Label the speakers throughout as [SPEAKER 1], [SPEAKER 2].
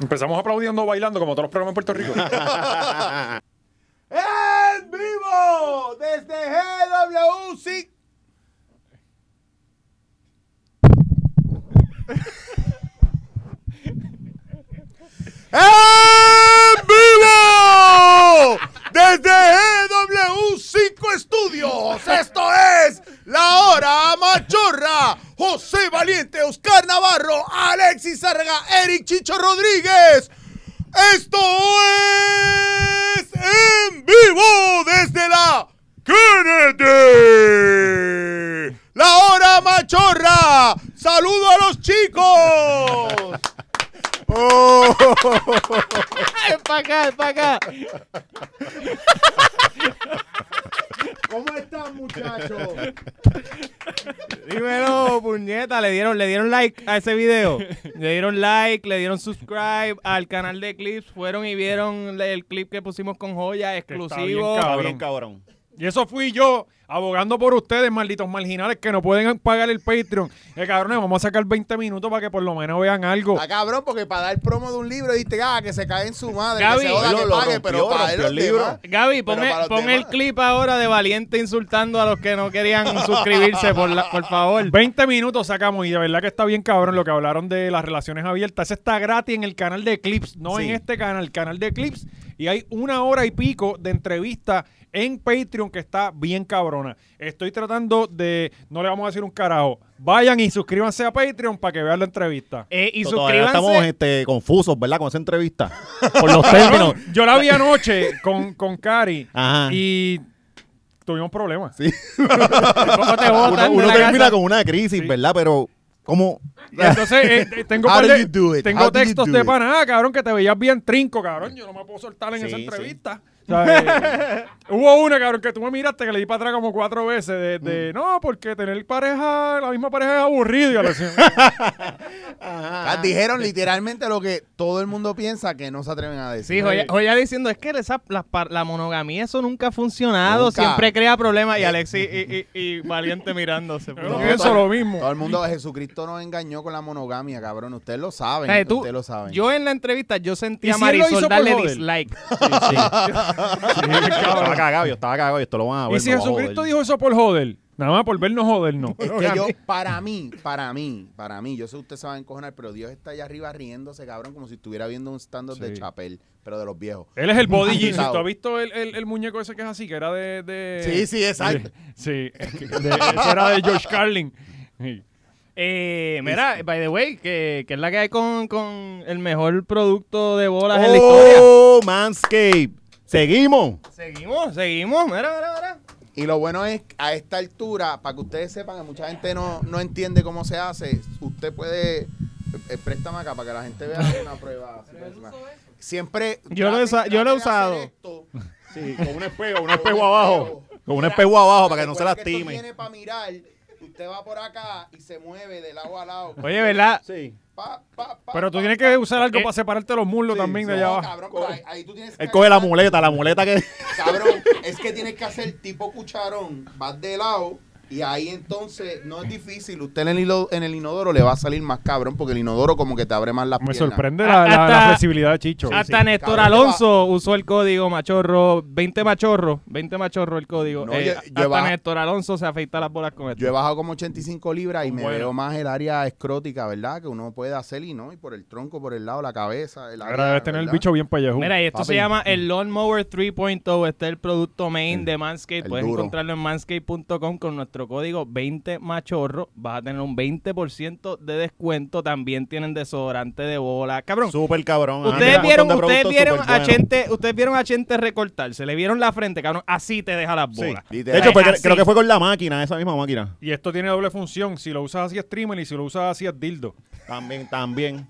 [SPEAKER 1] Empezamos aplaudiendo, bailando, como todos los programas en Puerto Rico.
[SPEAKER 2] ¡En vivo! Desde GWC. ¡En vivo! Desde GW5 Estudios, esto es La Hora Machorra. José Valiente, Oscar Navarro, Alexis Sarga, Eric Chicho Rodríguez. Esto es en vivo desde la Kennedy. La Hora Machorra. Saludo a los chicos. Oh.
[SPEAKER 3] Es para acá, es para acá.
[SPEAKER 2] ¿Cómo están, muchachos?
[SPEAKER 3] Dímelo, puñeta. Le dieron, le dieron like a ese video. Le dieron like, le dieron subscribe al canal de clips. Fueron y vieron el clip que pusimos con joya exclusivo.
[SPEAKER 1] cabrón.
[SPEAKER 4] Está bien, cabrón.
[SPEAKER 1] y eso fui yo, abogando por ustedes, malditos marginales, que no pueden pagar el Patreon. Eh, cabrones, vamos a sacar 20 minutos para que por lo menos vean algo.
[SPEAKER 2] Ah, cabrón, porque para dar promo de un libro, diste, ah, que se cae en su madre,
[SPEAKER 3] Gaby,
[SPEAKER 2] que se joda
[SPEAKER 4] lo-
[SPEAKER 2] que
[SPEAKER 4] lo
[SPEAKER 2] pague,
[SPEAKER 4] rompió,
[SPEAKER 2] pero para él
[SPEAKER 4] rompió el libro.
[SPEAKER 3] Gaby,
[SPEAKER 2] Pero
[SPEAKER 3] pon, el,
[SPEAKER 2] para los
[SPEAKER 3] pon el
[SPEAKER 2] demás.
[SPEAKER 3] clip ahora de Valiente insultando a los que no querían suscribirse, por, la- por favor.
[SPEAKER 1] 20 minutos sacamos y de verdad que está bien cabrón lo que hablaron de las relaciones abiertas. Ese está gratis en el canal de Clips, no
[SPEAKER 4] Sí.
[SPEAKER 1] en este canal, el canal de Clips. Y hay una hora y pico de entrevista en Patreon que está bien cabrona. Estoy tratando de, no le vamos a decir un carajo, vayan y suscríbanse a Patreon para que vean la entrevista.
[SPEAKER 3] Eh, y
[SPEAKER 4] Todavía estamos
[SPEAKER 3] suscríbanse.
[SPEAKER 4] este, confusos, ¿verdad? Con esa entrevista. Por los términos.
[SPEAKER 1] Yo la vi anoche con, con Cari
[SPEAKER 4] Ajá.
[SPEAKER 1] y tuvimos problemas.
[SPEAKER 4] Sí.
[SPEAKER 3] Tampoco te
[SPEAKER 4] Uno,
[SPEAKER 3] botan de
[SPEAKER 4] uno
[SPEAKER 3] la
[SPEAKER 4] termina
[SPEAKER 3] casa.
[SPEAKER 4] con una crisis, ¿verdad? Pero, ¿cómo?
[SPEAKER 1] Y entonces eh, eh, tengo,
[SPEAKER 4] How
[SPEAKER 1] par
[SPEAKER 4] do
[SPEAKER 1] de-
[SPEAKER 4] you do it?
[SPEAKER 1] tengo
[SPEAKER 4] How do you
[SPEAKER 1] textos
[SPEAKER 4] do
[SPEAKER 1] de
[SPEAKER 4] it?
[SPEAKER 1] pana, ah, cabrón, que te veías bien trinco, cabrón. Yo no me puedo soltar en
[SPEAKER 4] Sí,
[SPEAKER 1] esa
[SPEAKER 4] sí.
[SPEAKER 1] entrevista. O sea, eh, hubo una, cabrón, que tú me miraste que le di para atrás como cuatro veces de,
[SPEAKER 4] Mm.
[SPEAKER 1] de, no, porque tener pareja, la misma pareja es aburrido. Y yo le decía,
[SPEAKER 2] Ah, Dijeron literalmente lo que todo el mundo piensa que no se atreven a decir.
[SPEAKER 3] Sí, Joya, Joya diciendo, es que esa, la, par- la monogamía eso nunca ha funcionado,
[SPEAKER 2] Nunca.
[SPEAKER 3] siempre crea problemas. Y Alexis y, y- y Valiente mirándose.
[SPEAKER 1] yo no
[SPEAKER 2] No,
[SPEAKER 1] pienso
[SPEAKER 2] todo-
[SPEAKER 1] lo mismo.
[SPEAKER 2] Todo el mundo, Jesucristo nos engañó con la monogamia, cabrón. Ustedes lo saben.
[SPEAKER 1] Eh,
[SPEAKER 3] Ay, tú-
[SPEAKER 2] ustedes lo saben.
[SPEAKER 3] Yo en la entrevista, yo
[SPEAKER 1] ¿Y
[SPEAKER 3] sentía a
[SPEAKER 1] si él lo
[SPEAKER 3] Marisol
[SPEAKER 1] hizo por
[SPEAKER 3] darle
[SPEAKER 1] joder?
[SPEAKER 3] dislike.
[SPEAKER 4] Sí. estaba cagado, yo estaba cagado, y esto lo van a ver.
[SPEAKER 1] y si
[SPEAKER 4] me va a
[SPEAKER 1] Jesucristo
[SPEAKER 4] Ah, joder.
[SPEAKER 1] dijo eso por joder, nada más por vernos joder, no.
[SPEAKER 2] es que yo, para mí, para mí, para mí, yo sé que usted se va a encojonar, pero Dios está allá arriba riéndose, cabrón, como si estuviera viendo un stand-up de
[SPEAKER 1] Sí.
[SPEAKER 2] Chapel, pero de los viejos.
[SPEAKER 1] Él es el body
[SPEAKER 2] Manchado.
[SPEAKER 1] Jesus. ¿Tú has visto el, el- el muñeco ese que es así, que era de... de-
[SPEAKER 2] Sí, sí, exacto.
[SPEAKER 1] Sí, es que de- eso era de George Carlin. Sí.
[SPEAKER 3] Eh, mira, by the way, que, que es la que hay con, con el mejor producto de bolas en la historia.
[SPEAKER 4] ¡Oh, Manscape! Seguimos.
[SPEAKER 3] Seguimos, seguimos, mira, mira, mira.
[SPEAKER 2] Y lo bueno es, a esta altura, para que ustedes sepan que mucha gente no, no entiende cómo se hace, usted puede... eh, préstame acá para que la gente vea una prueba. así por encima. Siempre...
[SPEAKER 3] Yo lo he usa- yo lo he usado.
[SPEAKER 4] Sí, con un espejo, un
[SPEAKER 2] espejo
[SPEAKER 4] espejo abajo. Con un espejo abajo para que no se lastime.
[SPEAKER 2] tiene para mirar, usted va por acá y se mueve de lado a lado.
[SPEAKER 3] Oye, ¿verdad?
[SPEAKER 4] Sí.
[SPEAKER 2] Pa, pa, pa,
[SPEAKER 1] Pero tú
[SPEAKER 2] pa,
[SPEAKER 1] tienes
[SPEAKER 2] pa.
[SPEAKER 1] que usar algo
[SPEAKER 3] Eh,
[SPEAKER 1] para separarte los muslos también de
[SPEAKER 2] No,
[SPEAKER 1] allá abajo.
[SPEAKER 2] cabrón, pero ahí, ahí tú tienes
[SPEAKER 4] Él coge la
[SPEAKER 2] alzar-
[SPEAKER 4] muleta, la muleta que.
[SPEAKER 2] Cabrón, es que tienes que hacer tipo cucharón, vas de lado y ahí entonces no es difícil. Usted en el, hilo- en el inodoro le va a salir más cabrón porque el inodoro como que te abre más las
[SPEAKER 1] Me
[SPEAKER 2] piernas.
[SPEAKER 1] sorprende la, la- la
[SPEAKER 3] Hasta-
[SPEAKER 1] flexibilidad de Chicho.
[SPEAKER 3] Hasta
[SPEAKER 2] sí,
[SPEAKER 3] Néstor
[SPEAKER 2] cabrón,
[SPEAKER 3] Alonso usó el código machorro, 20 machorro, 20 machorro el código.
[SPEAKER 2] No,
[SPEAKER 3] Eh,
[SPEAKER 2] yo- yo
[SPEAKER 3] hasta
[SPEAKER 2] baja-
[SPEAKER 3] Néstor Alonso se afeita las bolas con esto.
[SPEAKER 2] Yo he bajado como 85 libras y me
[SPEAKER 1] Bueno.
[SPEAKER 2] veo más el área escrótica, ¿verdad? Que uno puede hacer y no, y por el tronco, por el lado, la cabeza. El
[SPEAKER 1] Ahora debes tener el
[SPEAKER 2] ¿verdad?
[SPEAKER 1] bicho bien pellejú.
[SPEAKER 3] Mira, y esto se
[SPEAKER 2] Papi.
[SPEAKER 3] llama el Lawnmower 3.0. Este es el producto main de Manscaped.
[SPEAKER 2] el
[SPEAKER 3] Puedes
[SPEAKER 2] duro.
[SPEAKER 3] encontrarlo en manscaped.com con nuestro código 20machorro. Vas a tener un 20% de descuento. También tienen desodorante de bola. Cabrón.
[SPEAKER 4] Súper cabrón. ajá, tiene
[SPEAKER 3] Ustedes
[SPEAKER 4] un montón
[SPEAKER 3] vieron,
[SPEAKER 4] de
[SPEAKER 3] ustedes
[SPEAKER 4] productos
[SPEAKER 3] vieron
[SPEAKER 4] súper
[SPEAKER 3] a
[SPEAKER 4] buenos.
[SPEAKER 3] Chente, ustedes vieron a Chente recortarse, le vieron la frente, cabrón, así te deja las bolas.
[SPEAKER 4] De hecho, fue-
[SPEAKER 3] Así.
[SPEAKER 4] creo que fue con la máquina, esa misma máquina.
[SPEAKER 1] Y esto tiene doble función. Si lo usas así es streamer y si lo usas así es dildo.
[SPEAKER 4] También, también.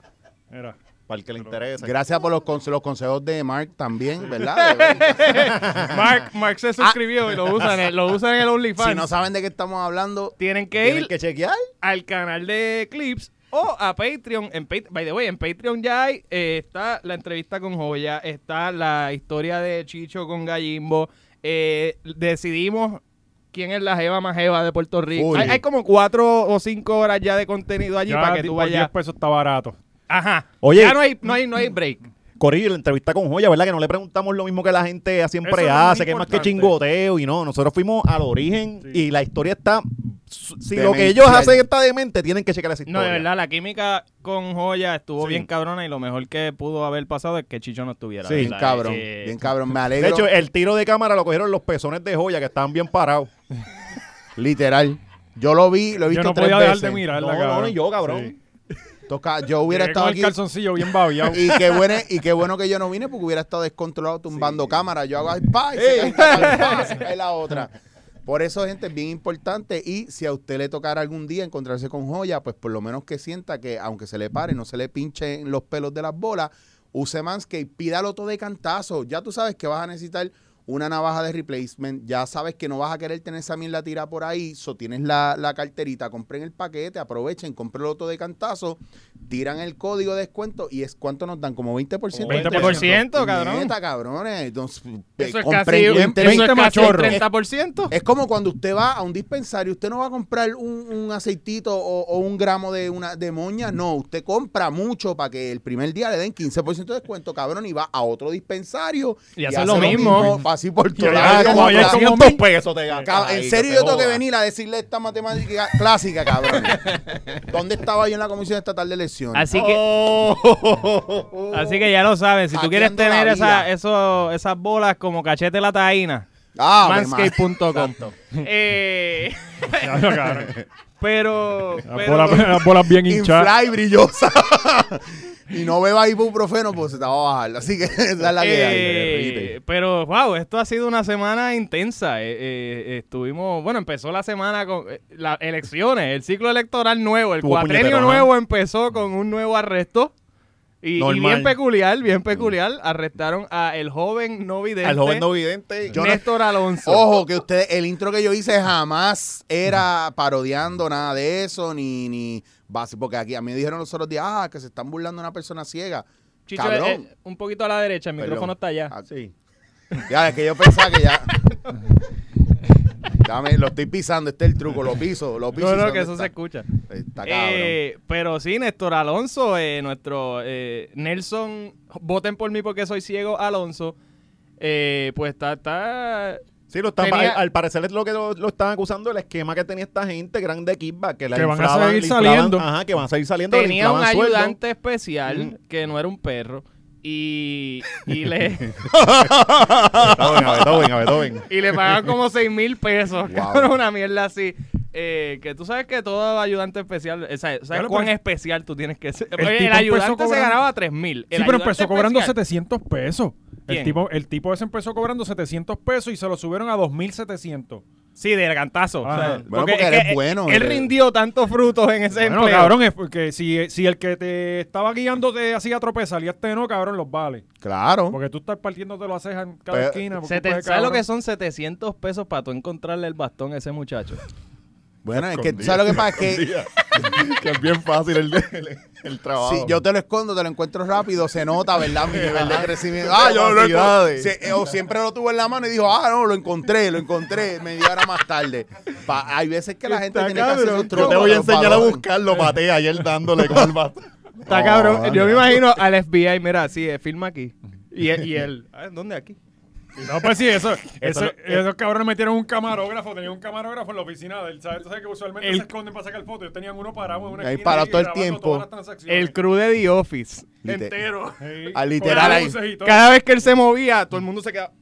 [SPEAKER 1] Mira.
[SPEAKER 4] Para el que le interese.
[SPEAKER 2] Gracias por los, conse- los consejos de Mark también, ¿verdad?
[SPEAKER 3] Mark, Mark
[SPEAKER 1] Ah.
[SPEAKER 3] se
[SPEAKER 2] Ah,
[SPEAKER 3] suscribió y lo usan, en- lo usan en el OnlyFans.
[SPEAKER 2] si no saben de qué estamos hablando,
[SPEAKER 3] tienen que
[SPEAKER 4] Tienen
[SPEAKER 3] ir
[SPEAKER 4] que chequear.
[SPEAKER 3] al canal de Clips o a Patreon. En Pat- By the way, en Patreon ya hay, eh, está la entrevista con Joya, está la historia de Chicho con Gallimbo. eh, decidimos quién es la jeva más jeva de Puerto Rico.
[SPEAKER 2] Full.
[SPEAKER 3] Hay, hay como cuatro o cinco horas ya de contenido allí
[SPEAKER 1] Ya
[SPEAKER 3] para que
[SPEAKER 1] di-
[SPEAKER 3] tú
[SPEAKER 1] por 10
[SPEAKER 3] vayas.
[SPEAKER 1] pesos está barato.
[SPEAKER 3] Ajá.
[SPEAKER 4] Oye.
[SPEAKER 3] Ya no hay, no hay, no hay break.
[SPEAKER 4] Corrí la entrevista con Joya, ¿verdad? Que no le preguntamos lo mismo que la gente siempre
[SPEAKER 1] Eso es lo más
[SPEAKER 4] hace, que es más que
[SPEAKER 1] importante.
[SPEAKER 4] chingoteo y no. Nosotros fuimos al origen
[SPEAKER 1] Sí.
[SPEAKER 4] y la historia está. Si lo
[SPEAKER 2] Demencial.
[SPEAKER 4] que ellos hacen está demente, tienen que checar esa historia.
[SPEAKER 3] No, de verdad, la química con Joya estuvo
[SPEAKER 4] Sí.
[SPEAKER 3] bien cabrona y lo mejor que pudo haber pasado es que Chicho no estuviera.
[SPEAKER 4] Sí,
[SPEAKER 3] de
[SPEAKER 2] Bien
[SPEAKER 3] verdad.
[SPEAKER 2] cabrón,
[SPEAKER 3] Eh,
[SPEAKER 2] bien cabrón. Me
[SPEAKER 4] De
[SPEAKER 2] alegro.
[SPEAKER 4] hecho,
[SPEAKER 1] eh,
[SPEAKER 4] el tiro de cámara lo cogieron los pezones de Joya, que estaban bien parados.
[SPEAKER 2] literal. Yo lo vi, lo
[SPEAKER 1] Yo
[SPEAKER 2] he visto
[SPEAKER 1] no
[SPEAKER 2] tres
[SPEAKER 1] podía dejar
[SPEAKER 2] veces.
[SPEAKER 1] de mirarla,
[SPEAKER 4] No, no,
[SPEAKER 1] cabrón.
[SPEAKER 4] ni yo, cabrón.
[SPEAKER 2] Toca, yo hubiera
[SPEAKER 1] Llegué con
[SPEAKER 2] estado
[SPEAKER 1] el
[SPEAKER 2] aquí.
[SPEAKER 1] calzoncillo bien babiado.
[SPEAKER 2] Y qué, bueno, y qué bueno que yo no vine porque hubiera estado descontrolado tumbando cámaras. Yo hago ay, pa, y se cae, esta, pa, se cae la otra. Por eso, gente, es bien importante. Y si a usted le tocara algún día encontrarse con joya, pues por lo menos que sienta que, aunque se le pare, no se le pinchen los pelos de las bolas, use Manscaped, pídalo todo de cantazo. Ya tú sabes que vas a necesitar una navaja de replacement, ya sabes que no vas a querer tener esa la tira por ahí, so tienes la, la carterita, compren el paquete, aprovechen, compren el otro de cantazo, tiran el código de descuento y es cuánto nos dan, como 20%.
[SPEAKER 3] 20%, cabrón.
[SPEAKER 2] Neta, cabrones. Entonces,
[SPEAKER 3] Eso
[SPEAKER 2] eh,
[SPEAKER 3] es casi,
[SPEAKER 2] compren
[SPEAKER 3] un-
[SPEAKER 2] bien,
[SPEAKER 3] eso
[SPEAKER 2] ten-
[SPEAKER 3] es casi
[SPEAKER 1] machorros.
[SPEAKER 3] el 30%.
[SPEAKER 2] es como cuando usted va a un dispensario, usted no va a comprar un, un aceitito o, o un gramo de una de moña, no, usted compra mucho para que el primer día le den 15% de descuento, cabrón, y va a otro dispensario
[SPEAKER 3] Y hace lo mismo.
[SPEAKER 2] así por todo.
[SPEAKER 1] allá
[SPEAKER 2] lado.
[SPEAKER 1] como allá como-
[SPEAKER 4] 400 pesos te gastas
[SPEAKER 2] Ca-
[SPEAKER 4] ahí,
[SPEAKER 2] en serio
[SPEAKER 4] te
[SPEAKER 2] yo tengo que
[SPEAKER 4] joda.
[SPEAKER 2] venir a decirle esta matemática clásica, cabrón. ¿Dónde estaba yo en la comisión estatal de elecciones? Uh,
[SPEAKER 3] Así que, así que ya lo saben, si tú quieres
[SPEAKER 2] Hackeando la
[SPEAKER 3] tener esa,
[SPEAKER 2] vida.
[SPEAKER 3] eso- esas bolas como cachete la taína,
[SPEAKER 2] Ah, Ave María.
[SPEAKER 3] manscape.com. Eh,
[SPEAKER 1] Diablo, cabrón.
[SPEAKER 3] pero,
[SPEAKER 1] Las
[SPEAKER 3] pero-
[SPEAKER 1] bolas, las bolas bien hinchadas.
[SPEAKER 2] Infla y brillosa. y no beba ibuprofeno, pues se te va a bajar. Así que esa es la que hay.
[SPEAKER 3] Eh, pero, wow, esto ha sido una semana intensa. Eh, eh, estuvimos, bueno, empezó la semana con eh, las elecciones, el ciclo electoral nuevo, el
[SPEAKER 4] Estuvo
[SPEAKER 3] cuatrenio
[SPEAKER 4] puñetero,
[SPEAKER 3] nuevo empezó con un nuevo arresto. Y, y
[SPEAKER 4] Normal.
[SPEAKER 3] bien peculiar, bien peculiar, arrestaron a el joven no vidente,
[SPEAKER 4] Al joven no vidente. Yo no-
[SPEAKER 3] Néstor Alonso.
[SPEAKER 2] Ojo, que usted, el intro que yo hice jamás era parodiando nada de eso, ni, ni base, porque aquí a mí me dijeron los otros días, ah, que se están burlando a una persona ciega.
[SPEAKER 3] Chicho,
[SPEAKER 2] cabrón.
[SPEAKER 3] eh, eh, un poquito a la derecha, el micrófono está allá.
[SPEAKER 2] Ah,
[SPEAKER 4] Sí.
[SPEAKER 2] Ya, es que yo pensaba que ya. Dame, lo estoy pisando, este es el truco, lo piso, lo piso.
[SPEAKER 3] No,
[SPEAKER 2] y
[SPEAKER 3] no,
[SPEAKER 2] sé
[SPEAKER 3] que eso
[SPEAKER 2] dónde
[SPEAKER 3] se
[SPEAKER 2] está.
[SPEAKER 3] escucha.
[SPEAKER 2] Está cabrón.
[SPEAKER 3] Eh, pero sí, Néstor Alonso, eh, nuestro eh, Nelson, voten por mí porque soy ciego, Alonso, eh, pues está, está...
[SPEAKER 4] Sí, lo están,
[SPEAKER 3] Tenía-
[SPEAKER 4] al, al parecer es lo que lo, lo están acusando el esquema que tenía esta gente, grande kickback, que, la
[SPEAKER 1] Que van a
[SPEAKER 4] inflaban,
[SPEAKER 1] seguir
[SPEAKER 4] le inflaban-
[SPEAKER 1] saliendo.
[SPEAKER 4] Ajá, que van a seguir saliendo. le
[SPEAKER 3] tenía un
[SPEAKER 4] inflaban sueldo.
[SPEAKER 3] ayudante especial
[SPEAKER 2] Mm.
[SPEAKER 3] que no era un perro y, y le,
[SPEAKER 4] Beethoven, a Beethoven, a Beethoven.
[SPEAKER 3] y le pagaban como 6 mil pesos,
[SPEAKER 2] Wow.
[SPEAKER 3] cabrón, una mierda así. Eh, que tú sabes que todo ayudante especial, eh, ¿sabes, sabes
[SPEAKER 1] Claro,
[SPEAKER 3] cuán
[SPEAKER 1] pero-
[SPEAKER 3] especial tú tienes que ser?
[SPEAKER 1] El
[SPEAKER 3] Oye, El,
[SPEAKER 1] tipo empezó
[SPEAKER 3] ayudante se
[SPEAKER 1] cobrando-
[SPEAKER 3] ganaba 3 mil.
[SPEAKER 1] Sí, pero empezó cobrando 700 pesos.
[SPEAKER 3] ¿Quién?
[SPEAKER 1] El tipo, el tipo ese empezó cobrando 700 pesos y se lo subieron a 2.700.
[SPEAKER 3] Sí, de cantazo.
[SPEAKER 1] Ajá.
[SPEAKER 3] o sea,
[SPEAKER 1] Bueno,
[SPEAKER 2] porque
[SPEAKER 3] es
[SPEAKER 2] eres
[SPEAKER 3] que
[SPEAKER 2] bueno,
[SPEAKER 3] Él
[SPEAKER 2] eres-
[SPEAKER 3] rindió tantos frutos en ese
[SPEAKER 1] Bueno,
[SPEAKER 3] empleo.
[SPEAKER 1] cabrón, es porque si, si el que te estaba guiando te hacía tropezar y este no, cabrón, los vale.
[SPEAKER 2] Claro.
[SPEAKER 1] Porque tú estás partiéndote las cejas en cada
[SPEAKER 2] Pero-
[SPEAKER 1] esquina. porque
[SPEAKER 3] Sete-
[SPEAKER 1] tú puedes,
[SPEAKER 3] ¿Sabes lo
[SPEAKER 1] cabrón.
[SPEAKER 3] que son 700 pesos para tú encontrarle el bastón a ese muchacho?
[SPEAKER 2] Bueno, es que, ¿sabes lo que pasa? Es que
[SPEAKER 4] que es bien fácil el, el, el trabajo.
[SPEAKER 2] Si yo te lo escondo, te lo encuentro rápido, se nota, ¿verdad? Mi nivel de crecimiento. Ah, yo lo
[SPEAKER 4] Capacidades.
[SPEAKER 2] encontré. Sí, eh, O siempre lo tuve en la mano y dijo, ah, no, lo encontré, lo encontré media hora más tarde. Pa- hay veces que la gente
[SPEAKER 1] Está
[SPEAKER 2] tiene que hacer
[SPEAKER 1] cabrón.
[SPEAKER 2] esos trucos.
[SPEAKER 4] Yo te voy a
[SPEAKER 2] pero
[SPEAKER 4] enseñar a
[SPEAKER 2] valor.
[SPEAKER 4] buscarlo, paté, ayer dándole con el bastón.
[SPEAKER 3] Está
[SPEAKER 2] No,
[SPEAKER 3] cabrón. Yo
[SPEAKER 2] no.
[SPEAKER 3] me imagino al FBI, mira, sí, eh, firma aquí. Y, e- y él, ah, ¿dónde aquí?
[SPEAKER 1] No, pues sí, eso,
[SPEAKER 4] Eso
[SPEAKER 1] eso,
[SPEAKER 4] no-
[SPEAKER 1] esos cabrones metieron un camarógrafo, tenían un camarógrafo en la oficina del ¿sabes? Tú sabes que usualmente
[SPEAKER 3] El-
[SPEAKER 1] se esconden para sacar fotos, ellos tenían uno parado en una
[SPEAKER 2] Ahí
[SPEAKER 1] esquina
[SPEAKER 2] parado
[SPEAKER 1] y
[SPEAKER 2] todo el
[SPEAKER 1] grabando
[SPEAKER 2] tiempo.
[SPEAKER 1] todas las transacciones.
[SPEAKER 3] El crew de The Office.
[SPEAKER 2] Lite-
[SPEAKER 1] entero. Sí,
[SPEAKER 2] Ah,
[SPEAKER 1] con
[SPEAKER 2] literal,
[SPEAKER 1] las
[SPEAKER 2] ahí.
[SPEAKER 1] luces y todo.
[SPEAKER 3] Cada vez que él se movía, todo el mundo se quedaba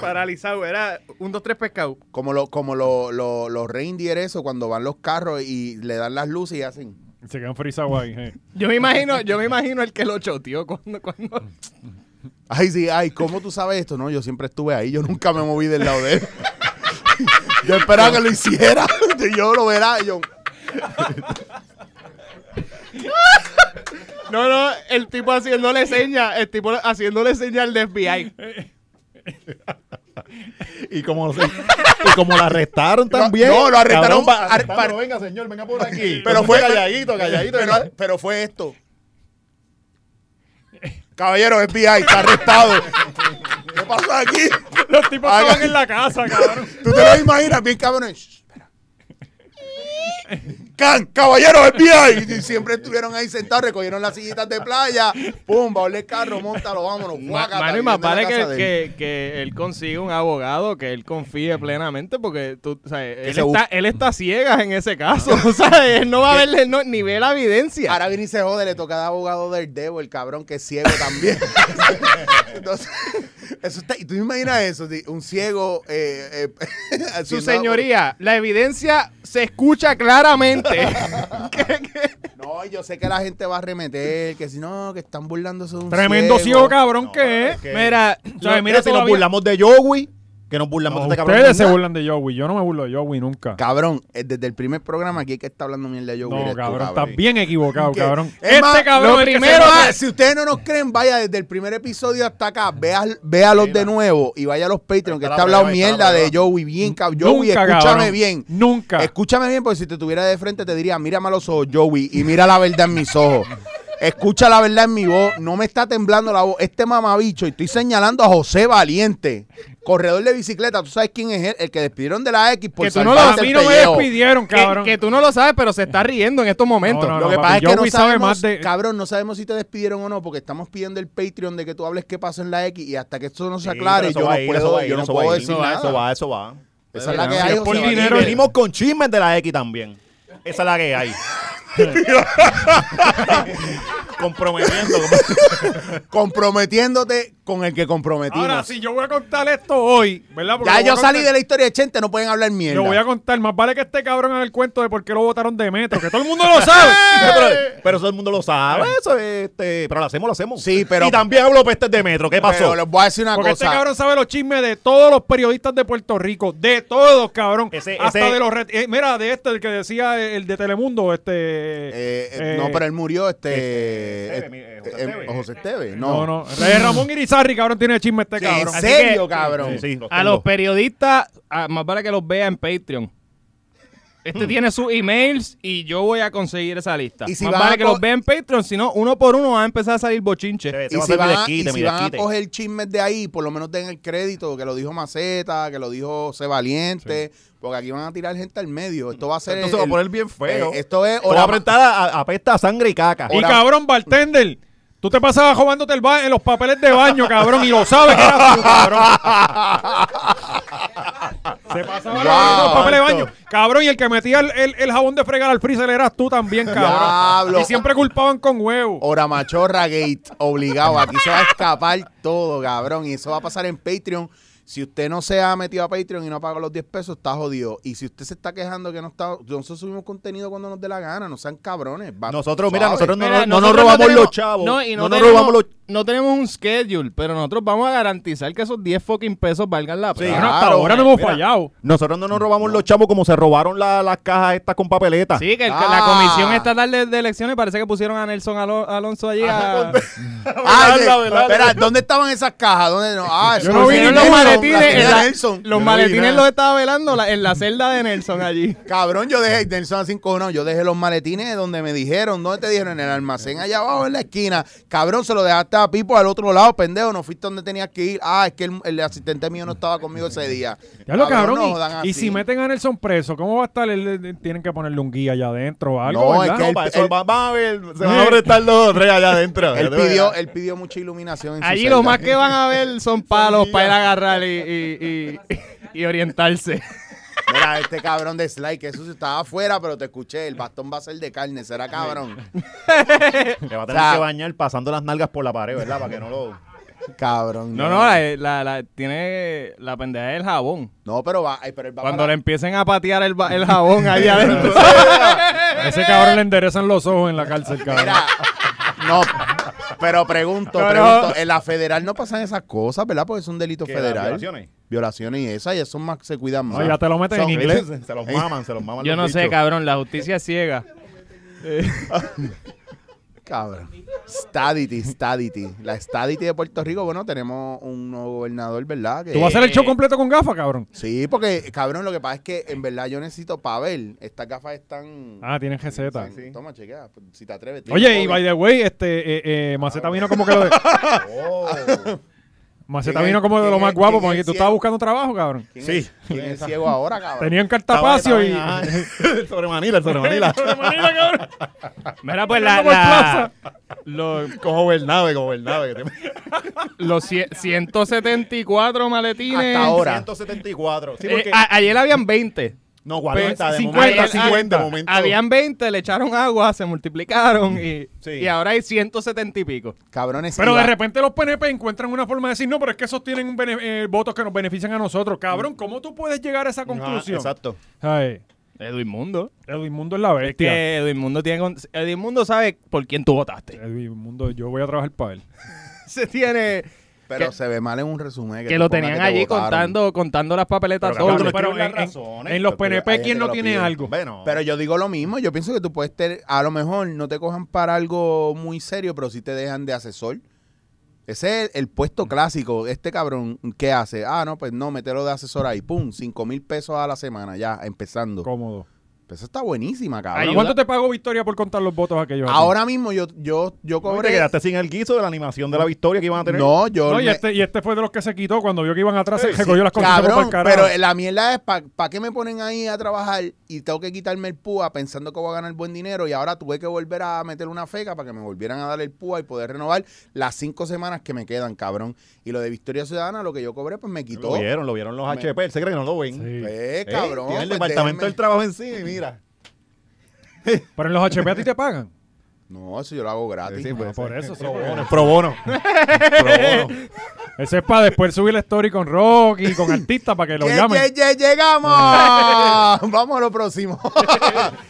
[SPEAKER 3] paralizado. Era un, dos, tres pescados.
[SPEAKER 2] Como, lo, como lo- lo- los reindeer, eso, cuando van los carros y le dan las luces y hacen.
[SPEAKER 1] Se quedan frisados ahí. eh.
[SPEAKER 3] Yo me imagino, yo me imagino el que lo choteó cuando, cuando
[SPEAKER 2] Ay, sí, ay, ¿cómo tú sabes esto? No, yo siempre estuve ahí, yo nunca me moví del lado de él. Yo esperaba que lo hiciera, yo lo verá, y yo.
[SPEAKER 3] No, no, el tipo haciéndole señas, el tipo haciéndole señas al FBI.
[SPEAKER 4] Y como, se- y como la arrestaron también.
[SPEAKER 2] no, lo arrestaron
[SPEAKER 4] pa-
[SPEAKER 2] ar-
[SPEAKER 4] arrestarlo,
[SPEAKER 2] par-
[SPEAKER 4] venga, señor, venga por aquí.
[SPEAKER 2] Pero fue
[SPEAKER 4] calladito, calladito.
[SPEAKER 2] Pero, pero fue esto. Caballero, FBI, está arrestado. ¿Qué pasó aquí?
[SPEAKER 1] Los tipos
[SPEAKER 2] Haga-
[SPEAKER 1] estaban en la casa, cabrón.
[SPEAKER 2] Tú te lo imaginas, bien cabrón. Shh, espera. can, caballero FBI. Y siempre estuvieron ahí sentados, recogieron las sillitas de playa, pum, va el carro, montalo, vámonos.
[SPEAKER 3] Ma-
[SPEAKER 2] guácata,
[SPEAKER 3] Mano, y más
[SPEAKER 2] viviendo en
[SPEAKER 3] vale
[SPEAKER 2] la
[SPEAKER 3] que,
[SPEAKER 2] casa de él. Mm.
[SPEAKER 3] que, que él consiga un abogado que él confíe plenamente porque tú, o sea, él,
[SPEAKER 2] se
[SPEAKER 3] está,
[SPEAKER 2] busque. Ah.
[SPEAKER 3] él está ciega en ese caso. O sea, él no va a verle, no, ni ve la evidencia.
[SPEAKER 2] Ahora viene y se jode, le toca de abogado del Devo, el cabrón que es ciego también. Entonces, eso está, y tú me imaginas eso, di- un ciego. eh, eh,
[SPEAKER 3] Su
[SPEAKER 2] haciendo-
[SPEAKER 3] señoría, la evidencia se escucha claramente.
[SPEAKER 2] No, yo sé que la gente va a remeter, que si no, que están burlándose de un
[SPEAKER 1] Tremendo ciego, cabrón,
[SPEAKER 4] No,
[SPEAKER 1] que es.
[SPEAKER 4] es que-
[SPEAKER 3] Mira,
[SPEAKER 1] O sea, mira,
[SPEAKER 4] mira, si nos
[SPEAKER 1] todavía-
[SPEAKER 4] burlamos de Yogi, que nos burlamos
[SPEAKER 1] No,
[SPEAKER 4] de este cabrón.
[SPEAKER 1] ustedes se
[SPEAKER 4] ¿verdad?
[SPEAKER 1] burlan de Joey. Yo no me burlo de Joey nunca.
[SPEAKER 2] Cabrón, eh, desde el primer programa aquí es que está hablando mierda yo.
[SPEAKER 1] No, cabrón, estás bien equivocado,
[SPEAKER 2] Que- eh,
[SPEAKER 1] cabrón. Este
[SPEAKER 2] Es más,
[SPEAKER 1] cabrón
[SPEAKER 3] lo
[SPEAKER 1] es que se
[SPEAKER 3] primero
[SPEAKER 1] burla.
[SPEAKER 3] es-
[SPEAKER 2] si ustedes no nos creen, vaya desde el primer episodio hasta acá, vea, véalos de nuevo y vaya a los Patreon, que
[SPEAKER 4] Ahí está la
[SPEAKER 2] está hablado
[SPEAKER 4] prueba, ahí está la
[SPEAKER 2] mierda de
[SPEAKER 4] prueba.
[SPEAKER 2] Joey bien, cabrón. Joey,
[SPEAKER 1] Nunca,
[SPEAKER 2] escúchame
[SPEAKER 1] cabrón.
[SPEAKER 2] bien.
[SPEAKER 1] Nunca.
[SPEAKER 2] Escúchame bien, porque si te tuviera de frente te diría, mírame a los ojos, Joey, y mira la verdad en mis ojos. Escucha la verdad en mi voz, no me está temblando la voz. Este mamabicho, y estoy señalando a José Valiente, corredor de bicicleta. ¿Tú sabes quién es él? El que despidieron de la X por
[SPEAKER 1] que Eh, tú no lo
[SPEAKER 2] salvarse
[SPEAKER 1] a mí
[SPEAKER 2] el
[SPEAKER 1] no me
[SPEAKER 2] pellejo.
[SPEAKER 1] despidieron,
[SPEAKER 3] que,
[SPEAKER 1] cabrón.
[SPEAKER 3] que tú no lo sabes, pero se está riendo en estos momentos.
[SPEAKER 1] No,
[SPEAKER 2] Lo que
[SPEAKER 1] papi,
[SPEAKER 2] pasa es que no
[SPEAKER 1] Joey
[SPEAKER 2] sabemos,
[SPEAKER 1] sabe más de-
[SPEAKER 2] cabrón, no sabemos si te despidieron o no, porque estamos pidiendo el Patreon de que tú hables qué pasó en la X y hasta que esto no se
[SPEAKER 4] Sí,
[SPEAKER 2] aclare,
[SPEAKER 4] pero eso
[SPEAKER 2] yo
[SPEAKER 4] va
[SPEAKER 2] no
[SPEAKER 4] a ir, eso
[SPEAKER 2] puedo,
[SPEAKER 4] va a ir,
[SPEAKER 2] yo no
[SPEAKER 4] eso va a
[SPEAKER 2] puedo
[SPEAKER 4] ir,
[SPEAKER 2] decir nada.
[SPEAKER 4] Eso va, eso va.
[SPEAKER 2] Esa es la que
[SPEAKER 1] Si
[SPEAKER 2] hay.
[SPEAKER 1] es
[SPEAKER 2] José
[SPEAKER 1] por
[SPEAKER 2] Valiente.
[SPEAKER 1] dinero,
[SPEAKER 2] Mira,
[SPEAKER 4] Venimos con chismes de la X también. Esa es la que hay. Comprometiendo.
[SPEAKER 2] comprometiéndote con el que comprometimos.
[SPEAKER 1] Ahora, si yo voy a contar esto hoy, ¿verdad? Porque
[SPEAKER 2] ya
[SPEAKER 1] lo voy
[SPEAKER 2] yo
[SPEAKER 1] a
[SPEAKER 2] salí
[SPEAKER 1] contar-
[SPEAKER 2] de la historia de Chente, no pueden hablar mierda.
[SPEAKER 1] Lo voy a contar. Más vale que este cabrón haga el cuento de por qué lo votaron de metro, que todo el mundo lo sabe.
[SPEAKER 4] pero, pero eso el mundo lo sabe. Eso es, este, pero lo hacemos, lo hacemos.
[SPEAKER 2] Sí, pero-
[SPEAKER 4] Y también hablo pestes de metro. ¿Qué pasó?
[SPEAKER 2] Pero les voy a decir una
[SPEAKER 1] Porque
[SPEAKER 2] cosa.
[SPEAKER 1] este cabrón sabe los chismes de todos los periodistas de Puerto Rico, de todos, cabrón.
[SPEAKER 4] Ese-
[SPEAKER 1] hasta
[SPEAKER 4] ese-
[SPEAKER 1] de los ret- eh, mira, de este, el que decía eh, el de Telemundo, este
[SPEAKER 2] Eh, eh,
[SPEAKER 1] eh,
[SPEAKER 2] no, pero él murió este.
[SPEAKER 4] Este, Esteve,
[SPEAKER 2] eh,
[SPEAKER 4] mi- eh, José Esteve.
[SPEAKER 2] eh, José Esteve,
[SPEAKER 1] No,
[SPEAKER 2] no.
[SPEAKER 1] no. Re- Ramón Irizarri, cabrón, tiene chisme este
[SPEAKER 2] Sí,
[SPEAKER 1] cabrón.
[SPEAKER 2] ¿En
[SPEAKER 4] Así
[SPEAKER 2] serio, cabrón?
[SPEAKER 4] Sí, sí, los
[SPEAKER 3] A
[SPEAKER 4] tengo.
[SPEAKER 3] los periodistas, a- Ah, más para que los vea en Patreon. Este tiene sus emails y yo voy a conseguir esa lista.
[SPEAKER 2] Mm. Y si
[SPEAKER 3] más
[SPEAKER 2] van
[SPEAKER 3] vale
[SPEAKER 2] a
[SPEAKER 3] que
[SPEAKER 2] co-
[SPEAKER 3] los vea en Patreon, si no, uno por uno va a empezar a salir bochinche.
[SPEAKER 4] Ese
[SPEAKER 2] Y
[SPEAKER 4] va a
[SPEAKER 2] si
[SPEAKER 4] ser mi
[SPEAKER 2] van, a-
[SPEAKER 4] desquite,
[SPEAKER 2] y si
[SPEAKER 4] mi
[SPEAKER 2] van a
[SPEAKER 4] desquite.
[SPEAKER 2] coger chismes de ahí, por lo menos den el crédito que lo dijo Maceta, que lo dijo José Valiente, porque aquí van a tirar gente al medio. Esto va a ser.
[SPEAKER 4] Entonces va a
[SPEAKER 2] el-
[SPEAKER 4] poner bien feo.
[SPEAKER 2] eh, esto es.
[SPEAKER 4] Te va a apretar a, a- apesta a sangre y caca.
[SPEAKER 1] Y
[SPEAKER 2] Ahora-
[SPEAKER 1] cabrón, bartender, tú te pasabas robándote el ba- en los papeles de baño, cabrón, y lo sabes que eras tú, cabrón. Se pasaba
[SPEAKER 2] Wow.
[SPEAKER 1] robando los papeles de baño. Cabrón, y el que metía el, el- el jabón de fregar al freezer eras tú también, cabrón.
[SPEAKER 2] Diablo.
[SPEAKER 1] Y siempre culpaban con huevo.
[SPEAKER 2] Hora Machorra Gate, obligado. Aquí se va a escapar todo, cabrón. Y eso va a pasar en Patreon. Si usted no se ha metido a Patreon y no ha pagado los 10 pesos, está jodido. Y si usted se está quejando que no está. Nosotros subimos contenido cuando nos dé la gana, no sean cabrones. Va-
[SPEAKER 4] Nosotros, mira,
[SPEAKER 2] suave.
[SPEAKER 4] nosotros no,
[SPEAKER 3] Mira,
[SPEAKER 4] no- no nos
[SPEAKER 3] nosotros
[SPEAKER 4] robamos
[SPEAKER 3] tenemos-
[SPEAKER 4] los chavos.
[SPEAKER 3] No, y no,
[SPEAKER 4] nos
[SPEAKER 3] tenemos,
[SPEAKER 4] robamos los
[SPEAKER 3] no tenemos un schedule, pero nosotros vamos a garantizar que esos 10 fucking pesos valgan la
[SPEAKER 1] Cabrón,
[SPEAKER 3] pena.
[SPEAKER 1] hasta
[SPEAKER 2] claro,
[SPEAKER 1] ahora no hemos
[SPEAKER 4] mira.
[SPEAKER 1] fallado.
[SPEAKER 4] Nosotros no nos robamos los chavos como se robaron la- las cajas estas con papeletas.
[SPEAKER 3] Sí, que el-
[SPEAKER 2] Ah.
[SPEAKER 3] la comisión estatal de, de elecciones parece que pusieron a Nelson Alo- Alonso allí a...
[SPEAKER 2] Ah,
[SPEAKER 4] Velarla,
[SPEAKER 2] de-
[SPEAKER 4] velarla.
[SPEAKER 2] espera, ¿dónde estaban esas cajas? ¿Dónde no? Ah, eso
[SPEAKER 1] Yo no
[SPEAKER 2] lo
[SPEAKER 1] vi
[SPEAKER 2] hicieron
[SPEAKER 1] ninguna.
[SPEAKER 2] Nelson,
[SPEAKER 1] Maletines
[SPEAKER 2] la
[SPEAKER 3] en
[SPEAKER 2] tenía
[SPEAKER 3] la-
[SPEAKER 2] Nelson.
[SPEAKER 3] Los
[SPEAKER 2] Yo no vi
[SPEAKER 3] maletines
[SPEAKER 2] nada.
[SPEAKER 3] los estaba velando la- en la celda de Nelson allí.
[SPEAKER 2] Cabrón, yo dejé, Nelson así encojonado, yo dejé los maletines donde me dijeron, ¿dónde te dijeron? En el almacén allá abajo, en la esquina. Cabrón, se lo dejaste a Pipo al otro lado, pendejo, no fuiste donde tenías que ir. Ah, es que el, el asistente mío no estaba conmigo ese día.
[SPEAKER 1] Ya lo cabrón.
[SPEAKER 2] no
[SPEAKER 1] y-
[SPEAKER 2] jodan
[SPEAKER 1] y,
[SPEAKER 2] así.
[SPEAKER 1] si meten a Nelson preso, ¿cómo va a estar? Él- él- tienen que ponerle un guía allá adentro o algo,
[SPEAKER 2] No, es
[SPEAKER 1] ¿verdad?
[SPEAKER 2] que
[SPEAKER 4] No,
[SPEAKER 2] el-
[SPEAKER 4] para eso
[SPEAKER 2] el-
[SPEAKER 4] va- va a ver, se van a apretar los dos o tres allá adentro.
[SPEAKER 2] Él pidió, él pidió mucha iluminación en su
[SPEAKER 3] Allí
[SPEAKER 2] celda.
[SPEAKER 3] lo más que van a ver son palos para ir a agarrar y, y- y- y orientarse.
[SPEAKER 2] Mira, este cabrón de Sly, que eso sí estaba afuera, pero te escuché, el bastón va a ser de carne, será cabrón.
[SPEAKER 4] Le va a tener
[SPEAKER 2] O sea-
[SPEAKER 4] que bañar pasando las nalgas por la pared, ¿verdad? Para que no lo...
[SPEAKER 2] Cabrón.
[SPEAKER 3] No, no, la, la- la- tiene la pendeja del jabón.
[SPEAKER 2] No, pero va, ay, pero él va
[SPEAKER 3] Cuando
[SPEAKER 2] para-
[SPEAKER 3] le empiecen a patear el, ba- el jabón ahí adentro.
[SPEAKER 1] A ese cabrón le enderezan los ojos en la cárcel, cabrón.
[SPEAKER 2] Mira, no, pero pregunto,
[SPEAKER 3] No, no.
[SPEAKER 2] pregunto, en la federal no pasan esas cosas, ¿verdad? Porque es un delito
[SPEAKER 4] ¿Qué,
[SPEAKER 2] federal.
[SPEAKER 4] las violaciones?
[SPEAKER 2] Violaciones y esas, y son más, se cuidan más.
[SPEAKER 1] No, ya te lo meten en
[SPEAKER 2] Son-
[SPEAKER 1] inglés.
[SPEAKER 4] Se, se los maman, se los maman
[SPEAKER 3] Yo
[SPEAKER 4] los
[SPEAKER 3] no sé,
[SPEAKER 4] bichos.
[SPEAKER 3] cabrón, la justicia es ciega.
[SPEAKER 2] Cabrón. Stadity, stadity. La stadity de Puerto Rico, bueno, tenemos un nuevo gobernador, ¿verdad? Que-
[SPEAKER 1] ¿Tú vas a hacer el show completo con gafas, cabrón?
[SPEAKER 2] Sí, porque, cabrón, lo que pasa es que en verdad yo necesito para ver. Estas gafas están...
[SPEAKER 1] Ah, tienen receta.
[SPEAKER 2] están- Toma, chequea, si te atreves.
[SPEAKER 1] Oye, y
[SPEAKER 2] Covid.
[SPEAKER 1] by the way, este, eh, eh, Maceta vino como que lo de...
[SPEAKER 4] Oh.
[SPEAKER 1] Maceta
[SPEAKER 2] ¿Quién
[SPEAKER 1] vino
[SPEAKER 2] es-
[SPEAKER 1] como de
[SPEAKER 2] quién
[SPEAKER 1] lo
[SPEAKER 2] es-
[SPEAKER 1] más guapo,
[SPEAKER 2] quién es
[SPEAKER 1] porque
[SPEAKER 2] el
[SPEAKER 1] tú
[SPEAKER 2] ciego?
[SPEAKER 1] estabas buscando trabajo, cabrón.
[SPEAKER 2] ¿Quién
[SPEAKER 4] Sí.
[SPEAKER 2] es- ¿Quién es ciego ahora, cabrón?
[SPEAKER 1] Tenían cartapacio y...
[SPEAKER 4] Estaba- estaba- ajá. sobre Manila, sobre Manila.
[SPEAKER 1] Sobre Manila, cabrón.
[SPEAKER 3] Mira, pues la,
[SPEAKER 1] Andamos
[SPEAKER 3] la-
[SPEAKER 4] Lo- Como Bernabe, como Bernabe. que te-
[SPEAKER 3] los cien- 174 maletines.
[SPEAKER 2] Hasta ahora.
[SPEAKER 4] 174. Sí,
[SPEAKER 3] Eh,
[SPEAKER 4] porque...
[SPEAKER 3] a- ayer habían 20.
[SPEAKER 4] no,
[SPEAKER 1] ah, pues,
[SPEAKER 4] 40 de
[SPEAKER 1] 50,
[SPEAKER 4] momento.
[SPEAKER 1] 50.
[SPEAKER 4] de momento.
[SPEAKER 3] Habían 20, le echaron agua, se multiplicaron y,
[SPEAKER 4] Sí.
[SPEAKER 3] y ahora hay 170 y pico.
[SPEAKER 2] Cabrones.
[SPEAKER 1] Pero
[SPEAKER 2] y
[SPEAKER 1] de
[SPEAKER 2] la-
[SPEAKER 1] repente los PNP encuentran una forma de decir, no, pero es que esos tienen un bene- eh, votos que nos benefician a nosotros. Cabrón, ¿cómo tú puedes llegar a esa
[SPEAKER 4] Ajá,
[SPEAKER 1] conclusión?
[SPEAKER 4] exacto.
[SPEAKER 1] Ay,
[SPEAKER 3] Edwin Mundo.
[SPEAKER 1] Edwin Mundo es la
[SPEAKER 3] Es
[SPEAKER 1] bestia.
[SPEAKER 3] que Edwin Mundo, tiene, con- Edwin Mundo sabe por quién tú votaste.
[SPEAKER 1] Edwin Mundo, yo voy a trabajar para él.
[SPEAKER 3] Se tiene
[SPEAKER 2] Pero
[SPEAKER 3] que-
[SPEAKER 2] se ve mal en un resumen.
[SPEAKER 3] que,
[SPEAKER 2] te
[SPEAKER 3] lo
[SPEAKER 2] pongan
[SPEAKER 3] tenían
[SPEAKER 2] que te
[SPEAKER 3] allí
[SPEAKER 2] votaron.
[SPEAKER 3] contando contando las papeletas
[SPEAKER 1] Pero, cabrón,
[SPEAKER 3] dobles.
[SPEAKER 1] pero
[SPEAKER 4] escriben
[SPEAKER 1] en-
[SPEAKER 4] las
[SPEAKER 1] en-
[SPEAKER 4] razones.
[SPEAKER 1] en los
[SPEAKER 2] Hay
[SPEAKER 1] PNP,
[SPEAKER 2] gente
[SPEAKER 1] ¿quién
[SPEAKER 2] que
[SPEAKER 1] no
[SPEAKER 2] lo
[SPEAKER 1] tiene
[SPEAKER 2] pide.
[SPEAKER 1] algo?
[SPEAKER 4] Bueno.
[SPEAKER 2] Pero yo digo lo mismo. Yo pienso que tú puedes tener. A lo mejor no te cojan para algo muy serio, pero sí te dejan de asesor. Ese es el, el puesto clásico. Este cabrón, ¿qué hace? Ah, no, pues no, mételo de asesor ahí. Pum, cinco mil pesos a la semana ya, empezando.
[SPEAKER 1] Cómodo.
[SPEAKER 2] Pues eso está buenísima, cabrón.
[SPEAKER 1] Bueno, ¿Cuánto te pagó Victoria por contar los votos aquellos? a ti?
[SPEAKER 2] Ahora mismo yo, yo, yo
[SPEAKER 4] Oye, te
[SPEAKER 2] cobré.
[SPEAKER 4] quedaste sin el guiso de la animación de la victoria que iban a tener.
[SPEAKER 2] No, yo.
[SPEAKER 1] No, y,
[SPEAKER 2] me-
[SPEAKER 1] este, y este fue de los que se quitó cuando vio que iban atrás, se recogió las cosas
[SPEAKER 2] Cabrón,
[SPEAKER 1] por carajo.
[SPEAKER 2] pero la mierda es, ¿para qué me ponen ahí a trabajar y tengo que quitarme el púa pensando que voy a ganar buen dinero y ahora tuve que volver a meter una feca para que me volvieran a dar el púa y poder renovar las cinco semanas que me quedan, cabrón? Y lo de Victoria Ciudadana, lo que yo cobré, pues me
[SPEAKER 4] Lo
[SPEAKER 2] quitó.
[SPEAKER 4] vieron, lo vieron los
[SPEAKER 2] Me-
[SPEAKER 4] HP. Él se cree que no lo ven.
[SPEAKER 1] Sí.
[SPEAKER 2] Eh,
[SPEAKER 4] Ey,
[SPEAKER 2] cabrón.
[SPEAKER 4] tiene el
[SPEAKER 2] pues
[SPEAKER 4] departamento del
[SPEAKER 2] déjenme-
[SPEAKER 4] trabajo encima y mira.
[SPEAKER 1] Pero en los HP a ti te pagan.
[SPEAKER 2] No, eso yo lo hago gratis.
[SPEAKER 4] Sí, pues,
[SPEAKER 1] por
[SPEAKER 4] sí.
[SPEAKER 1] eso, sí,
[SPEAKER 4] Pro
[SPEAKER 1] porque-
[SPEAKER 4] bono, pro bono. Pro bono.
[SPEAKER 1] Ese es para después subir la story con Rocky, con artistas, para que lo
[SPEAKER 2] Ye,
[SPEAKER 1] llamen.
[SPEAKER 2] ye, ye, llegamos! Vamos a lo próximo.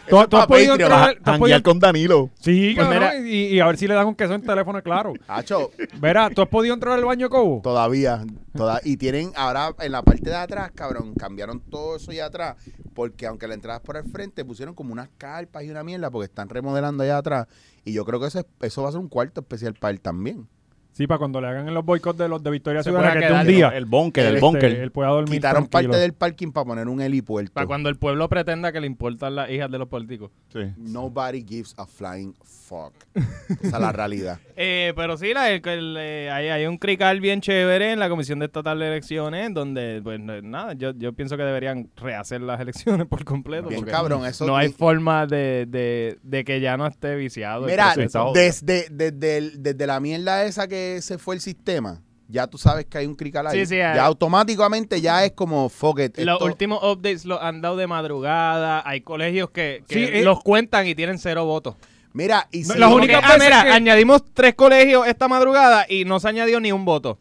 [SPEAKER 1] ¿Tú, tú has
[SPEAKER 2] pa'
[SPEAKER 1] podido
[SPEAKER 2] Patreon.
[SPEAKER 1] entrar? tú has podido-
[SPEAKER 4] Janguear con Danilo.
[SPEAKER 1] Sí,
[SPEAKER 3] Pues
[SPEAKER 1] cabrón,
[SPEAKER 3] mira-
[SPEAKER 1] y, y a ver si le dan un queso en teléfono, claro.
[SPEAKER 2] Hacho,
[SPEAKER 1] Verá, ¿tú has podido entrar al baño de Cobo?
[SPEAKER 2] Todavía, toda- y tienen ahora en la parte de atrás, cabrón, cambiaron todo eso allá atrás, porque aunque la entrada es por el frente, pusieron como unas carpas y una mierda, porque están remodelando allá atrás, y yo creo que eso, es- eso va a ser un cuarto especial para él también.
[SPEAKER 1] Sí, para cuando le hagan los boicots de los de Victoria
[SPEAKER 3] Se
[SPEAKER 1] Ciudadana,
[SPEAKER 3] pueda
[SPEAKER 1] que es de un
[SPEAKER 3] quedar,
[SPEAKER 1] día.
[SPEAKER 4] El búnker, el
[SPEAKER 1] este,
[SPEAKER 4] búnker.
[SPEAKER 1] él pueda dormir
[SPEAKER 2] Quitaron
[SPEAKER 1] tranquilo.
[SPEAKER 2] parte del parking para poner un helipuerto.
[SPEAKER 3] Para cuando el pueblo pretenda que le importan las hijas de los políticos.
[SPEAKER 4] Sí.
[SPEAKER 2] Nobody gives a flying fuck. Esa es la realidad.
[SPEAKER 3] Eh, pero sí, la- el- el, eh, hay, hay un crical bien chévere en la Comisión de Estatal de Elecciones, donde, pues no- nada, yo, yo pienso que deberían rehacer las elecciones por completo.
[SPEAKER 2] Bien,
[SPEAKER 3] porque
[SPEAKER 2] cabrón, eso
[SPEAKER 3] No hay
[SPEAKER 2] bien-
[SPEAKER 3] forma de, de- de que ya no esté viciado. el
[SPEAKER 2] Mira,
[SPEAKER 3] proceso.
[SPEAKER 4] Estado.
[SPEAKER 2] desde, desde, el- desde la mierda esa que se fue el sistema, ya tú sabes que hay un crical ahí.
[SPEAKER 3] Sí, sí, hay.
[SPEAKER 2] ya automáticamente ya es como fuck it.
[SPEAKER 3] Los
[SPEAKER 2] esto-
[SPEAKER 3] últimos updates los han dado de madrugada. Hay colegios que, que
[SPEAKER 1] Sí, eh.
[SPEAKER 3] los cuentan y tienen cero votos.
[SPEAKER 2] Mira, y
[SPEAKER 1] No,
[SPEAKER 2] si-
[SPEAKER 1] las
[SPEAKER 3] Como
[SPEAKER 1] únicas
[SPEAKER 3] que, ah,
[SPEAKER 1] veces
[SPEAKER 3] mira,
[SPEAKER 1] que-
[SPEAKER 3] añadimos tres colegios esta madrugada y no se añadió ni un voto.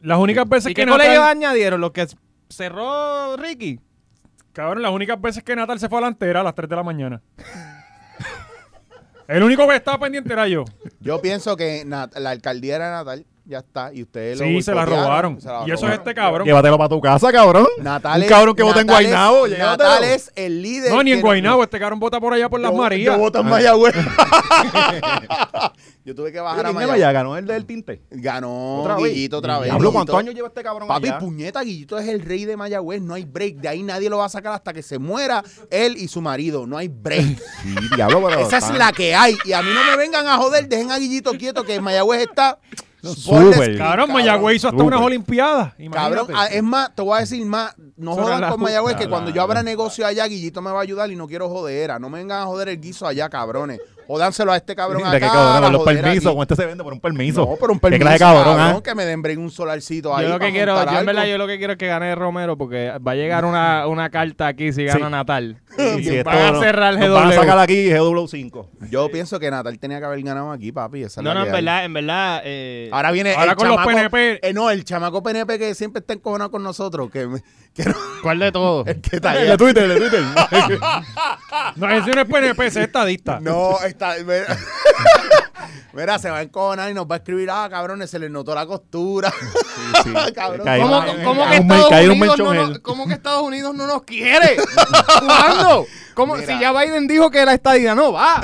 [SPEAKER 1] Las únicas veces
[SPEAKER 3] ¿Y
[SPEAKER 1] que
[SPEAKER 3] qué
[SPEAKER 1] Natal-
[SPEAKER 3] colegios añadieron? ¿Los que cerró Ricky?
[SPEAKER 1] Cabrón, las únicas veces que Natal se fue a la antera a las 3 de la mañana. El único que estaba pendiente era yo.
[SPEAKER 2] Yo pienso que Nat- la alcaldía era Natal, ya está, y ustedes lo
[SPEAKER 1] Sí, se la
[SPEAKER 2] boicotearon,
[SPEAKER 1] robaron.
[SPEAKER 2] se la
[SPEAKER 1] Y eso es
[SPEAKER 2] robaron.
[SPEAKER 1] este cabrón.
[SPEAKER 4] Llévatelo para tu casa, cabrón.
[SPEAKER 2] Natal
[SPEAKER 4] Un
[SPEAKER 2] es-
[SPEAKER 4] cabrón que vota en
[SPEAKER 2] Natal es-
[SPEAKER 4] Guaynabo. llévatelo.
[SPEAKER 2] Natal es el líder.
[SPEAKER 1] No, ni en
[SPEAKER 2] que-
[SPEAKER 1] Guaynabo, este cabrón vota por allá por las
[SPEAKER 2] Yo-
[SPEAKER 1] Marías. Ah.
[SPEAKER 2] Yo voto en Mayagüez. yo tuve que bajar a
[SPEAKER 4] ¿Quién
[SPEAKER 2] Mayagüez.
[SPEAKER 4] allá? Ganó el del tinte.
[SPEAKER 2] Ganó
[SPEAKER 4] Otra vez.
[SPEAKER 2] Guillito otra vez.
[SPEAKER 4] Diablo,
[SPEAKER 2] Guillito-
[SPEAKER 4] ¿cuántos años lleva este cabrón
[SPEAKER 2] Papi,
[SPEAKER 4] allá?
[SPEAKER 2] puñeta, Guillito es el rey de Mayagüez. No hay break. De ahí nadie lo va a sacar hasta que se muera él y su marido. No hay break.
[SPEAKER 4] Sí, diablo, pero
[SPEAKER 2] Esa es
[SPEAKER 4] tan-
[SPEAKER 2] la que hay. Y a mí no me vengan a joder. Dejen a Guillito quieto que Mayagüez está...
[SPEAKER 4] Súper.
[SPEAKER 2] Cabrón,
[SPEAKER 1] Cabrón, Mayagüez hizo hasta
[SPEAKER 4] Súper.
[SPEAKER 1] unas Olimpiadas.
[SPEAKER 2] Cabrón,
[SPEAKER 1] imagínate.
[SPEAKER 2] ah, es más, te voy a decir más, no
[SPEAKER 3] Eso era la
[SPEAKER 2] jodan con
[SPEAKER 3] justa,
[SPEAKER 2] Mayagüez que
[SPEAKER 3] la-
[SPEAKER 2] cuando yo abra negocio allá, Guillito me va a ayudar y no quiero jodera. No me vengan a joder el guiso allá, cabrones. Jódanselo a este cabrón acá.
[SPEAKER 4] Mira que cabrón,
[SPEAKER 2] la
[SPEAKER 4] con los
[SPEAKER 2] jodera
[SPEAKER 4] permisos.
[SPEAKER 2] aquí.
[SPEAKER 4] Con este se vende por un permiso.
[SPEAKER 2] No, pero un
[SPEAKER 4] Qué
[SPEAKER 2] permiso,
[SPEAKER 4] clase de
[SPEAKER 2] cabrón,
[SPEAKER 4] cabrón, ah?
[SPEAKER 2] que me den bring un solarcito ahí.
[SPEAKER 3] Yo lo
[SPEAKER 2] para
[SPEAKER 3] que quiero,
[SPEAKER 2] montar
[SPEAKER 3] yo en verdad,
[SPEAKER 2] algo.
[SPEAKER 3] yo lo que quiero es que gane Romero porque va a llegar una, una carta aquí si gana
[SPEAKER 4] Sí.
[SPEAKER 3] Natal.
[SPEAKER 4] Sí,
[SPEAKER 3] Y
[SPEAKER 4] sí,
[SPEAKER 3] van
[SPEAKER 4] esto
[SPEAKER 3] a
[SPEAKER 4] no-
[SPEAKER 3] cerrar
[SPEAKER 4] nos Van a
[SPEAKER 3] GW.
[SPEAKER 4] sacar aquí GW5.
[SPEAKER 2] Yo pienso que Natal tenía que haber ganado aquí, papi. Esa es
[SPEAKER 3] No,
[SPEAKER 2] la
[SPEAKER 3] no,
[SPEAKER 2] que
[SPEAKER 3] en
[SPEAKER 2] hay.
[SPEAKER 3] verdad, en verdad. eh,
[SPEAKER 2] Ahora viene
[SPEAKER 1] Ahora
[SPEAKER 2] el
[SPEAKER 1] con los
[SPEAKER 2] chamaco,
[SPEAKER 1] PNP.
[SPEAKER 2] eh, no, el chamaco PNP que siempre está encojonado con nosotros, que, me- que no-
[SPEAKER 3] ¿Cuál de todos?
[SPEAKER 2] el que está
[SPEAKER 4] El
[SPEAKER 2] allá.
[SPEAKER 4] de Twitter, el de Twitter.
[SPEAKER 1] No, ese no es PNP, ese es estadista.
[SPEAKER 2] No, está. Mira, Mira, se va a encojonar y nos va a escribir, ah, cabrones, se les notó la costura. Cabrón,
[SPEAKER 4] Caí.
[SPEAKER 3] ¿Cómo,
[SPEAKER 4] Ahí va,
[SPEAKER 3] cómo
[SPEAKER 4] ahí va.
[SPEAKER 3] que
[SPEAKER 4] Un men-
[SPEAKER 3] Estados
[SPEAKER 4] caído un
[SPEAKER 3] Unidos no
[SPEAKER 4] menchón
[SPEAKER 3] nos-
[SPEAKER 4] él.
[SPEAKER 3] cómo que Estados Unidos no nos quiere? ¿Cuándo? ¿Cómo- si
[SPEAKER 2] Mira.
[SPEAKER 3] ya Biden dijo que la estadía no va.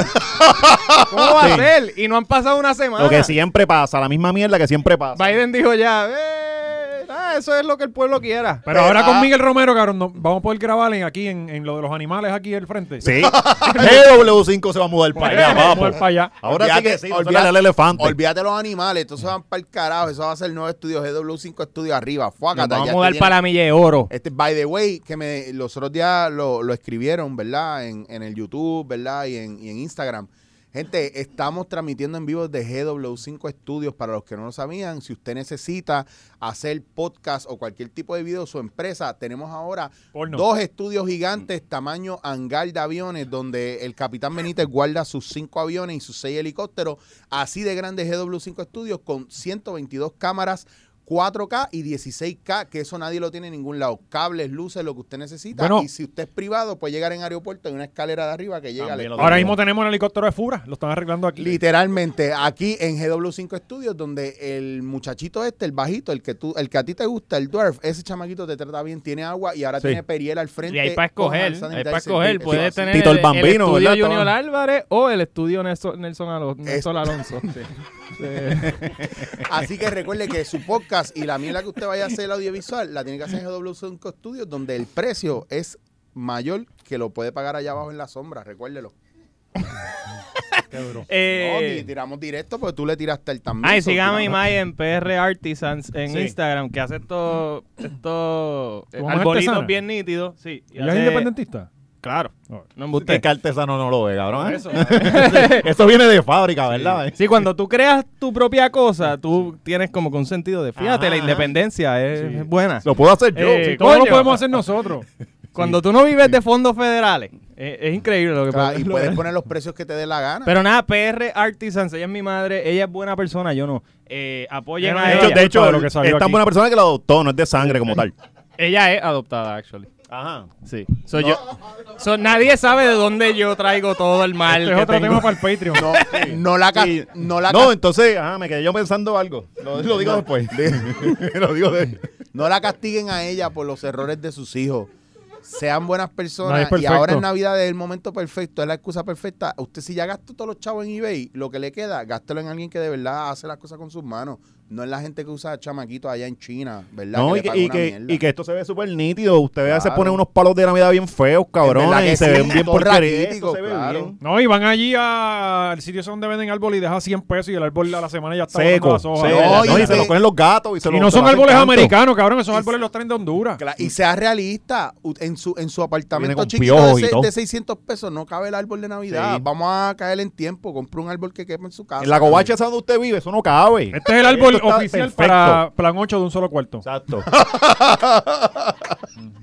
[SPEAKER 3] ¿Cómo va a ser? Y no han pasado una semana.
[SPEAKER 4] Lo que siempre pasa, la misma mierda que siempre pasa.
[SPEAKER 3] Biden dijo ya, eh, ah, eso es lo que el pueblo quiera.
[SPEAKER 1] Pero ahora
[SPEAKER 2] Ah.
[SPEAKER 1] con Miguel Romero, cabrón, no- vamos a poder grabar en, aquí en, en lo de los animales aquí del frente.
[SPEAKER 4] Sí. GW5 se va a mudar para allá,
[SPEAKER 1] Vamos
[SPEAKER 4] papo.
[SPEAKER 1] para allá.
[SPEAKER 4] Ahora
[SPEAKER 2] Olvídate-
[SPEAKER 4] sí que sí, no
[SPEAKER 2] olvídate-
[SPEAKER 4] suena el elefante.
[SPEAKER 2] Olvídate los animales, entonces van para el carajo. Eso va a ser el nuevo estudio GW5 Estudio arriba. Fuácata,
[SPEAKER 3] Nos vamos
[SPEAKER 2] ya
[SPEAKER 3] a mudar
[SPEAKER 2] estoy
[SPEAKER 3] para la milla de oro.
[SPEAKER 2] Este, by the way, que me, los otros días lo, lo escribieron, ¿verdad? En, en el YouTube, ¿verdad? Y en, y en Instagram. Gente, estamos transmitiendo en vivo de GW5 Studios. Para los que no lo sabían, si usted necesita hacer podcast o cualquier tipo de video, su empresa, tenemos ahora
[SPEAKER 1] Porno.
[SPEAKER 2] dos estudios gigantes, tamaño hangar de aviones, donde el capitán Benítez guarda sus cinco aviones y sus seis helicópteros. Así de grande GW5 Studios con 122 cámaras 4K y 16K, que eso nadie lo tiene en ningún lado. Cables, luces, lo que usted necesita.
[SPEAKER 1] Bueno.
[SPEAKER 2] y si usted es privado, puede llegar en aeropuerto en una escalera de arriba que llega. al-
[SPEAKER 4] También lo
[SPEAKER 1] Ahora mismo tenemos el helicóptero de Fura, lo están arreglando aquí.
[SPEAKER 2] Literalmente, aquí en GW5 Studios, donde el muchachito este, el bajito, el que tú, el que a ti te gusta, el dwarf, ese chamaquito te trata bien, tiene agua y ahora
[SPEAKER 4] Sí.
[SPEAKER 2] tiene Periel al frente.
[SPEAKER 3] Y hay para
[SPEAKER 2] con
[SPEAKER 3] escoger,
[SPEAKER 2] hand
[SPEAKER 3] hay
[SPEAKER 2] sanitizer.
[SPEAKER 3] para escoger.
[SPEAKER 2] Eso
[SPEAKER 3] Puedes
[SPEAKER 2] así.
[SPEAKER 3] tener
[SPEAKER 4] Tito el Bambino,
[SPEAKER 3] el estudio
[SPEAKER 4] ¿verdad?
[SPEAKER 3] Junior
[SPEAKER 4] Todo.
[SPEAKER 3] Álvarez o el estudio Nelson, Nelson Alo- Nelson Alonso.
[SPEAKER 2] Así que recuerde que su podcast y la mierda que usted vaya a hacer audiovisual, la tiene que hacer en GW5 Studios, donde el precio es mayor que lo puede pagar allá abajo en la sombra, recuérdelo. No,
[SPEAKER 3] Eh,
[SPEAKER 2] ti- tiramos directo porque tú le tiraste el también.
[SPEAKER 3] Ay,
[SPEAKER 2] so
[SPEAKER 3] sígame
[SPEAKER 2] tiramos-
[SPEAKER 3] Imai en PR Artisans en
[SPEAKER 1] Sí.
[SPEAKER 3] Instagram, que hace estos estos
[SPEAKER 1] mamá
[SPEAKER 3] eh,
[SPEAKER 1] es artesana?
[SPEAKER 3] arbolitos bien nítidos. Sí, y
[SPEAKER 1] ¿Ella es
[SPEAKER 3] hace-
[SPEAKER 1] independentista?
[SPEAKER 3] Claro, no
[SPEAKER 4] Que
[SPEAKER 3] embuste.
[SPEAKER 4] artesano no lo ve, cabrón. ¿eh?
[SPEAKER 1] Eso.
[SPEAKER 4] Eso viene de fábrica, ¿verdad?
[SPEAKER 3] Sí, cuando tú creas tu propia cosa, tú tienes como que un sentido de, fíjate,
[SPEAKER 4] Ajá, ajá.
[SPEAKER 3] la independencia es,
[SPEAKER 1] Sí.
[SPEAKER 3] es buena.
[SPEAKER 4] Lo puedo hacer yo.
[SPEAKER 3] Eh,
[SPEAKER 4] sí.
[SPEAKER 1] Sí, todo lo
[SPEAKER 3] coño.
[SPEAKER 1] podemos hacer nosotros.
[SPEAKER 3] Cuando tú no vives de fondos federales, eh, es, increíble lo que
[SPEAKER 2] Claro,
[SPEAKER 3] puede-
[SPEAKER 2] y
[SPEAKER 3] lo-
[SPEAKER 2] puedes poner los precios que te dé la gana.
[SPEAKER 3] Pero nada, PR Artisans, ella es mi madre, ella es buena persona, yo no. Eh, apoyen
[SPEAKER 1] Ella no
[SPEAKER 4] De
[SPEAKER 3] a
[SPEAKER 1] es
[SPEAKER 4] hecho,
[SPEAKER 3] ella.
[SPEAKER 4] de hecho,
[SPEAKER 1] Todo lo que salió
[SPEAKER 4] es tan
[SPEAKER 1] aquí.
[SPEAKER 4] buena persona que lo adoptó, no es de sangre como tal.
[SPEAKER 3] Ella es adoptada, actually.
[SPEAKER 4] Ajá.
[SPEAKER 3] Sí. So, yo, so, nadie sabe de dónde yo traigo todo el mal
[SPEAKER 1] Este es
[SPEAKER 3] que
[SPEAKER 1] otro
[SPEAKER 3] tengo.
[SPEAKER 1] tema para el Patreon.
[SPEAKER 2] no, no la ca-
[SPEAKER 4] Sí.
[SPEAKER 2] no la
[SPEAKER 4] No,
[SPEAKER 2] ca-
[SPEAKER 4] entonces, ajá, me quedé yo pensando algo. Lo, lo digo después. lo digo después.
[SPEAKER 2] no la castiguen a ella por los errores de sus hijos. Sean buenas
[SPEAKER 1] Nadie es
[SPEAKER 2] personas. Y
[SPEAKER 1] perfecto.
[SPEAKER 2] ahora en Navidad es el momento perfecto, es la excusa perfecta. Usted si ya gastó todos los chavos en eBay, lo que le queda, gástelo en alguien que de verdad hace las cosas con sus manos. No es la gente que usa chamaquitos allá en China, ¿verdad?
[SPEAKER 4] No,
[SPEAKER 2] Que
[SPEAKER 4] y
[SPEAKER 2] le
[SPEAKER 4] que,
[SPEAKER 2] pagan
[SPEAKER 4] y,
[SPEAKER 2] una
[SPEAKER 4] que,
[SPEAKER 2] mierda.
[SPEAKER 4] y que esto se ve súper nítido. Usted a veces
[SPEAKER 2] Claro.
[SPEAKER 4] pone unos palos de Navidad bien feos, cabrón.
[SPEAKER 2] verdad que
[SPEAKER 4] Y se
[SPEAKER 2] sí,
[SPEAKER 4] ven bien
[SPEAKER 2] todo
[SPEAKER 4] porquería.
[SPEAKER 2] raquítico,
[SPEAKER 4] Esto se ve
[SPEAKER 2] claro.
[SPEAKER 4] bien.
[SPEAKER 1] No, y van allí a- al sitio ese donde venden árboles y deja 100 pesos y el árbol a la semana ya está botando
[SPEAKER 4] Seco.
[SPEAKER 1] las hojas.
[SPEAKER 4] seco. No,
[SPEAKER 2] No, y
[SPEAKER 4] y,
[SPEAKER 2] se-
[SPEAKER 4] se lo cogen los gatos. Y, se
[SPEAKER 1] Y
[SPEAKER 4] lo-
[SPEAKER 1] no
[SPEAKER 4] se
[SPEAKER 1] son
[SPEAKER 4] lo hacen
[SPEAKER 1] árboles
[SPEAKER 4] canto.
[SPEAKER 1] americanos, cabrón, esos árboles los traen de Honduras.
[SPEAKER 2] Cla- Y sea realista, u- en su, en su apartamento
[SPEAKER 4] con
[SPEAKER 2] chiquito
[SPEAKER 4] piojos y
[SPEAKER 2] de, se-
[SPEAKER 4] todo.
[SPEAKER 2] de 600 pesos no cabe el árbol de Navidad.
[SPEAKER 4] Sí.
[SPEAKER 2] Vamos a caer en tiempo, compra un árbol que quepa en su casa.
[SPEAKER 4] En la covacha esa donde usted vive, eso no cabe.
[SPEAKER 1] Este es el árbol
[SPEAKER 4] Esto está
[SPEAKER 1] oficial
[SPEAKER 4] perfecto.
[SPEAKER 1] para Plan 8 de un solo cuarto.
[SPEAKER 4] Exacto.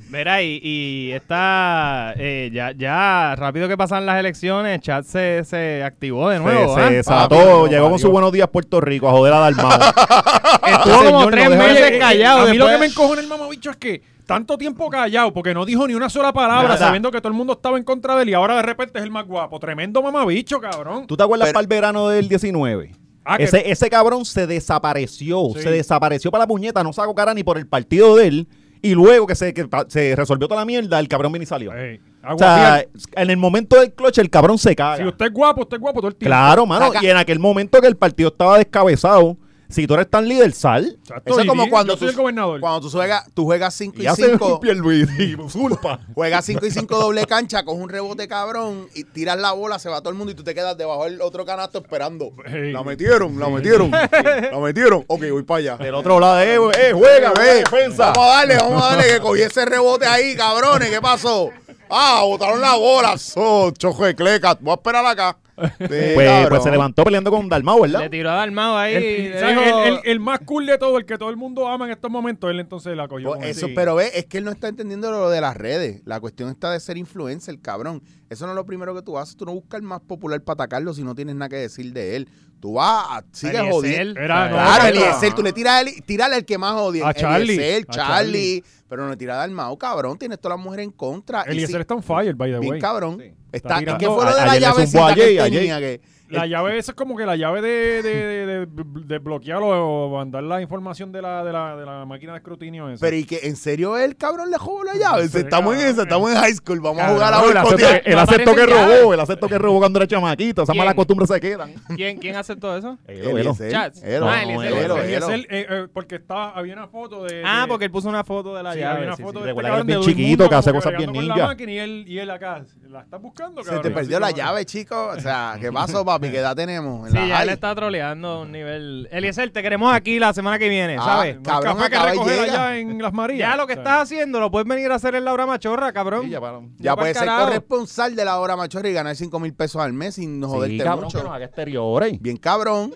[SPEAKER 3] Verá, y, y está. eh, ya, ya, rápido que pasan las elecciones, Chat se, se activó de nuevo.
[SPEAKER 4] se,
[SPEAKER 3] ¿ah?
[SPEAKER 4] se desató,
[SPEAKER 2] Papi, no,
[SPEAKER 4] llegó con su
[SPEAKER 2] Mario.
[SPEAKER 4] buenos días Puerto Rico a joder a Dalmau.
[SPEAKER 3] Estuvo
[SPEAKER 4] Este
[SPEAKER 3] como
[SPEAKER 4] señor
[SPEAKER 3] tres
[SPEAKER 4] no deja de-
[SPEAKER 3] meses callado.
[SPEAKER 1] A mí lo que
[SPEAKER 3] después-
[SPEAKER 1] me encojona el mamabicho es que tanto tiempo callado porque no dijo ni una sola palabra
[SPEAKER 4] Nada.
[SPEAKER 1] sabiendo que todo el mundo estaba en contra de él y ahora de repente es el más guapo. Tremendo mamabicho, cabrón.
[SPEAKER 4] ¿Tú te acuerdas
[SPEAKER 2] Pero-
[SPEAKER 4] para el verano del 19?
[SPEAKER 1] Ah, que-
[SPEAKER 4] ese, ese cabrón se desapareció,
[SPEAKER 1] Sí.
[SPEAKER 4] se desapareció para la puñeta, no sacó cara ni por el partido de él. Y luego que se, que pa- se resolvió toda la mierda, el cabrón vino y salió.
[SPEAKER 1] Ey, Eh,
[SPEAKER 4] o
[SPEAKER 1] agua
[SPEAKER 4] sea,
[SPEAKER 1] fría.
[SPEAKER 4] en el momento del cloche, el cabrón se caga.
[SPEAKER 1] Si usted es guapo, usted es guapo todo el tiempo.
[SPEAKER 4] Claro, mano.
[SPEAKER 2] Saca-
[SPEAKER 4] Y en aquel momento que el partido estaba descabezado, si tú eres tan líder, sal.
[SPEAKER 1] Exacto,
[SPEAKER 2] Eso
[SPEAKER 1] y
[SPEAKER 2] es como
[SPEAKER 1] di-
[SPEAKER 2] cuando
[SPEAKER 1] yo soy
[SPEAKER 2] tú,
[SPEAKER 1] el gobernador.
[SPEAKER 2] cuando tú juegas, tú juegas 5
[SPEAKER 4] Y
[SPEAKER 2] y
[SPEAKER 4] hace
[SPEAKER 2] 5,
[SPEAKER 4] un Pierluisi, y usurpa.
[SPEAKER 2] juegas 5 y 5 doble cancha, coges un rebote cabrón y tiras la bola, se va todo el mundo y tú te quedas debajo del otro canasto esperando.
[SPEAKER 1] Ey.
[SPEAKER 2] La metieron, la metieron, la metieron. Ok, voy para allá.
[SPEAKER 4] Del otro lado, eh, eh, juega, ve, defensa.
[SPEAKER 2] Vamos a darle, vamos a darle que cogí ese rebote ahí, cabrones. ¿Qué pasó? Ah, botaron la bola. So, chojo de clecas. Voy a esperar acá. Sí,
[SPEAKER 4] Pues,
[SPEAKER 2] cabrón.
[SPEAKER 4] pues se levantó peleando con Dalmau,
[SPEAKER 3] Le
[SPEAKER 4] ¿verdad?
[SPEAKER 3] tiró a Dalmao ahí.
[SPEAKER 1] El,
[SPEAKER 3] le
[SPEAKER 1] ¿sabes?
[SPEAKER 3] dijo-
[SPEAKER 1] El- el- el más cool de todo, el que todo el mundo ama en estos momentos, él entonces la cogió.
[SPEAKER 2] Pues
[SPEAKER 1] con él.
[SPEAKER 2] eso,
[SPEAKER 1] Sí.
[SPEAKER 2] pero ve, es que él no está entendiendo lo de las redes. La cuestión está de ser influencer, cabrón. Eso no es lo primero que tú haces. Tú no buscas el más popular para atacarlo si no tienes nada que decir de él. Tú vas, a- sigues
[SPEAKER 3] Eliezer,
[SPEAKER 2] jodiendo.
[SPEAKER 1] Era- no,
[SPEAKER 2] Claro,
[SPEAKER 1] no,
[SPEAKER 2] Eliezer, tú le tiras el, tírale el que más odia.
[SPEAKER 1] A Charlie,
[SPEAKER 2] Eliezer,
[SPEAKER 1] a
[SPEAKER 2] Charlie.
[SPEAKER 1] Charlie.
[SPEAKER 2] Pero no tira a Dalmao, cabrón. Tienes todas las mujeres en contra. Y si-
[SPEAKER 1] Eliezer está on fire, by the
[SPEAKER 2] Bien
[SPEAKER 1] way.
[SPEAKER 2] cabrón. Está,
[SPEAKER 1] Está
[SPEAKER 2] ¿y
[SPEAKER 1] tirando-
[SPEAKER 2] ¿Qué fue lo
[SPEAKER 4] A-
[SPEAKER 2] de la
[SPEAKER 4] ayer le zumbó
[SPEAKER 2] llavecita
[SPEAKER 4] a
[SPEAKER 2] que él
[SPEAKER 4] Jay, a
[SPEAKER 2] tenía? Que,
[SPEAKER 1] La llave esa es como que la llave de, de, de- de- de bloquear o o mandar la información de la, de la, de la máquina de escrutinio. Esa.
[SPEAKER 2] Pero y que en serio el cabrón le jugó la llave.
[SPEAKER 1] En serio,
[SPEAKER 2] Estamos en
[SPEAKER 1] cabrón.
[SPEAKER 2] esa, estamos en high school, vamos a jugar a
[SPEAKER 4] No, el
[SPEAKER 2] boicotear.
[SPEAKER 4] acento que- el
[SPEAKER 3] No
[SPEAKER 4] acento que
[SPEAKER 3] aparecen ya.
[SPEAKER 4] robó, el acento que robó cuando era chamaquito, esas
[SPEAKER 3] ¿Quién?
[SPEAKER 4] malas costumbres se quedan.
[SPEAKER 3] ¿Quién, ¿Quién aceptó eso?
[SPEAKER 4] Elo, elo.
[SPEAKER 2] Eliezer,
[SPEAKER 3] Chats.
[SPEAKER 2] Elo,
[SPEAKER 3] Ah, Eliezer,
[SPEAKER 2] Elo,
[SPEAKER 1] Pero
[SPEAKER 4] Pero,
[SPEAKER 1] Eliezer,
[SPEAKER 2] Elo.
[SPEAKER 1] eh, eh, porque estaba, había una foto de.
[SPEAKER 3] Ah,
[SPEAKER 1] de-
[SPEAKER 3] porque él puso una foto de la
[SPEAKER 1] sí,
[SPEAKER 3] llave.
[SPEAKER 1] había una
[SPEAKER 3] sí,
[SPEAKER 1] foto
[SPEAKER 3] sí.
[SPEAKER 1] de este
[SPEAKER 4] Recuerda que
[SPEAKER 1] cabrón
[SPEAKER 4] era bien
[SPEAKER 1] de Edwin
[SPEAKER 4] chiquito,
[SPEAKER 1] Mundo
[SPEAKER 4] que hace
[SPEAKER 1] como
[SPEAKER 4] cosas
[SPEAKER 1] bregando
[SPEAKER 4] bien
[SPEAKER 1] con la
[SPEAKER 4] ninja.
[SPEAKER 1] máquina y él, y él acá. La estás buscando,
[SPEAKER 2] Se
[SPEAKER 1] cabrón.
[SPEAKER 2] te
[SPEAKER 1] Así
[SPEAKER 2] perdió la
[SPEAKER 1] como-
[SPEAKER 2] llave, chico. O sea, ¿qué pasó, papi? ¿Qué edad tenemos? En
[SPEAKER 3] Sí,
[SPEAKER 2] la
[SPEAKER 3] ya
[SPEAKER 2] high.
[SPEAKER 3] le está troleando a un nivel. Eliezer, te queremos aquí la semana que viene,
[SPEAKER 2] Ah,
[SPEAKER 3] ¿sabes?
[SPEAKER 1] Un
[SPEAKER 2] Cabrón,
[SPEAKER 1] café que
[SPEAKER 2] acaba y
[SPEAKER 1] recoger
[SPEAKER 2] llega.
[SPEAKER 1] allá en Las Marías.
[SPEAKER 3] Ya lo que
[SPEAKER 1] O sea,
[SPEAKER 3] estás haciendo lo puedes venir a hacer en Laura Machorra, cabrón.
[SPEAKER 4] ya, para-
[SPEAKER 2] Ya
[SPEAKER 3] pa'l
[SPEAKER 2] puedes ser
[SPEAKER 3] carajo.
[SPEAKER 2] corresponsal de la hora machorra y ganar 5 mil pesos al mes sin joderte
[SPEAKER 4] Sí, cabrón,
[SPEAKER 2] mucho.
[SPEAKER 4] que nos haga exteriores.
[SPEAKER 2] Bien cabrón.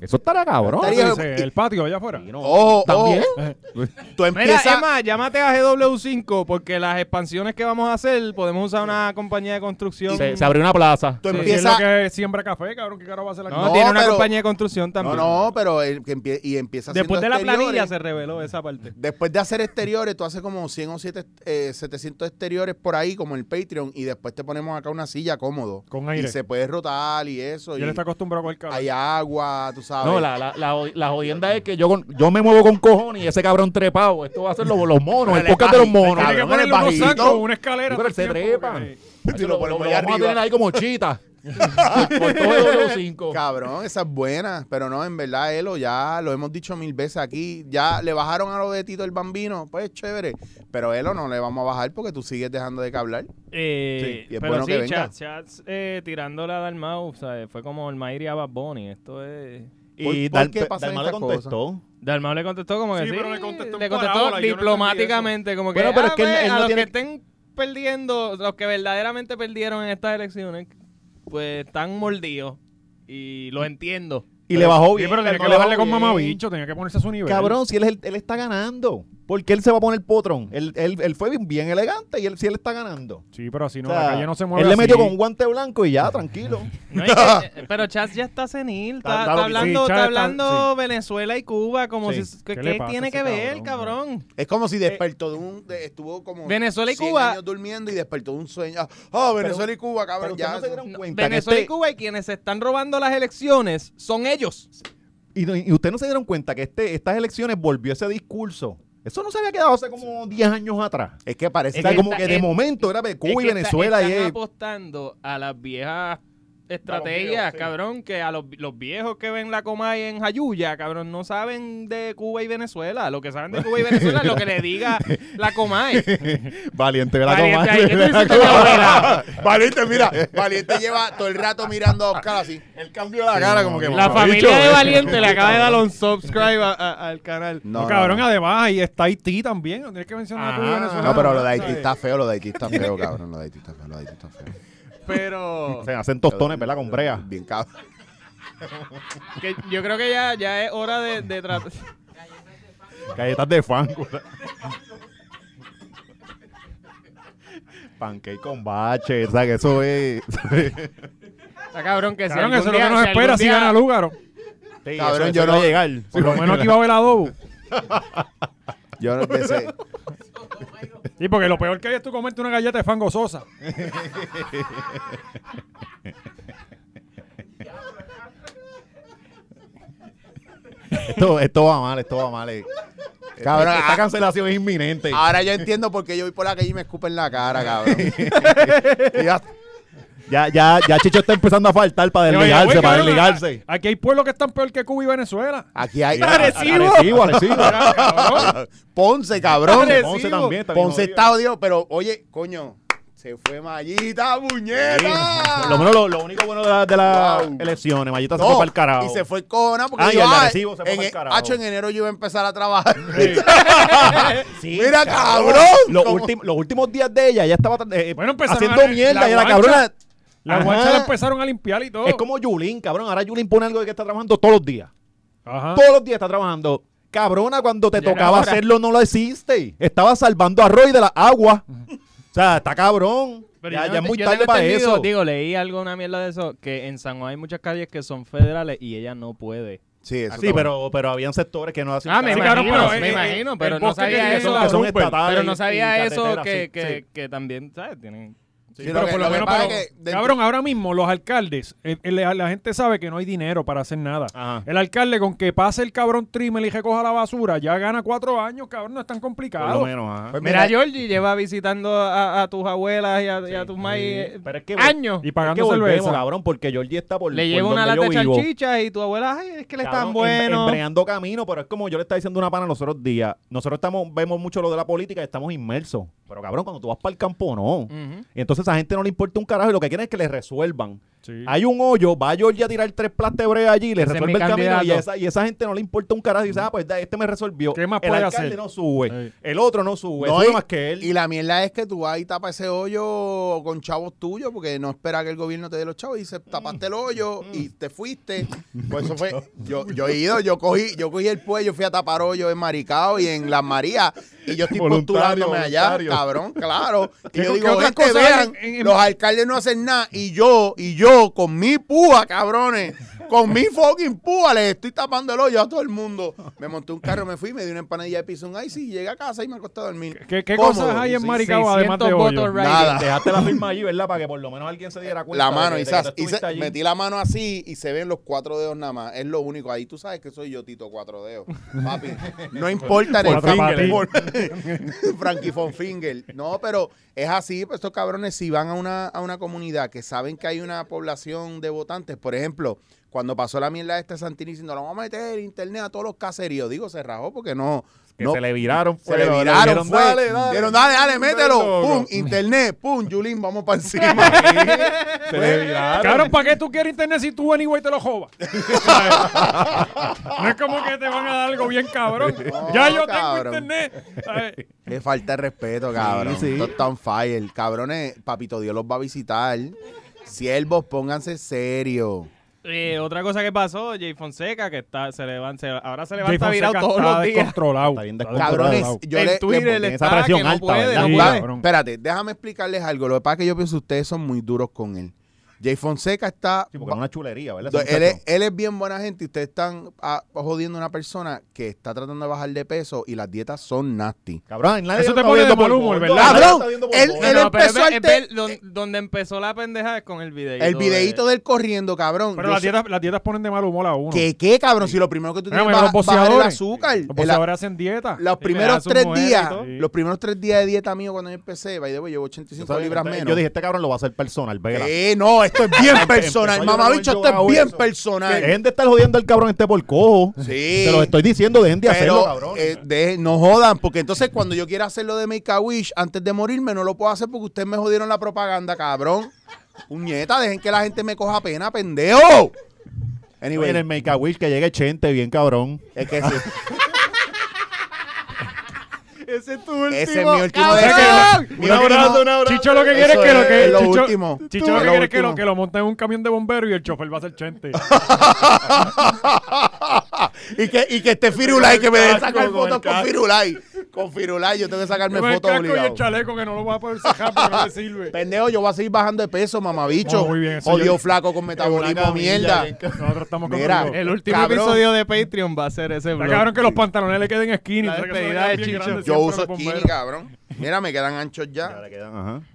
[SPEAKER 4] Eso estará cabrón.
[SPEAKER 2] Estaría-
[SPEAKER 1] dice, el patio allá afuera.
[SPEAKER 4] Sí, no.
[SPEAKER 2] Ojo,
[SPEAKER 4] También.
[SPEAKER 2] Tú
[SPEAKER 3] Mira,
[SPEAKER 2] empiezas...
[SPEAKER 3] Emma, llámate a GW5 porque las expansiones que vamos a hacer podemos usar una compañía de construcción.
[SPEAKER 4] Se, se abrió una plaza.
[SPEAKER 2] Tú
[SPEAKER 3] Sí,
[SPEAKER 1] Si es lo
[SPEAKER 2] empiezas...
[SPEAKER 1] que siembra café, cabrón, que caro va a hacer la
[SPEAKER 3] No,
[SPEAKER 2] No,
[SPEAKER 3] tiene una
[SPEAKER 2] pero-
[SPEAKER 3] compañía de construcción
[SPEAKER 2] No,
[SPEAKER 3] también.
[SPEAKER 2] no, pero el que empie- y empiezas
[SPEAKER 3] Después de
[SPEAKER 2] haciendo
[SPEAKER 3] la planilla
[SPEAKER 2] exteriores.
[SPEAKER 3] se reveló esa parte.
[SPEAKER 2] Después de hacer exteriores, tú haces como 100 o 7, eh, 700 exteriores por ahí, como el Patreon, y después te ponemos acá una silla cómodo.
[SPEAKER 1] Con aire.
[SPEAKER 2] Y se puede rotar y eso.
[SPEAKER 1] Y
[SPEAKER 2] Y
[SPEAKER 1] él está acostumbrado con el café.
[SPEAKER 2] hay agua, tú sabes.
[SPEAKER 4] No, la, la, la, jod- la jodienda es que yo, con- yo me muevo con cojones y ese cabrón trepado. Esto va a ser los, los monos, el
[SPEAKER 2] Dale,
[SPEAKER 4] podcast de los
[SPEAKER 2] papi,
[SPEAKER 4] monos.
[SPEAKER 1] Tiene que
[SPEAKER 2] cabrón, eres
[SPEAKER 1] ponerle unos
[SPEAKER 2] bajito.
[SPEAKER 1] sacos, una escalera.
[SPEAKER 4] Sí, pero él se
[SPEAKER 1] todo el tiempo,
[SPEAKER 4] trepa.
[SPEAKER 1] porque- eh,
[SPEAKER 2] Y lo ponemos
[SPEAKER 4] vamos
[SPEAKER 2] ahí
[SPEAKER 4] a
[SPEAKER 2] arriba.
[SPEAKER 4] tener ahí como chita. por, por todo el W5.
[SPEAKER 2] Cabrón, esa es buena. Pero no, en verdad, Elo, ya lo hemos dicho mil veces aquí. Ya le bajaron a lo de Tito el Bambino. Pues chévere. Pero Elo no le vamos a bajar porque tú sigues dejando de que hablar.
[SPEAKER 3] Eh,
[SPEAKER 2] Sí, y es
[SPEAKER 3] pero
[SPEAKER 2] bueno
[SPEAKER 3] sí,
[SPEAKER 2] que venga.
[SPEAKER 3] Chats, Chats, eh, tirándole a Dalmau, ¿sabes? fue como el Mayri a Bad Bunny. Esto es.
[SPEAKER 2] ¿Por-
[SPEAKER 4] Y
[SPEAKER 2] por
[SPEAKER 4] Dal-
[SPEAKER 2] qué pasan
[SPEAKER 4] Dalmau le
[SPEAKER 2] estas
[SPEAKER 4] contestó.
[SPEAKER 3] Dalmau le contestó como que
[SPEAKER 1] Sí,
[SPEAKER 3] sí.
[SPEAKER 1] pero le contestó en
[SPEAKER 3] le contestó
[SPEAKER 1] parábola, yo no
[SPEAKER 3] diplomáticamente, como que.
[SPEAKER 4] Bueno, pero es
[SPEAKER 3] "Ah,
[SPEAKER 4] que él-
[SPEAKER 3] pues,
[SPEAKER 4] él
[SPEAKER 3] a
[SPEAKER 4] no
[SPEAKER 3] los
[SPEAKER 4] tiene-
[SPEAKER 3] que estén perdiendo, los que verdaderamente perdieron en estas elecciones, pues están mordidos. Y
[SPEAKER 4] Mm.
[SPEAKER 3] lo entiendo.
[SPEAKER 4] Y le bajó
[SPEAKER 1] Sí,
[SPEAKER 4] bien.
[SPEAKER 1] pero tenía
[SPEAKER 4] Dalmau
[SPEAKER 1] que
[SPEAKER 4] le bajó
[SPEAKER 1] bajarle con
[SPEAKER 4] bien.
[SPEAKER 1] mamabicho, tenía que ponerse a su nivel.
[SPEAKER 4] Cabrón, si él, es el- él está ganando, ¿por qué él se va a poner potrón? Él, él, él fue bien, bien elegante y él, si él está ganando.
[SPEAKER 1] Sí, pero así no,
[SPEAKER 4] O sea,
[SPEAKER 1] la calle no se mueve
[SPEAKER 4] Él le
[SPEAKER 1] así.
[SPEAKER 4] metió con un guante blanco y ya, tranquilo.
[SPEAKER 3] No, es que- eh, pero Chats ya está senil, está,
[SPEAKER 4] Está-
[SPEAKER 3] está
[SPEAKER 4] está
[SPEAKER 3] hablando,
[SPEAKER 1] loquito. Sí,
[SPEAKER 3] está
[SPEAKER 1] Chats
[SPEAKER 3] hablando Venezuela y Cuba, como
[SPEAKER 4] Sí.
[SPEAKER 3] si... ¿Qué,
[SPEAKER 1] ¿Qué le pasa a
[SPEAKER 3] tiene
[SPEAKER 1] ese
[SPEAKER 3] que
[SPEAKER 1] cabrón,
[SPEAKER 3] ver, cabrón?
[SPEAKER 2] Es como
[SPEAKER 4] Eh,
[SPEAKER 2] si despertó de un. de- estuvo como.
[SPEAKER 3] Venezuela y
[SPEAKER 2] 100
[SPEAKER 3] Cuba.
[SPEAKER 2] años durmiendo y despertó de un sueño. Ah, oh, Venezuela y Cuba,
[SPEAKER 4] Pero
[SPEAKER 2] cabrón.
[SPEAKER 4] ustedes
[SPEAKER 2] Ya.
[SPEAKER 4] no se dieron
[SPEAKER 3] No,
[SPEAKER 4] cuenta. que
[SPEAKER 3] Venezuela y
[SPEAKER 4] este-
[SPEAKER 3] Cuba y quienes se están robando las elecciones son ellos.
[SPEAKER 4] Y, no- y ustedes no se dieron cuenta que este, estas elecciones volvió ese discurso. Eso no se había quedado hace como 10 años atrás.
[SPEAKER 2] Es que parece.
[SPEAKER 4] O sea,
[SPEAKER 3] que
[SPEAKER 4] como
[SPEAKER 3] está-
[SPEAKER 4] que de
[SPEAKER 3] es-
[SPEAKER 4] momento era de Cuba
[SPEAKER 3] Es
[SPEAKER 4] y
[SPEAKER 3] que está-
[SPEAKER 4] Venezuela y
[SPEAKER 3] están
[SPEAKER 4] es-
[SPEAKER 3] apostando a las viejas estrategias,
[SPEAKER 4] sí.
[SPEAKER 3] cabrón, que a los, los viejos que ven la coma en Jayuya, cabrón, no saben de Cuba y Venezuela. Lo que saben de Cuba y Venezuela es lo que le diga la Comay.
[SPEAKER 4] Valiente, ¿verdad?
[SPEAKER 3] Valiente,
[SPEAKER 4] comadre?
[SPEAKER 3] ahí, ¿qué tú hiciste, mi abuela?
[SPEAKER 2] Valiente, mira. Valiente lleva todo el rato mirando a Oscar así.
[SPEAKER 4] Él cambió la cara como que...
[SPEAKER 3] La
[SPEAKER 4] mamabicho,
[SPEAKER 3] familia de
[SPEAKER 4] ¿eh?
[SPEAKER 3] Valiente le acaba de dar un subscribe a- a- al canal.
[SPEAKER 1] No, cabrón, además, ahí está Haití también. Tienes que mencionar a Cuba y
[SPEAKER 3] Ah.
[SPEAKER 1] Venezuela.
[SPEAKER 2] No, pero lo de Haití
[SPEAKER 1] ¿sabes?
[SPEAKER 2] está feo, lo de Haití está feo, cabrón. Lo de Haití está feo, lo de Haití está feo.
[SPEAKER 3] Pero
[SPEAKER 4] Se hacen tostones, ¿verdad? Con brea.
[SPEAKER 2] Bien cabrón.
[SPEAKER 3] que yo creo que ya, ya es hora de, de tratar.
[SPEAKER 4] Galletas de fango. Pancake con bache, o sea que eso es...
[SPEAKER 3] Está cabrón que si
[SPEAKER 1] Cabrón, eso
[SPEAKER 3] algún
[SPEAKER 1] es lo que nos
[SPEAKER 3] día- si algún
[SPEAKER 1] espera si
[SPEAKER 3] día-
[SPEAKER 1] gana Lúgaro.
[SPEAKER 4] Sí,
[SPEAKER 2] Cabrón,
[SPEAKER 4] eso-
[SPEAKER 2] yo
[SPEAKER 4] eso
[SPEAKER 2] no-
[SPEAKER 4] va a llegar.
[SPEAKER 1] Por lo menos aquí va a haber adobo.
[SPEAKER 2] Yo no pensé.
[SPEAKER 1] Y porque lo peor que hay es tú comerte una galleta de fango sosa.
[SPEAKER 4] Esto, esto va mal, esto va mal. eh.
[SPEAKER 2] Cabrón,
[SPEAKER 4] esta
[SPEAKER 2] ah.
[SPEAKER 4] cancelación es inminente.
[SPEAKER 2] Ahora yo entiendo por qué yo voy por la calle y me escupen la cara, cabrón. Y ya-
[SPEAKER 4] Ya, ya, ya Chicho está empezando a faltar para
[SPEAKER 1] Oye,
[SPEAKER 4] desligarse,
[SPEAKER 1] oye,
[SPEAKER 4] para
[SPEAKER 1] cabrón,
[SPEAKER 4] desligarse.
[SPEAKER 1] a- Aquí hay pueblos que están peor que Cuba y Venezuela.
[SPEAKER 2] Aquí hay.
[SPEAKER 4] Arecibo, Arecibo.
[SPEAKER 2] Ponce, cabrón.
[SPEAKER 4] Ponce también está bien jodido.
[SPEAKER 2] Ponce está odio, pero oye, coño, se fue Mallita, muñeca.
[SPEAKER 4] Por lo menos lo, lo único bueno de las de las
[SPEAKER 2] Wow.
[SPEAKER 4] elecciones, Mayita se
[SPEAKER 2] No,
[SPEAKER 4] fue para el carajo.
[SPEAKER 2] Y se fue el cojona porque
[SPEAKER 4] Ah, y
[SPEAKER 2] yo,
[SPEAKER 4] el de
[SPEAKER 2] ah,
[SPEAKER 4] Arecibo se fue
[SPEAKER 2] en,
[SPEAKER 4] pa'l carajo.
[SPEAKER 2] Hacho, en enero yo iba a empezar a trabajar.
[SPEAKER 4] Sí,
[SPEAKER 2] Mira, cabrón.
[SPEAKER 4] Los,
[SPEAKER 2] ¿Cómo?
[SPEAKER 4] ultim- los últimos días de ella, ella estaba eh,
[SPEAKER 1] Bueno, empezaron
[SPEAKER 4] haciendo
[SPEAKER 1] a-
[SPEAKER 4] mierda
[SPEAKER 1] la
[SPEAKER 4] y la
[SPEAKER 1] guancha.
[SPEAKER 4] cabrona.
[SPEAKER 1] Las
[SPEAKER 4] Ajá.
[SPEAKER 1] guachas la empezaron a limpiar y todo.
[SPEAKER 3] Oh.
[SPEAKER 4] Es como Yulín, cabrón. Ahora Yulín pone algo de que está trabajando todos los días.
[SPEAKER 1] Ajá.
[SPEAKER 4] Todos los días está trabajando. Cabrona, cuando te
[SPEAKER 3] Ah. Ya era
[SPEAKER 4] tocaba
[SPEAKER 3] hora.
[SPEAKER 4] hacerlo, no lo hiciste. Estaba salvando a Roy de la agua. O sea, está cabrón.
[SPEAKER 3] Pero
[SPEAKER 4] ya
[SPEAKER 3] yo
[SPEAKER 4] ya
[SPEAKER 3] no te-
[SPEAKER 4] es muy
[SPEAKER 3] yo
[SPEAKER 4] tarde
[SPEAKER 3] tengo
[SPEAKER 4] para
[SPEAKER 3] entendido,
[SPEAKER 4] eso.
[SPEAKER 3] Digo, leí algo, una mierda de eso, que en San Juan hay muchas calles que son federales y ella no puede.
[SPEAKER 2] Sí, eso
[SPEAKER 4] sí,
[SPEAKER 2] está
[SPEAKER 4] pero, pero habían sectores que no hacían
[SPEAKER 3] Ah, me
[SPEAKER 1] Sí,
[SPEAKER 4] caso.
[SPEAKER 1] cabrón,
[SPEAKER 3] imagino,
[SPEAKER 1] pero,
[SPEAKER 3] me
[SPEAKER 1] eh,
[SPEAKER 3] imagino,
[SPEAKER 1] eh,
[SPEAKER 3] pero
[SPEAKER 1] el
[SPEAKER 3] no
[SPEAKER 1] bosque que
[SPEAKER 3] sabía
[SPEAKER 1] tiene
[SPEAKER 4] Que
[SPEAKER 3] eso.
[SPEAKER 4] son, que son
[SPEAKER 1] Rupert.
[SPEAKER 4] estatales
[SPEAKER 3] Pero no sabía
[SPEAKER 4] y
[SPEAKER 3] eso
[SPEAKER 4] carreteras,
[SPEAKER 3] que,
[SPEAKER 4] sí,
[SPEAKER 3] que,
[SPEAKER 4] sí.
[SPEAKER 3] que también, ¿sabes? Tienen...
[SPEAKER 2] Sí,
[SPEAKER 1] pero por lo
[SPEAKER 2] que
[SPEAKER 1] menos,
[SPEAKER 2] pasa
[SPEAKER 1] pero,
[SPEAKER 2] es que dentro-
[SPEAKER 1] cabrón, ahora mismo los alcaldes, el- el- la- la gente sabe que no hay dinero para hacer nada.
[SPEAKER 4] Ajá.
[SPEAKER 1] El alcalde con que pase el cabrón trimel y recoja la basura, ya gana cuatro años, cabrón, no es tan
[SPEAKER 4] Por
[SPEAKER 1] complicado.
[SPEAKER 4] lo menos, ajá.
[SPEAKER 2] Pues
[SPEAKER 3] Mira,
[SPEAKER 2] mira,
[SPEAKER 3] Georgie lleva visitando a, a tus abuelas y a, y a tus maíz eh,
[SPEAKER 4] Pero es que-
[SPEAKER 3] años.
[SPEAKER 1] Y
[SPEAKER 4] Es que
[SPEAKER 1] pagando
[SPEAKER 4] volvemos,
[SPEAKER 1] cerveza.
[SPEAKER 4] cabrón, porque Georgie está por
[SPEAKER 3] Le
[SPEAKER 4] por
[SPEAKER 3] lleva una
[SPEAKER 4] donde
[SPEAKER 3] lata de
[SPEAKER 4] yo vivo.
[SPEAKER 3] salchichas y tu abuela, ay, es que le
[SPEAKER 4] Cabrón,
[SPEAKER 3] están
[SPEAKER 4] em-
[SPEAKER 3] bueno.
[SPEAKER 4] embreando camino, pero es como yo le estaba diciendo a una pana los otros días. Nosotros estamos, vemos mucho lo de la política y estamos inmersos. Pero cabrón, cuando tú vas para el campo, no.
[SPEAKER 3] Ujú.
[SPEAKER 4] Y entonces a esa gente no le importa un carajo y lo que quieren es que le resuelvan.
[SPEAKER 1] Sí.
[SPEAKER 4] Hay un hoyo, va Georgie a tirar tres plastes brea allí, le
[SPEAKER 3] Ese es
[SPEAKER 4] resuelve
[SPEAKER 3] mi
[SPEAKER 4] el camino y
[SPEAKER 3] candidato.
[SPEAKER 4] a esa, y esa gente no le importa un carajo y dice, ah, pues da, este me resolvió.
[SPEAKER 1] ¿Qué más
[SPEAKER 4] el
[SPEAKER 1] puede
[SPEAKER 4] alcalde
[SPEAKER 1] hacer?
[SPEAKER 4] no sube,
[SPEAKER 1] Sí.
[SPEAKER 4] el otro no sube,
[SPEAKER 2] No,
[SPEAKER 4] sube
[SPEAKER 2] y-
[SPEAKER 4] más que él.
[SPEAKER 2] Y la mierda es que tú vas y tapas ese hoyo con chavos tuyos, porque no espera que el gobierno te dé los chavos y se tapaste el hoyo y te fuiste. Pues eso fue. Yo, yo he ido, yo cogí, yo cogí el pueblo, yo fui a tapar hoyos en Maricao y en Las Marías. Y yo estoy
[SPEAKER 4] Voluntario,
[SPEAKER 2] postulándome allá,
[SPEAKER 4] voluntario.
[SPEAKER 2] cabrón, claro. Y
[SPEAKER 1] ¿Qué-
[SPEAKER 2] yo
[SPEAKER 1] qué
[SPEAKER 2] digo,
[SPEAKER 1] otras
[SPEAKER 2] gente,
[SPEAKER 1] cosas
[SPEAKER 2] vean,
[SPEAKER 1] hay en- en-
[SPEAKER 2] los alcaldes no hacen nada. Y yo, y yo, con mi púa, cabrones, con mi fucking púa, les estoy tapando el hoyo a todo el mundo. Me monté un carro, me fui, me di una empanadilla de piso, un ice y llegué a casa y me acosté a dormir.
[SPEAKER 1] ¿Qué, qué
[SPEAKER 2] Cómodo.
[SPEAKER 1] cosas hay en
[SPEAKER 3] Sí,
[SPEAKER 1] Maricao además de
[SPEAKER 3] 600
[SPEAKER 1] hoyo?
[SPEAKER 3] votos ra-
[SPEAKER 2] Nada.
[SPEAKER 4] Dejaste la firma allí, ¿verdad? Para que por lo menos alguien se diera cuenta.
[SPEAKER 2] La
[SPEAKER 4] de
[SPEAKER 2] mano,
[SPEAKER 4] que- de que
[SPEAKER 2] quizás.
[SPEAKER 4] tú
[SPEAKER 2] Hice-
[SPEAKER 4] estuviste allí.
[SPEAKER 2] metí la mano así y se ven los cuatro dedos nada más. Es lo único. Ahí tú sabes que soy yo, Tito, cuatro dedos. Papi, no importa en el
[SPEAKER 1] Cuatro patín.
[SPEAKER 2] por- Frankie von Finger. No, pero es así. pues, estos cabrones, si van a una, a una comunidad que saben que hay una población de votantes, por ejemplo, cuando pasó la mierda esta de Santini diciendo, la vamos a meter en internet a todos los caseríos. Digo, se rajó porque no.
[SPEAKER 4] Que
[SPEAKER 2] no
[SPEAKER 4] se le viraron,
[SPEAKER 2] se
[SPEAKER 4] fue,
[SPEAKER 2] le
[SPEAKER 4] dijeron,
[SPEAKER 2] viraron, fue.
[SPEAKER 4] dale, dale.
[SPEAKER 2] Dijeron, dale, dale, mételo.
[SPEAKER 4] Loco.
[SPEAKER 2] Pum, internet, pum, Yulín, vamos para encima.
[SPEAKER 4] Se le viraron.
[SPEAKER 1] Cabrón, ¿para qué tú quieres internet si tú anyway te lo jobas? no es como que te van a dar algo bien cabrón.
[SPEAKER 2] No,
[SPEAKER 1] ya yo
[SPEAKER 2] cabrón.
[SPEAKER 1] tengo internet. ¿sabes?
[SPEAKER 2] Le falta de respeto, cabrón.
[SPEAKER 4] sí.
[SPEAKER 2] Esto está on fire. Cabrones, papito Dios los va a visitar. Siervos, pónganse serio.
[SPEAKER 3] Eh, otra cosa que pasó, Jay Fonseca, que está, se levanta, se- ahora se
[SPEAKER 1] Jay
[SPEAKER 3] levanta virado
[SPEAKER 1] Fonseca
[SPEAKER 3] todos
[SPEAKER 1] está
[SPEAKER 3] los días.
[SPEAKER 1] descontrolado.
[SPEAKER 4] Está bien descontrolado.
[SPEAKER 2] Cabrones,
[SPEAKER 1] Controlado.
[SPEAKER 2] yo
[SPEAKER 3] en
[SPEAKER 2] le,
[SPEAKER 3] Twitter
[SPEAKER 2] le-
[SPEAKER 3] le
[SPEAKER 4] esa
[SPEAKER 3] está
[SPEAKER 4] presión
[SPEAKER 3] que no
[SPEAKER 4] alta,
[SPEAKER 3] puede,
[SPEAKER 4] ¿verdad?
[SPEAKER 3] no
[SPEAKER 1] Sí,
[SPEAKER 2] Vale,
[SPEAKER 3] puede.
[SPEAKER 1] cabrón.
[SPEAKER 2] Espérate, déjame explicarles algo. Lo que pasa es que yo pienso que ustedes son muy duros con él. Jay Fonseca está.
[SPEAKER 4] Sí, porque es una chulería, ¿verdad?
[SPEAKER 2] Do-
[SPEAKER 4] Ese
[SPEAKER 2] él, es,
[SPEAKER 4] muchacho.
[SPEAKER 2] él es bien buena gente y ustedes están ah, jodiendo a una persona que está tratando de bajar de peso y las dietas son nasty.
[SPEAKER 4] Cabrón, nadie
[SPEAKER 1] Eso
[SPEAKER 4] lo
[SPEAKER 1] te
[SPEAKER 4] está
[SPEAKER 1] pone de
[SPEAKER 4] viendo
[SPEAKER 1] mal
[SPEAKER 4] por
[SPEAKER 1] humor,
[SPEAKER 4] gordo,
[SPEAKER 1] ¿verdad?
[SPEAKER 4] nadie lo está
[SPEAKER 2] Cabrón,
[SPEAKER 4] viendo por
[SPEAKER 2] él-
[SPEAKER 4] gordo.
[SPEAKER 2] él-
[SPEAKER 3] No, pero
[SPEAKER 2] empezó
[SPEAKER 3] es ver-
[SPEAKER 2] antes-
[SPEAKER 3] es ver don- donde empezó la pendejada es con el videito.
[SPEAKER 2] El videito
[SPEAKER 3] de-
[SPEAKER 2] del corriendo, cabrón.
[SPEAKER 1] Pero
[SPEAKER 2] Yo
[SPEAKER 1] las
[SPEAKER 2] sé-
[SPEAKER 1] dietas, las dietas ponen de mal humor a uno.
[SPEAKER 2] ¿Qué, qué, cabrón? Si lo primero que tú
[SPEAKER 1] Mira,
[SPEAKER 2] tienes
[SPEAKER 1] mira,
[SPEAKER 2] es
[SPEAKER 1] los
[SPEAKER 2] ba- bajar el
[SPEAKER 1] boxeadores.
[SPEAKER 2] azúcar.
[SPEAKER 1] Los
[SPEAKER 2] El-
[SPEAKER 1] boxeadores hacen dieta.
[SPEAKER 2] Los
[SPEAKER 3] Y le da a
[SPEAKER 2] primeros
[SPEAKER 3] sus
[SPEAKER 2] tres
[SPEAKER 3] mujeres y
[SPEAKER 2] días,
[SPEAKER 3] todo.
[SPEAKER 2] los primeros tres días de dieta mío cuando yo empecé, by the way, llevo 85 libras menos.
[SPEAKER 4] Yo dije, este cabrón lo va a hacer personal, vela.
[SPEAKER 2] eh, no, esto es bien personal,
[SPEAKER 4] Empezó a
[SPEAKER 2] mamabicho,
[SPEAKER 4] llorar,
[SPEAKER 2] esto es bien
[SPEAKER 4] eso.
[SPEAKER 2] personal.
[SPEAKER 4] Dejen de estar jodiendo al cabrón este por cojo.
[SPEAKER 2] Sí.
[SPEAKER 4] Te lo estoy diciendo, dejen de hacerlo,
[SPEAKER 2] Pero
[SPEAKER 4] cabrón.
[SPEAKER 2] eh, de- no jodan, porque entonces cuando yo quiera hacerlo de Make a Wish antes de morirme, no lo puedo hacer porque ustedes me jodieron la propaganda, cabrón. Puñeta, dejen que la gente me coja pena, pendejo.
[SPEAKER 4] Oye,
[SPEAKER 2] Anyway,
[SPEAKER 4] en el Make a Wish que llegue Chente, bien cabrón.
[SPEAKER 2] es que ese,
[SPEAKER 3] Ese es tu último.
[SPEAKER 2] ese es mi último
[SPEAKER 3] cabrón.
[SPEAKER 2] deseo. Mi
[SPEAKER 1] Un abrazo,
[SPEAKER 2] último-
[SPEAKER 1] un abrazo. Chicho lo que quiere es
[SPEAKER 2] Eso
[SPEAKER 1] que lo
[SPEAKER 2] es
[SPEAKER 1] que.
[SPEAKER 2] lo
[SPEAKER 1] Chicho-
[SPEAKER 2] último.
[SPEAKER 1] Chicho
[SPEAKER 2] Tú-
[SPEAKER 1] lo que
[SPEAKER 2] lo
[SPEAKER 1] quiere es que lo,
[SPEAKER 2] último.
[SPEAKER 1] que lo monte en un camión de bomberos y el chofer va a ser chente.
[SPEAKER 2] y, que, y que esté Firulay, que me
[SPEAKER 1] Con el
[SPEAKER 2] deje sacar
[SPEAKER 1] casco, con
[SPEAKER 2] fotos
[SPEAKER 1] el
[SPEAKER 2] con
[SPEAKER 1] casco.
[SPEAKER 2] Firulay. Con Firulay, yo tengo que sacarme
[SPEAKER 1] Con el
[SPEAKER 2] fotos
[SPEAKER 1] casco y el
[SPEAKER 2] obligado.
[SPEAKER 1] chaleco que no lo va a poder sacar porque no le sirve.
[SPEAKER 2] Pendejo, yo voy a seguir bajando de peso, mamabicho.
[SPEAKER 1] No, Oh, muy bien, eso
[SPEAKER 2] Odio
[SPEAKER 1] yo-
[SPEAKER 2] flaco con metabolismo, mierda.
[SPEAKER 1] Nosotros estamos con
[SPEAKER 2] Mira,
[SPEAKER 1] el
[SPEAKER 3] El último
[SPEAKER 2] Cabrón.
[SPEAKER 3] episodio de Patreon va a ser ese
[SPEAKER 1] Está
[SPEAKER 3] blog.
[SPEAKER 1] cabrón que los pantalones le queden skinny.
[SPEAKER 3] La
[SPEAKER 1] o sea, que se
[SPEAKER 3] despedida
[SPEAKER 1] vean
[SPEAKER 3] de
[SPEAKER 1] bien
[SPEAKER 3] Chicho.
[SPEAKER 1] grandes
[SPEAKER 2] Yo
[SPEAKER 1] siempre
[SPEAKER 2] uso
[SPEAKER 1] los
[SPEAKER 2] skinny,
[SPEAKER 1] bomberos.
[SPEAKER 2] cabrón. Mira, me quedan anchos ya.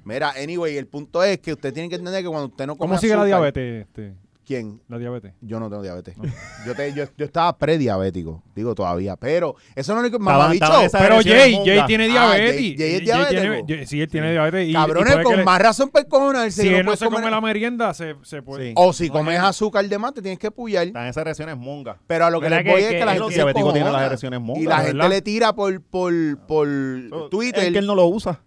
[SPEAKER 2] Mira, anyway, el punto es que usted tiene que entender que cuando usted no come
[SPEAKER 1] ¿Cómo sigue la
[SPEAKER 2] azúcar-
[SPEAKER 1] diabetes? Este?
[SPEAKER 2] ¿Quién?
[SPEAKER 1] La diabetes.
[SPEAKER 2] Yo no tengo diabetes. Yo, te- yo, yo estaba prediabético, digo todavía. Pero eso no es lo que
[SPEAKER 4] Estaban-
[SPEAKER 2] mamabicho.
[SPEAKER 4] estaban esas-
[SPEAKER 1] Pero
[SPEAKER 4] agresión
[SPEAKER 1] Jay,
[SPEAKER 4] monga.
[SPEAKER 1] Jay tiene
[SPEAKER 2] Ah,
[SPEAKER 1] diabetes.
[SPEAKER 2] Jay- Jay es diabético.
[SPEAKER 1] tiene- Jay- sí, él tiene diabetes. Y, y
[SPEAKER 2] Cabrones,
[SPEAKER 1] puede que
[SPEAKER 2] con
[SPEAKER 1] le-
[SPEAKER 2] más razón para cojonarse.
[SPEAKER 1] Si
[SPEAKER 2] no
[SPEAKER 1] él no
[SPEAKER 2] puedes
[SPEAKER 1] se come
[SPEAKER 2] comer-
[SPEAKER 1] la merienda, se, se puede.
[SPEAKER 4] Sí.
[SPEAKER 2] O si comes azúcar de más, te tienes que pullar.
[SPEAKER 4] Están esas erecciones mongas.
[SPEAKER 2] Pero a lo que
[SPEAKER 3] ¿Verdad
[SPEAKER 2] les
[SPEAKER 3] que-
[SPEAKER 2] voy es
[SPEAKER 3] que
[SPEAKER 2] que la
[SPEAKER 4] los
[SPEAKER 2] gente se
[SPEAKER 4] diabéticos tienen
[SPEAKER 2] empojona.
[SPEAKER 4] las erecciones mongas,
[SPEAKER 2] Y la
[SPEAKER 1] ¿verdad?
[SPEAKER 2] gente le tira por, por, por
[SPEAKER 4] Es
[SPEAKER 2] Twitter.
[SPEAKER 4] que él no lo usa.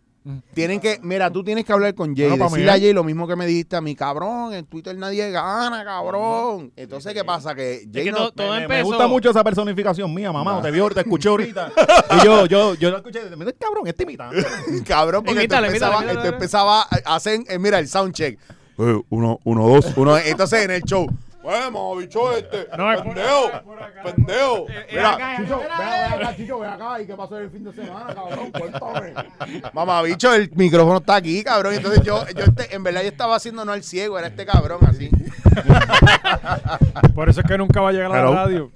[SPEAKER 2] Tienen que, mira, tú tienes que hablar con Jay.
[SPEAKER 1] Bueno, pa'
[SPEAKER 2] decirle
[SPEAKER 1] mirar.
[SPEAKER 2] a Jay lo mismo que me dijiste a mi cabrón. En Twitter nadie gana, cabrón. Entonces, ¿qué pasa? Que Jay
[SPEAKER 3] que
[SPEAKER 2] no-
[SPEAKER 3] todo- todo
[SPEAKER 4] Me, me
[SPEAKER 3] empezó.
[SPEAKER 4] gusta mucho esa personificación mía, mamá. Te vi, te escuché ahorita. y yo, yo, yo la escuché. Mira, cabrón, este imitante.
[SPEAKER 2] Cabrón, porque
[SPEAKER 3] Imítalo,
[SPEAKER 2] tú empezabas,
[SPEAKER 3] imítalo,
[SPEAKER 2] tú
[SPEAKER 3] imítalo.
[SPEAKER 2] empezabas a hacer, eh, mira, el soundcheck. Eh, uno, uno, dos, uno. Entonces, en el show.
[SPEAKER 5] Eh, mamabicho este.
[SPEAKER 1] No, es por
[SPEAKER 5] pendejo.
[SPEAKER 1] acá, es por acá. Eh,
[SPEAKER 5] pendejo. Mira,
[SPEAKER 2] Chicho, ven acá, ven acá, Chicho, ven acá. ¿Y qué pasó el fin de semana, cabrón? Cuéntame. Mamá, bicho, el micrófono está aquí, cabrón. Entonces yo, yo este- en verdad yo estaba haciendo no al ciego, era este cabrón así.
[SPEAKER 1] Por eso es que nunca va a llegar a la
[SPEAKER 4] Hello.
[SPEAKER 1] radio.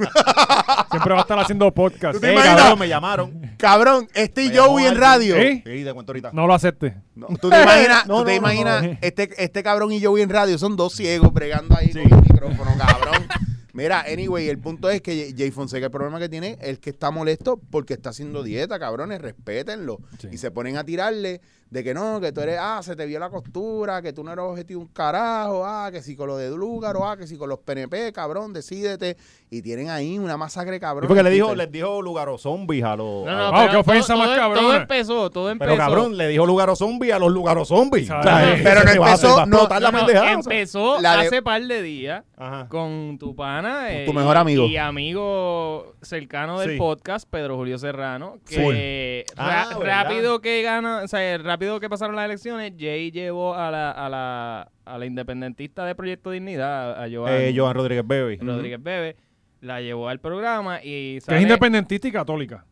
[SPEAKER 1] Siempre va a estar haciendo podcast.
[SPEAKER 2] ¿Te
[SPEAKER 4] Eh,
[SPEAKER 2] imaginas?
[SPEAKER 4] cabrón, me llamaron.
[SPEAKER 2] Cabrón, este y
[SPEAKER 4] Me llamó
[SPEAKER 2] Joey en
[SPEAKER 4] alguien.
[SPEAKER 2] radio.
[SPEAKER 1] ¿Eh?
[SPEAKER 4] Sí, te cuento ahorita.
[SPEAKER 1] No lo acepte.
[SPEAKER 2] No, ¿Tú te imaginas,
[SPEAKER 4] No,
[SPEAKER 2] tú te
[SPEAKER 4] no, no, no.
[SPEAKER 2] imaginas Este, este cabrón y Joey en radio? Son dos ciegos bregando ahí con el micrófono, cabrón. Mira, anyway, el punto es que Jay Fonseca, el problema que tiene es que está molesto porque está haciendo dieta, cabrones, respétenlo.
[SPEAKER 1] Sí.
[SPEAKER 2] Y se ponen a tirarle de que no, que tú eres, ah, se te vio la costura, que tú no eres objetivo un carajo, ah, que si con lo de Lúgaro, ah, que si con los PNP, cabrón, decídete. Y tienen ahí una masacre, cabrón. Este,
[SPEAKER 4] Sí, porque le
[SPEAKER 2] en
[SPEAKER 4] dijo,
[SPEAKER 2] Twitter.
[SPEAKER 4] les dijo Lugaro Zombies a los.
[SPEAKER 3] No,
[SPEAKER 4] a
[SPEAKER 3] no,
[SPEAKER 4] los-
[SPEAKER 1] Wow,
[SPEAKER 3] pero
[SPEAKER 1] qué ofensa
[SPEAKER 3] todo-
[SPEAKER 1] más
[SPEAKER 3] todo- Todo
[SPEAKER 1] cabrona.
[SPEAKER 3] empezó, todo empezó.
[SPEAKER 4] pero cabrón, le dijo Lugaro Zombie a los Lugaro Zombies.
[SPEAKER 1] ¿Sabes?
[SPEAKER 2] Pero no
[SPEAKER 4] se va a-
[SPEAKER 2] empezó,
[SPEAKER 4] se va a
[SPEAKER 2] no,
[SPEAKER 4] explotar la
[SPEAKER 3] No,
[SPEAKER 4] pendejada, o sea. Ah.
[SPEAKER 3] empezó
[SPEAKER 2] La de-
[SPEAKER 3] hace par de días
[SPEAKER 4] Ajá.
[SPEAKER 3] con tu pana. eh,
[SPEAKER 2] tu mejor
[SPEAKER 3] y-
[SPEAKER 2] amigo.
[SPEAKER 3] Y amigo cercano del
[SPEAKER 4] Sí.
[SPEAKER 3] podcast, Pedro Julio Serrano. Que ra-
[SPEAKER 4] Ah, ¿verdad?
[SPEAKER 3] rápido que gana, o sea, rápido que pasaron las elecciones, Jay llevó a la, a la, a la independentista de Proyecto Dignidad, a, a Joan
[SPEAKER 4] Eh, Joan Rodríguez Bebe.
[SPEAKER 3] Rodríguez Bebe, la llevó al programa y
[SPEAKER 1] Que
[SPEAKER 3] sale-
[SPEAKER 1] es independentista y católica.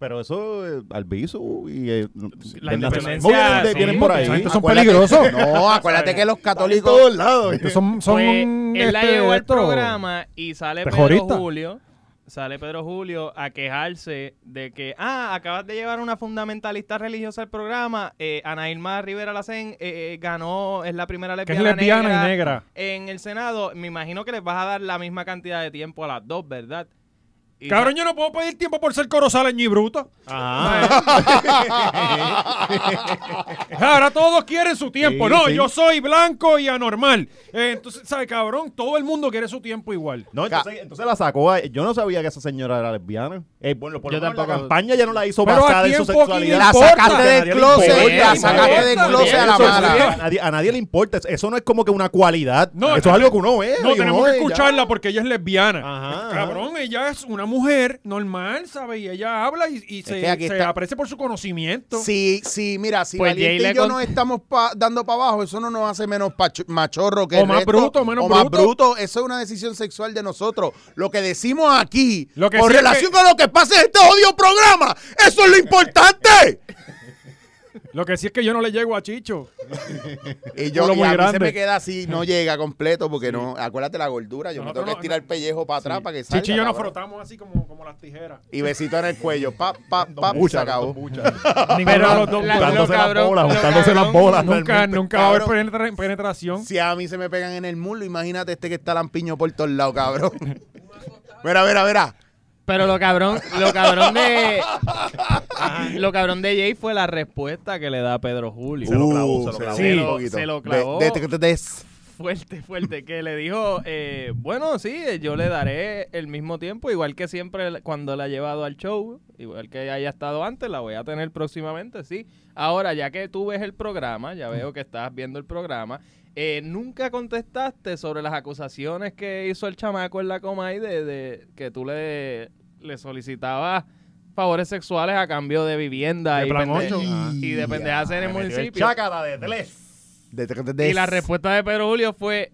[SPEAKER 4] Pero eso, eh, Albizu y... eh,
[SPEAKER 3] la
[SPEAKER 4] Bernación-
[SPEAKER 3] independencia,
[SPEAKER 4] Muy bien,
[SPEAKER 3] sí,
[SPEAKER 4] vienen por
[SPEAKER 1] porque esa
[SPEAKER 4] ahí.
[SPEAKER 1] gente son
[SPEAKER 2] Acuérdate-
[SPEAKER 1] peligrosos.
[SPEAKER 2] No, Oh, acuérdate que los católicos.
[SPEAKER 4] todos lados.
[SPEAKER 1] Estos son, son
[SPEAKER 3] Pues, él la
[SPEAKER 1] este,
[SPEAKER 3] llevó al
[SPEAKER 1] estos-
[SPEAKER 3] programa y sale
[SPEAKER 1] terrorista.
[SPEAKER 3] Pedro Julio. Sale Pedro Julio a quejarse de que, ah, acabas de llevar una fundamentalista religiosa al programa. Eh, Ana Irma Rivera Lacén eh, eh, ganó, es la primera
[SPEAKER 1] Que es
[SPEAKER 3] lesbiana,
[SPEAKER 1] lesbiana y
[SPEAKER 3] negra
[SPEAKER 1] negra.
[SPEAKER 3] en el Senado. Me imagino que les vas a dar la misma cantidad de tiempo a las dos, ¿verdad? Y-
[SPEAKER 1] Cabrón, yo no puedo pedir tiempo por ser corozaleño y bruto.
[SPEAKER 3] Ah.
[SPEAKER 1] Ah. Ahora todos quieren su tiempo.
[SPEAKER 4] Sí,
[SPEAKER 1] no,
[SPEAKER 4] sí.
[SPEAKER 1] yo soy blanco y anormal. Eh, entonces, ¿sabes, cabrón? Todo el mundo quiere su tiempo igual.
[SPEAKER 4] No, entonces, entonces la sacó. a- Yo no sabía que esa señora era lesbiana. Eh, bueno, por lo
[SPEAKER 3] Yo
[SPEAKER 4] menos la
[SPEAKER 3] tampoco.
[SPEAKER 4] campaña ya no la hizo
[SPEAKER 1] Pero
[SPEAKER 4] basada
[SPEAKER 1] aquí
[SPEAKER 4] en su
[SPEAKER 1] en fucking
[SPEAKER 4] sexualidad.
[SPEAKER 2] La
[SPEAKER 1] importa.
[SPEAKER 2] sacaste del
[SPEAKER 4] Nadie le
[SPEAKER 2] closet,
[SPEAKER 4] importa,
[SPEAKER 2] la
[SPEAKER 4] nadie
[SPEAKER 2] sacaste
[SPEAKER 4] le
[SPEAKER 2] del
[SPEAKER 1] importa,
[SPEAKER 2] closet a la
[SPEAKER 4] Eso, eso,
[SPEAKER 2] mala.
[SPEAKER 4] A nadie, a nadie le importa. Eso no es como que una cualidad.
[SPEAKER 1] No,
[SPEAKER 4] eso es algo que uno es.
[SPEAKER 1] No,
[SPEAKER 4] y
[SPEAKER 1] tenemos
[SPEAKER 4] uno
[SPEAKER 1] que
[SPEAKER 4] es, ya.
[SPEAKER 1] escucharla porque ella es lesbiana.
[SPEAKER 4] Ajá,
[SPEAKER 1] Cabrón, ella es una mujer normal, ¿sabes? Y ella habla y, y se,
[SPEAKER 2] que aquí
[SPEAKER 1] se
[SPEAKER 2] está-
[SPEAKER 1] aprecia por su conocimiento.
[SPEAKER 2] Sí, sí, mira, si
[SPEAKER 3] Pues
[SPEAKER 2] Valiente
[SPEAKER 3] Jay
[SPEAKER 2] y
[SPEAKER 3] le
[SPEAKER 2] yo
[SPEAKER 3] con-
[SPEAKER 2] no estamos pa- dando para abajo, eso no nos hace menos pacho- machorro que
[SPEAKER 1] O
[SPEAKER 2] el
[SPEAKER 1] más
[SPEAKER 2] resto,
[SPEAKER 1] bruto, menos
[SPEAKER 2] o más
[SPEAKER 1] bruto.
[SPEAKER 2] Eso es una decisión sexual de nosotros. Lo que decimos aquí,
[SPEAKER 1] Lo que
[SPEAKER 2] con
[SPEAKER 1] sí es
[SPEAKER 2] relación
[SPEAKER 1] que-
[SPEAKER 2] con lo que pasa en este odio programa, eso es lo importante.
[SPEAKER 1] Lo que sí es que yo no le llego a Chicho.
[SPEAKER 2] y yo
[SPEAKER 1] Culo
[SPEAKER 2] y
[SPEAKER 1] muy
[SPEAKER 2] a mí
[SPEAKER 1] grande.
[SPEAKER 2] se me queda así, no llega completo porque no, acuérdate la gordura, yo me
[SPEAKER 1] Nosotros
[SPEAKER 2] tengo que
[SPEAKER 1] no-
[SPEAKER 2] tirar el pellejo para atrás para que salga.
[SPEAKER 1] Chicho y yo nos
[SPEAKER 2] cabrón.
[SPEAKER 1] frotamos así como, como las tijeras.
[SPEAKER 2] Y besito en el cuello, pa, pa,
[SPEAKER 4] Dos
[SPEAKER 2] pa, se
[SPEAKER 4] buchas,
[SPEAKER 2] acabó.
[SPEAKER 4] dos buchas.
[SPEAKER 1] Ninguno de los dos
[SPEAKER 3] la-
[SPEAKER 1] puede.
[SPEAKER 4] Juntándose
[SPEAKER 3] lo
[SPEAKER 4] las
[SPEAKER 3] cabrón,
[SPEAKER 4] bolas,
[SPEAKER 3] lo
[SPEAKER 4] juntándose las
[SPEAKER 3] cabrón,
[SPEAKER 4] bolas.
[SPEAKER 1] Nunca,
[SPEAKER 4] realmente.
[SPEAKER 1] nunca va a haber
[SPEAKER 2] cabrón.
[SPEAKER 1] penetra- penetración.
[SPEAKER 2] Si a mí se me pegan en el muslo, imagínate este que está lampiño por todos lados, cabrón. Mira, mira, mira.
[SPEAKER 3] Pero lo cabrón, lo cabrón de lo cabrón de Jay fue la respuesta que le da Pedro Julio.
[SPEAKER 4] Se lo clavó, se lo
[SPEAKER 2] Uh,
[SPEAKER 4] clavó.
[SPEAKER 3] Se
[SPEAKER 2] un
[SPEAKER 3] lo-
[SPEAKER 2] poquito.
[SPEAKER 3] se lo
[SPEAKER 2] De-
[SPEAKER 3] clavó.
[SPEAKER 2] de- de- de- des.
[SPEAKER 3] fuerte, fuerte, que le dijo, eh, bueno, sí, yo le daré el mismo tiempo, igual que siempre cuando la he llevado al show, igual que haya estado antes, la voy a tener próximamente, sí. Ahora, ya que tú ves el programa, ya veo que estás viendo el programa, eh, nunca contestaste sobre las acusaciones que hizo el chamaco en la Comay de, de que tú le, le solicitabas favores sexuales a cambio de vivienda
[SPEAKER 1] De
[SPEAKER 3] y,
[SPEAKER 1] plan
[SPEAKER 3] pende-
[SPEAKER 1] ocho.
[SPEAKER 3] y de pendejas en el
[SPEAKER 4] Me metió el
[SPEAKER 3] municipio.
[SPEAKER 4] Chácata de tres.
[SPEAKER 2] de- de- de- des.
[SPEAKER 3] Y la respuesta de Pedro Julio fue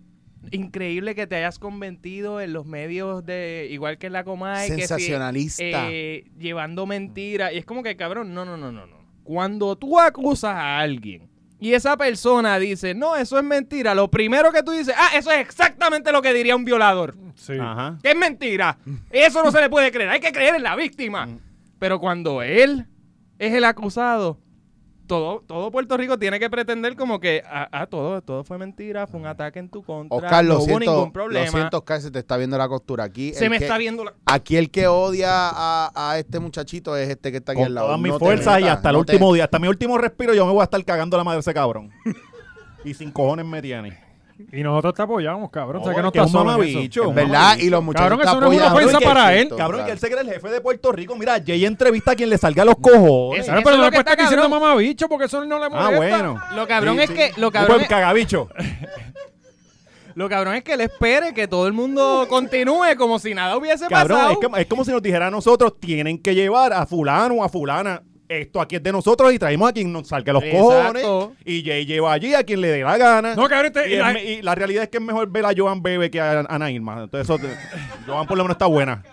[SPEAKER 3] increíble que te hayas convertido en los medios de igual que en la Comay que si,
[SPEAKER 2] Sensacionalista.
[SPEAKER 3] eh, llevando mentiras y es como que cabrón no no no no no cuando tú acusas a alguien y esa persona dice no eso es mentira lo primero que tú dices ah eso es exactamente lo que diría un violador
[SPEAKER 1] Sí.
[SPEAKER 4] Ajá.
[SPEAKER 3] que es mentira eso no se le puede creer hay que creer en la víctima
[SPEAKER 2] Mm.
[SPEAKER 3] pero cuando él es el acusado todo, todo Puerto Rico tiene que pretender como que ah, ah, todo, todo fue mentira, fue un ataque en tu contra,
[SPEAKER 2] Oscar,
[SPEAKER 3] no
[SPEAKER 2] lo
[SPEAKER 3] hubo
[SPEAKER 2] siento,
[SPEAKER 3] ningún
[SPEAKER 2] lo
[SPEAKER 3] problema.
[SPEAKER 2] siento, Oscar, se te está viendo la costura aquí.
[SPEAKER 3] se
[SPEAKER 2] el
[SPEAKER 3] me
[SPEAKER 2] que-
[SPEAKER 3] está viendo la
[SPEAKER 2] Aquí el que odia a, a este muchachito es este que está aquí
[SPEAKER 4] Con
[SPEAKER 2] al lado.
[SPEAKER 4] todas mis
[SPEAKER 2] No te
[SPEAKER 4] fuerzas y
[SPEAKER 2] metas,
[SPEAKER 4] hasta el
[SPEAKER 2] no te-
[SPEAKER 4] último día, hasta mi último respiro, yo me voy a estar cagando la madre de ese cabrón. y sin cojones me tiene.
[SPEAKER 1] Y nosotros te apoyamos, cabrón. o sea, que no
[SPEAKER 4] que es
[SPEAKER 1] estás
[SPEAKER 4] un
[SPEAKER 1] solo en eso.
[SPEAKER 4] mamabicho, un
[SPEAKER 2] ¿Verdad? Y los muchachos
[SPEAKER 1] Cabrón,
[SPEAKER 2] te
[SPEAKER 1] eso no es una
[SPEAKER 2] apoyan.
[SPEAKER 1] ofensa
[SPEAKER 2] Oye,
[SPEAKER 1] para
[SPEAKER 2] que-
[SPEAKER 1] él.
[SPEAKER 4] Cabrón, que él
[SPEAKER 2] claro.
[SPEAKER 4] se cree el jefe de Puerto Rico. Mira, Jay entrevista a quien le salga a los cojones.
[SPEAKER 3] Ese-
[SPEAKER 1] Claro,
[SPEAKER 3] Eso
[SPEAKER 1] pero
[SPEAKER 3] es
[SPEAKER 1] no le
[SPEAKER 3] lo que
[SPEAKER 1] puedes estar
[SPEAKER 3] está
[SPEAKER 1] diciendo
[SPEAKER 3] cabrón.
[SPEAKER 1] mamabicho porque eso no le molesta.
[SPEAKER 4] Ah, bueno.
[SPEAKER 3] Lo cabrón
[SPEAKER 2] Sí,
[SPEAKER 3] es
[SPEAKER 2] sí.
[SPEAKER 3] que lo
[SPEAKER 4] Un
[SPEAKER 3] cabrón, es,
[SPEAKER 4] cagabicho.
[SPEAKER 3] lo cabrón es que él espere que todo el mundo continúe como si nada hubiese
[SPEAKER 4] Cabrón,
[SPEAKER 3] pasado.
[SPEAKER 4] es, que- es como si nos dijera a nosotros, tienen que llevar a fulano o a fulana. esto aquí es de nosotros y traímos a quien nos salga los cojones.
[SPEAKER 3] Exacto.
[SPEAKER 4] Y Jay lleva allí a quien le dé la gana.
[SPEAKER 1] No, cabrón, te-
[SPEAKER 4] y, es
[SPEAKER 1] la-
[SPEAKER 4] me- y la realidad es que es mejor ver a Joan Bebe que a Ana Irma. Entonces, eso te- Joan por lo menos está buena.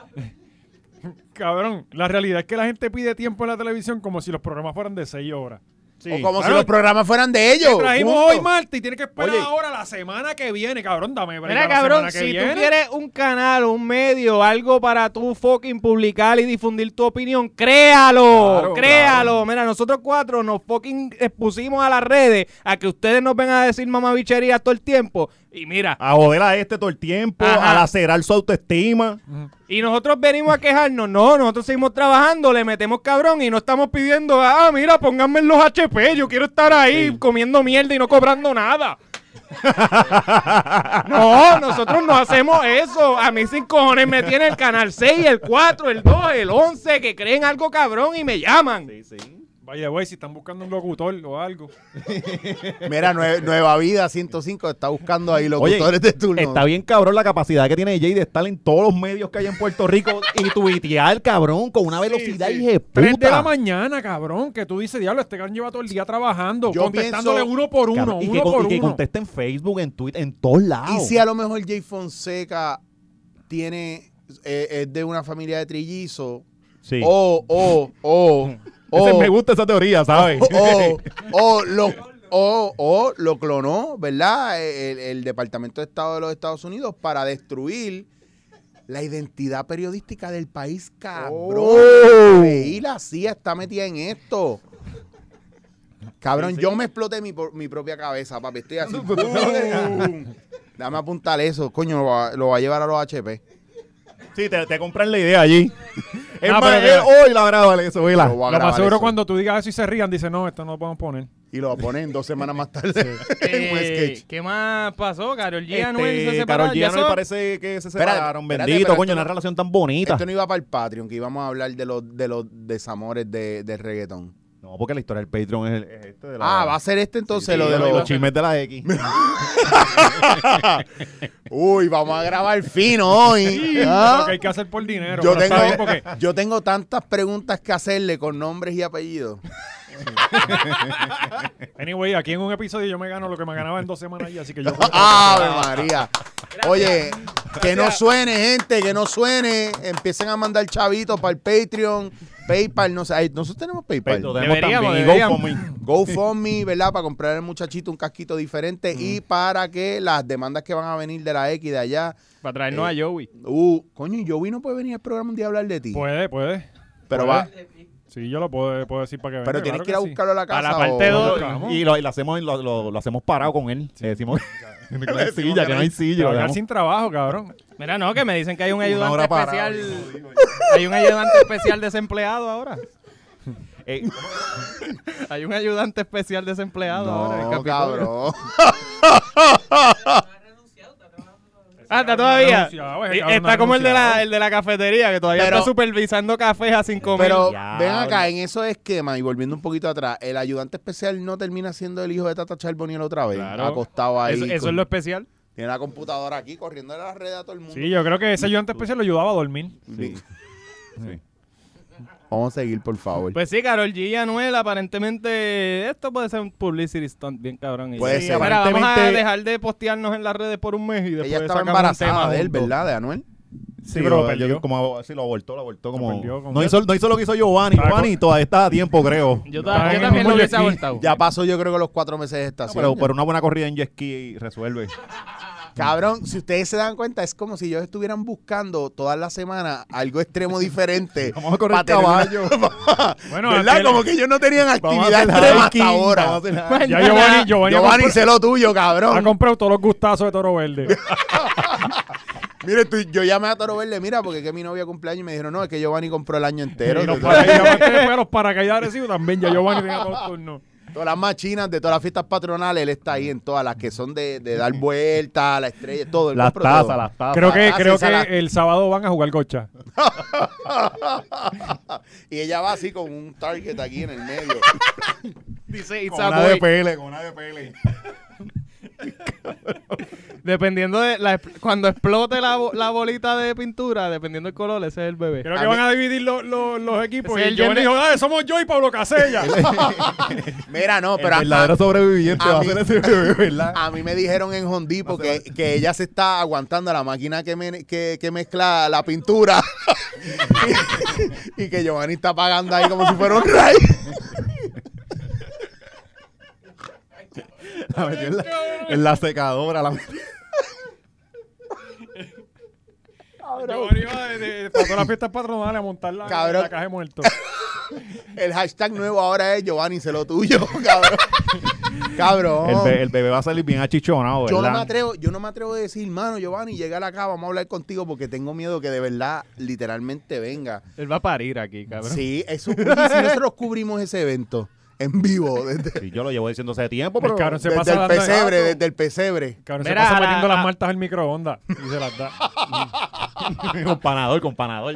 [SPEAKER 1] Cabrón, la realidad es que la gente pide tiempo en la televisión como si los programas fueran de 6 horas.
[SPEAKER 2] o como si
[SPEAKER 1] Claro.
[SPEAKER 2] los programas fueran de ellos.
[SPEAKER 1] Trajimos
[SPEAKER 2] punto.
[SPEAKER 1] hoy martes y tiene que esperar
[SPEAKER 4] Oye.
[SPEAKER 1] ahora la semana que viene, cabrón. Dame break a
[SPEAKER 3] Mira,
[SPEAKER 1] la
[SPEAKER 3] cabrón,
[SPEAKER 1] semana que
[SPEAKER 3] si
[SPEAKER 1] viene.
[SPEAKER 3] tú quieres un canal, un medio, algo para tú fucking publicar y difundir tu opinión, créalo,
[SPEAKER 4] Claro,
[SPEAKER 3] créalo. Mira, nosotros cuatro nos fucking expusimos a las redes a que ustedes nos vengan a decir mamabicherías todo el tiempo. Y mira,
[SPEAKER 1] Ah.
[SPEAKER 4] A joder a este todo el tiempo,
[SPEAKER 3] Ajá.
[SPEAKER 4] a lacerar su autoestima.
[SPEAKER 1] Mm.
[SPEAKER 3] y nosotros venimos a quejarnos. No, nosotros seguimos trabajando, le metemos cabrón y no estamos pidiendo, ah, mira, pónganme en los HP, yo quiero estar ahí comiendo mierda y no cobrando nada. No, nosotros no hacemos eso. A mí sin cojones me tiene el canal 6, el 4, el 2, el 11, que creen algo cabrón y me llaman.
[SPEAKER 1] Vaya, güey, si están buscando un locutor o algo.
[SPEAKER 2] Mira, Nue- Nueva Vida 105 está buscando ahí locutores de turno.
[SPEAKER 4] Está bien cabrón la capacidad que tiene Jay de estar en todos los medios que hay en Puerto Rico y tuitear, cabrón, con una velocidad
[SPEAKER 1] sí.
[SPEAKER 4] y de puta.
[SPEAKER 1] 3 de la mañana, cabrón, que tú dices, diablo, este cabrón lleva todo el día trabajando,
[SPEAKER 2] Yo
[SPEAKER 1] contestándole
[SPEAKER 2] pienso-
[SPEAKER 1] uno por uno,
[SPEAKER 4] Cabrón, y, que,
[SPEAKER 1] uno
[SPEAKER 4] con-
[SPEAKER 1] por
[SPEAKER 4] y que
[SPEAKER 1] uno.
[SPEAKER 4] conteste en Facebook, en Twitter, en todos lados.
[SPEAKER 2] Y si a lo mejor Jay Fonseca tiene eh, es de una familia de trillizos
[SPEAKER 4] Sí.
[SPEAKER 2] o o o o,
[SPEAKER 4] Ese- me gusta esa teoría, ¿sabes?
[SPEAKER 2] o, o lo o, o lo clonó, ¿verdad? El, el Departamento de Estado de los Estados Unidos para destruir la identidad periodística del país, cabrón.
[SPEAKER 4] Oh.
[SPEAKER 2] Y la CIA está metida en esto. Cabrón, yo me exploté mi, por- mi propia cabeza, papi. Estoy así. ¡pum! Dame apuntar eso. Coño, lo va, lo va a llevar a los HP.
[SPEAKER 4] sí, te, te compran la idea allí. Es
[SPEAKER 1] No,
[SPEAKER 4] más,
[SPEAKER 1] pero mira.
[SPEAKER 4] él hoy la graba, eso, vela.
[SPEAKER 2] Lo va
[SPEAKER 1] Lo
[SPEAKER 2] a grabar
[SPEAKER 1] más seguro
[SPEAKER 2] eso.
[SPEAKER 1] cuando tú digas eso y se rían, dice, no, esto no lo podemos poner.
[SPEAKER 2] Y lo va a poner dos semanas más tarde en un
[SPEAKER 3] Eh,
[SPEAKER 2] sketch.
[SPEAKER 3] ¿Qué más pasó? Carol G.
[SPEAKER 4] Este,
[SPEAKER 3] Anuel se separaron.
[SPEAKER 4] Karol G y
[SPEAKER 3] ¿Ya
[SPEAKER 4] Anuel
[SPEAKER 3] son?
[SPEAKER 4] parece que se
[SPEAKER 2] Espérate,
[SPEAKER 4] separaron.
[SPEAKER 2] espérate,
[SPEAKER 4] Bendito,
[SPEAKER 2] pero
[SPEAKER 4] coño,
[SPEAKER 2] esto
[SPEAKER 4] una
[SPEAKER 2] no-
[SPEAKER 4] relación tan bonita.
[SPEAKER 2] Esto no iba para el Patreon, que íbamos a hablar de los, de los desamores de, de reggaetón.
[SPEAKER 4] No, porque la historia del Patreon es, es este de la...
[SPEAKER 2] Ah, va a ser este entonces
[SPEAKER 4] Sí,
[SPEAKER 2] lo de
[SPEAKER 4] los,
[SPEAKER 2] los...
[SPEAKER 4] chismes de la X.
[SPEAKER 2] Uy, vamos a grabar fino hoy.
[SPEAKER 1] Lo
[SPEAKER 2] ¿ah?
[SPEAKER 1] que hay que hacer por dinero.
[SPEAKER 2] Yo
[SPEAKER 1] pero está bien
[SPEAKER 2] tengo,
[SPEAKER 1] porque
[SPEAKER 2] yo tengo tantas preguntas que hacerle con nombres y apellidos.
[SPEAKER 1] Anyway, aquí en un episodio yo me gano lo que me ganaba en dos semanas y así que yo.
[SPEAKER 2] ¡Ave María! Oye, que no suene, gente, que no suene. Empiecen a mandar chavitos para el Patreon, PayPal, no sé. Ay, Nosotros tenemos PayPal.
[SPEAKER 4] Pero tenemos
[SPEAKER 3] Deberíamos,
[SPEAKER 4] también
[SPEAKER 3] deberíamos.
[SPEAKER 4] GoFundMe.
[SPEAKER 2] GoFundMe, ¿verdad? Para comprar al muchachito un casquito diferente y para que las demandas que van a venir de la X de allá.
[SPEAKER 3] Para traernos a Joey.
[SPEAKER 2] Uh, coño, y Joey no puede venir al programa un día a hablar de ti.
[SPEAKER 1] Puede, puede.
[SPEAKER 2] pero va,
[SPEAKER 1] Sí, yo lo puedo, puedo decir para que venga.
[SPEAKER 2] pero tienes
[SPEAKER 1] pues, claro
[SPEAKER 2] que ir a
[SPEAKER 1] sí.
[SPEAKER 2] buscarlo a la
[SPEAKER 3] Para
[SPEAKER 2] casa.
[SPEAKER 3] la parte
[SPEAKER 2] o-
[SPEAKER 3] dos.
[SPEAKER 1] Vamos.
[SPEAKER 4] Y lo, y lo hacemos, lo, lo- lo hacemos parado con él. Le decimos que no hay
[SPEAKER 1] decimos
[SPEAKER 4] silla, que no hay
[SPEAKER 1] Te
[SPEAKER 4] silla.
[SPEAKER 1] va a
[SPEAKER 4] le
[SPEAKER 1] quedar
[SPEAKER 4] damos-
[SPEAKER 1] sin trabajo, cabrón.
[SPEAKER 3] Mira, no, que me dicen que hay un
[SPEAKER 4] Una
[SPEAKER 3] ayudante
[SPEAKER 4] hora parada,
[SPEAKER 3] especial. Hay un ayudante especial desempleado ahora.
[SPEAKER 4] Eh,
[SPEAKER 3] Hay un ayudante especial desempleado ahora. en
[SPEAKER 2] No,
[SPEAKER 3] Capitolio.
[SPEAKER 2] cabrón.
[SPEAKER 3] Ah, está todavía.
[SPEAKER 1] Anunciado, ese
[SPEAKER 3] Y-
[SPEAKER 1] cabrón
[SPEAKER 3] Está como el de, la,
[SPEAKER 1] anunciado.
[SPEAKER 3] el de la cafetería, que todavía
[SPEAKER 2] Pero-
[SPEAKER 3] está supervisando cafés a 5 mil.
[SPEAKER 2] Pero
[SPEAKER 4] Ya,
[SPEAKER 2] ven acá,
[SPEAKER 4] bro.
[SPEAKER 2] en esos esquemas, y volviendo un poquito atrás, el ayudante especial no termina siendo el hijo de Tata Charboniel otra vez.
[SPEAKER 3] Claro.
[SPEAKER 2] Acostado ahí.
[SPEAKER 3] Eso, eso es
[SPEAKER 2] con-
[SPEAKER 3] lo especial.
[SPEAKER 2] Tiene la computadora aquí corriendo las redes a todo el mundo.
[SPEAKER 1] Sí, yo creo que ese ayudante especial lo ayudaba a dormir.
[SPEAKER 2] Sí.
[SPEAKER 4] Sí.
[SPEAKER 2] Vamos a seguir, por favor.
[SPEAKER 3] Pues sí, Carol G y Anuel, aparentemente esto puede ser un publicity stunt bien cabrón. Y-
[SPEAKER 2] Puede
[SPEAKER 3] Sí,
[SPEAKER 2] ser.
[SPEAKER 3] mira, vamos a
[SPEAKER 4] Aparentemente-
[SPEAKER 3] dejar de postearnos en las redes por un mes y después
[SPEAKER 2] Ella estaba
[SPEAKER 3] sacamos un tema
[SPEAKER 2] embarazada de él,
[SPEAKER 3] juntos.
[SPEAKER 2] ¿verdad? De Anuel.
[SPEAKER 4] Sí,
[SPEAKER 1] pero
[SPEAKER 4] pero
[SPEAKER 1] lo perdió.
[SPEAKER 4] como sí, lo abortó, lo abortó como.
[SPEAKER 1] perdió con-
[SPEAKER 4] no, hizo, no hizo lo que hizo Giovanni.
[SPEAKER 1] Está
[SPEAKER 4] Giovanni todavía está a tiempo, creo.
[SPEAKER 3] Yo,
[SPEAKER 1] Estaba
[SPEAKER 3] ta- yo
[SPEAKER 1] en el
[SPEAKER 3] también lo
[SPEAKER 1] mismo
[SPEAKER 3] hubiese
[SPEAKER 1] jet ski.
[SPEAKER 3] abortado.
[SPEAKER 2] Ya pasó yo creo que los cuatro meses de
[SPEAKER 4] No,
[SPEAKER 2] estación.
[SPEAKER 4] pero, pero una buena corrida en jet ski resuelve.
[SPEAKER 2] Cabrón, si ustedes se dan cuenta, es como si ellos estuvieran buscando todas las semanas algo extremo diferente.
[SPEAKER 4] Vamos a correr
[SPEAKER 2] pa' tener una-
[SPEAKER 4] caballo.
[SPEAKER 1] Bueno,
[SPEAKER 2] ¿Verdad?
[SPEAKER 1] hacer-
[SPEAKER 2] Como que ellos no tenían
[SPEAKER 4] Vamos a
[SPEAKER 2] actividad
[SPEAKER 4] hacer
[SPEAKER 2] extrema
[SPEAKER 4] hiking,
[SPEAKER 2] hasta ahora.
[SPEAKER 4] vamos a hacer-
[SPEAKER 3] Bueno,
[SPEAKER 1] Ya Giovanni, Giovanni,
[SPEAKER 2] Giovanni,
[SPEAKER 1] ha, compra-
[SPEAKER 2] sé lo tuyo, cabrón.
[SPEAKER 1] ha comprado todos los gustazos de Toro Verde.
[SPEAKER 2] Mire, tú- yo llamé a Toro Verde, mira, porque es que mi novia cumpleaños y me dijeron, no, es que Giovanni compró el año entero.
[SPEAKER 1] y los
[SPEAKER 2] Tú-
[SPEAKER 1] paracaidistas- después los paracaídas agresivos también. Ya Giovanni tenía todos los turnos.
[SPEAKER 2] todas las machinas de todas las fiestas patronales, él está ahí en todas las que son de, de dar vueltas, la estrella, todo. él
[SPEAKER 4] Las
[SPEAKER 2] compró todo.
[SPEAKER 4] tazas, las tazas.
[SPEAKER 1] Creo que, eh,
[SPEAKER 2] Ah, sí,
[SPEAKER 1] creo
[SPEAKER 2] esa la-
[SPEAKER 1] que el sábado van a jugar gocha.
[SPEAKER 2] y ella va así con un target aquí en el medio.
[SPEAKER 3] dice
[SPEAKER 4] Con
[SPEAKER 3] It's a
[SPEAKER 4] una
[SPEAKER 3] boy.
[SPEAKER 2] pues.
[SPEAKER 4] DPL, con una DPL.
[SPEAKER 3] Dependiendo de la, cuando explote la, bo- la bolita de pintura, dependiendo del color, ese es el bebé.
[SPEAKER 1] Creo
[SPEAKER 2] A
[SPEAKER 1] que
[SPEAKER 2] ver.
[SPEAKER 1] van a dividir lo- lo- los equipos.
[SPEAKER 3] Ese es
[SPEAKER 1] y
[SPEAKER 3] el
[SPEAKER 1] yo
[SPEAKER 3] Johnny-
[SPEAKER 1] dijo, dale, somos yo y Pablo Casella.
[SPEAKER 2] Mira, no, pero
[SPEAKER 4] el verdadero
[SPEAKER 2] a,
[SPEAKER 4] sobreviviente
[SPEAKER 2] a
[SPEAKER 4] va a
[SPEAKER 2] mí-
[SPEAKER 4] ser ese bebé, ¿verdad?
[SPEAKER 2] a mí me dijeron en Hondipo que, que ella se está aguantando la máquina que, me- que, que mezcla la pintura y, y que Giovanni está pagando ahí como si fuera un rey.
[SPEAKER 4] La metió en la, en la secadora. La metió.
[SPEAKER 1] Giovanni iba de, de- para todas las fiestas patronales a montarla en
[SPEAKER 2] Cabrón.
[SPEAKER 1] la caja de muertos.
[SPEAKER 2] El hashtag nuevo ahora es Giovanni, se lo tuyo, cabrón. Cabrón.
[SPEAKER 4] El, be- el bebé va a salir bien achichonado, ¿verdad?
[SPEAKER 2] Yo no me atrevo, yo no me atrevo a decir, mano, Giovanni, llegar acá, vamos a hablar contigo porque tengo miedo que de verdad, literalmente venga.
[SPEAKER 3] Él va a parir aquí, cabrón.
[SPEAKER 2] Sí, eso. y si nosotros cubrimos ese evento en vivo desde,
[SPEAKER 4] Sí, yo lo llevo diciendo hace tiempo,
[SPEAKER 1] El
[SPEAKER 4] pero...
[SPEAKER 1] cabrón se
[SPEAKER 2] desde
[SPEAKER 1] pasa
[SPEAKER 2] el
[SPEAKER 1] dando-
[SPEAKER 2] pesebre, desde el pesebre.
[SPEAKER 1] Cabrón,
[SPEAKER 3] Mira,
[SPEAKER 1] se pasa
[SPEAKER 3] a la-
[SPEAKER 1] metiendo las
[SPEAKER 3] a-
[SPEAKER 1] maltas al microondas y se las da.
[SPEAKER 4] con panador, con panador.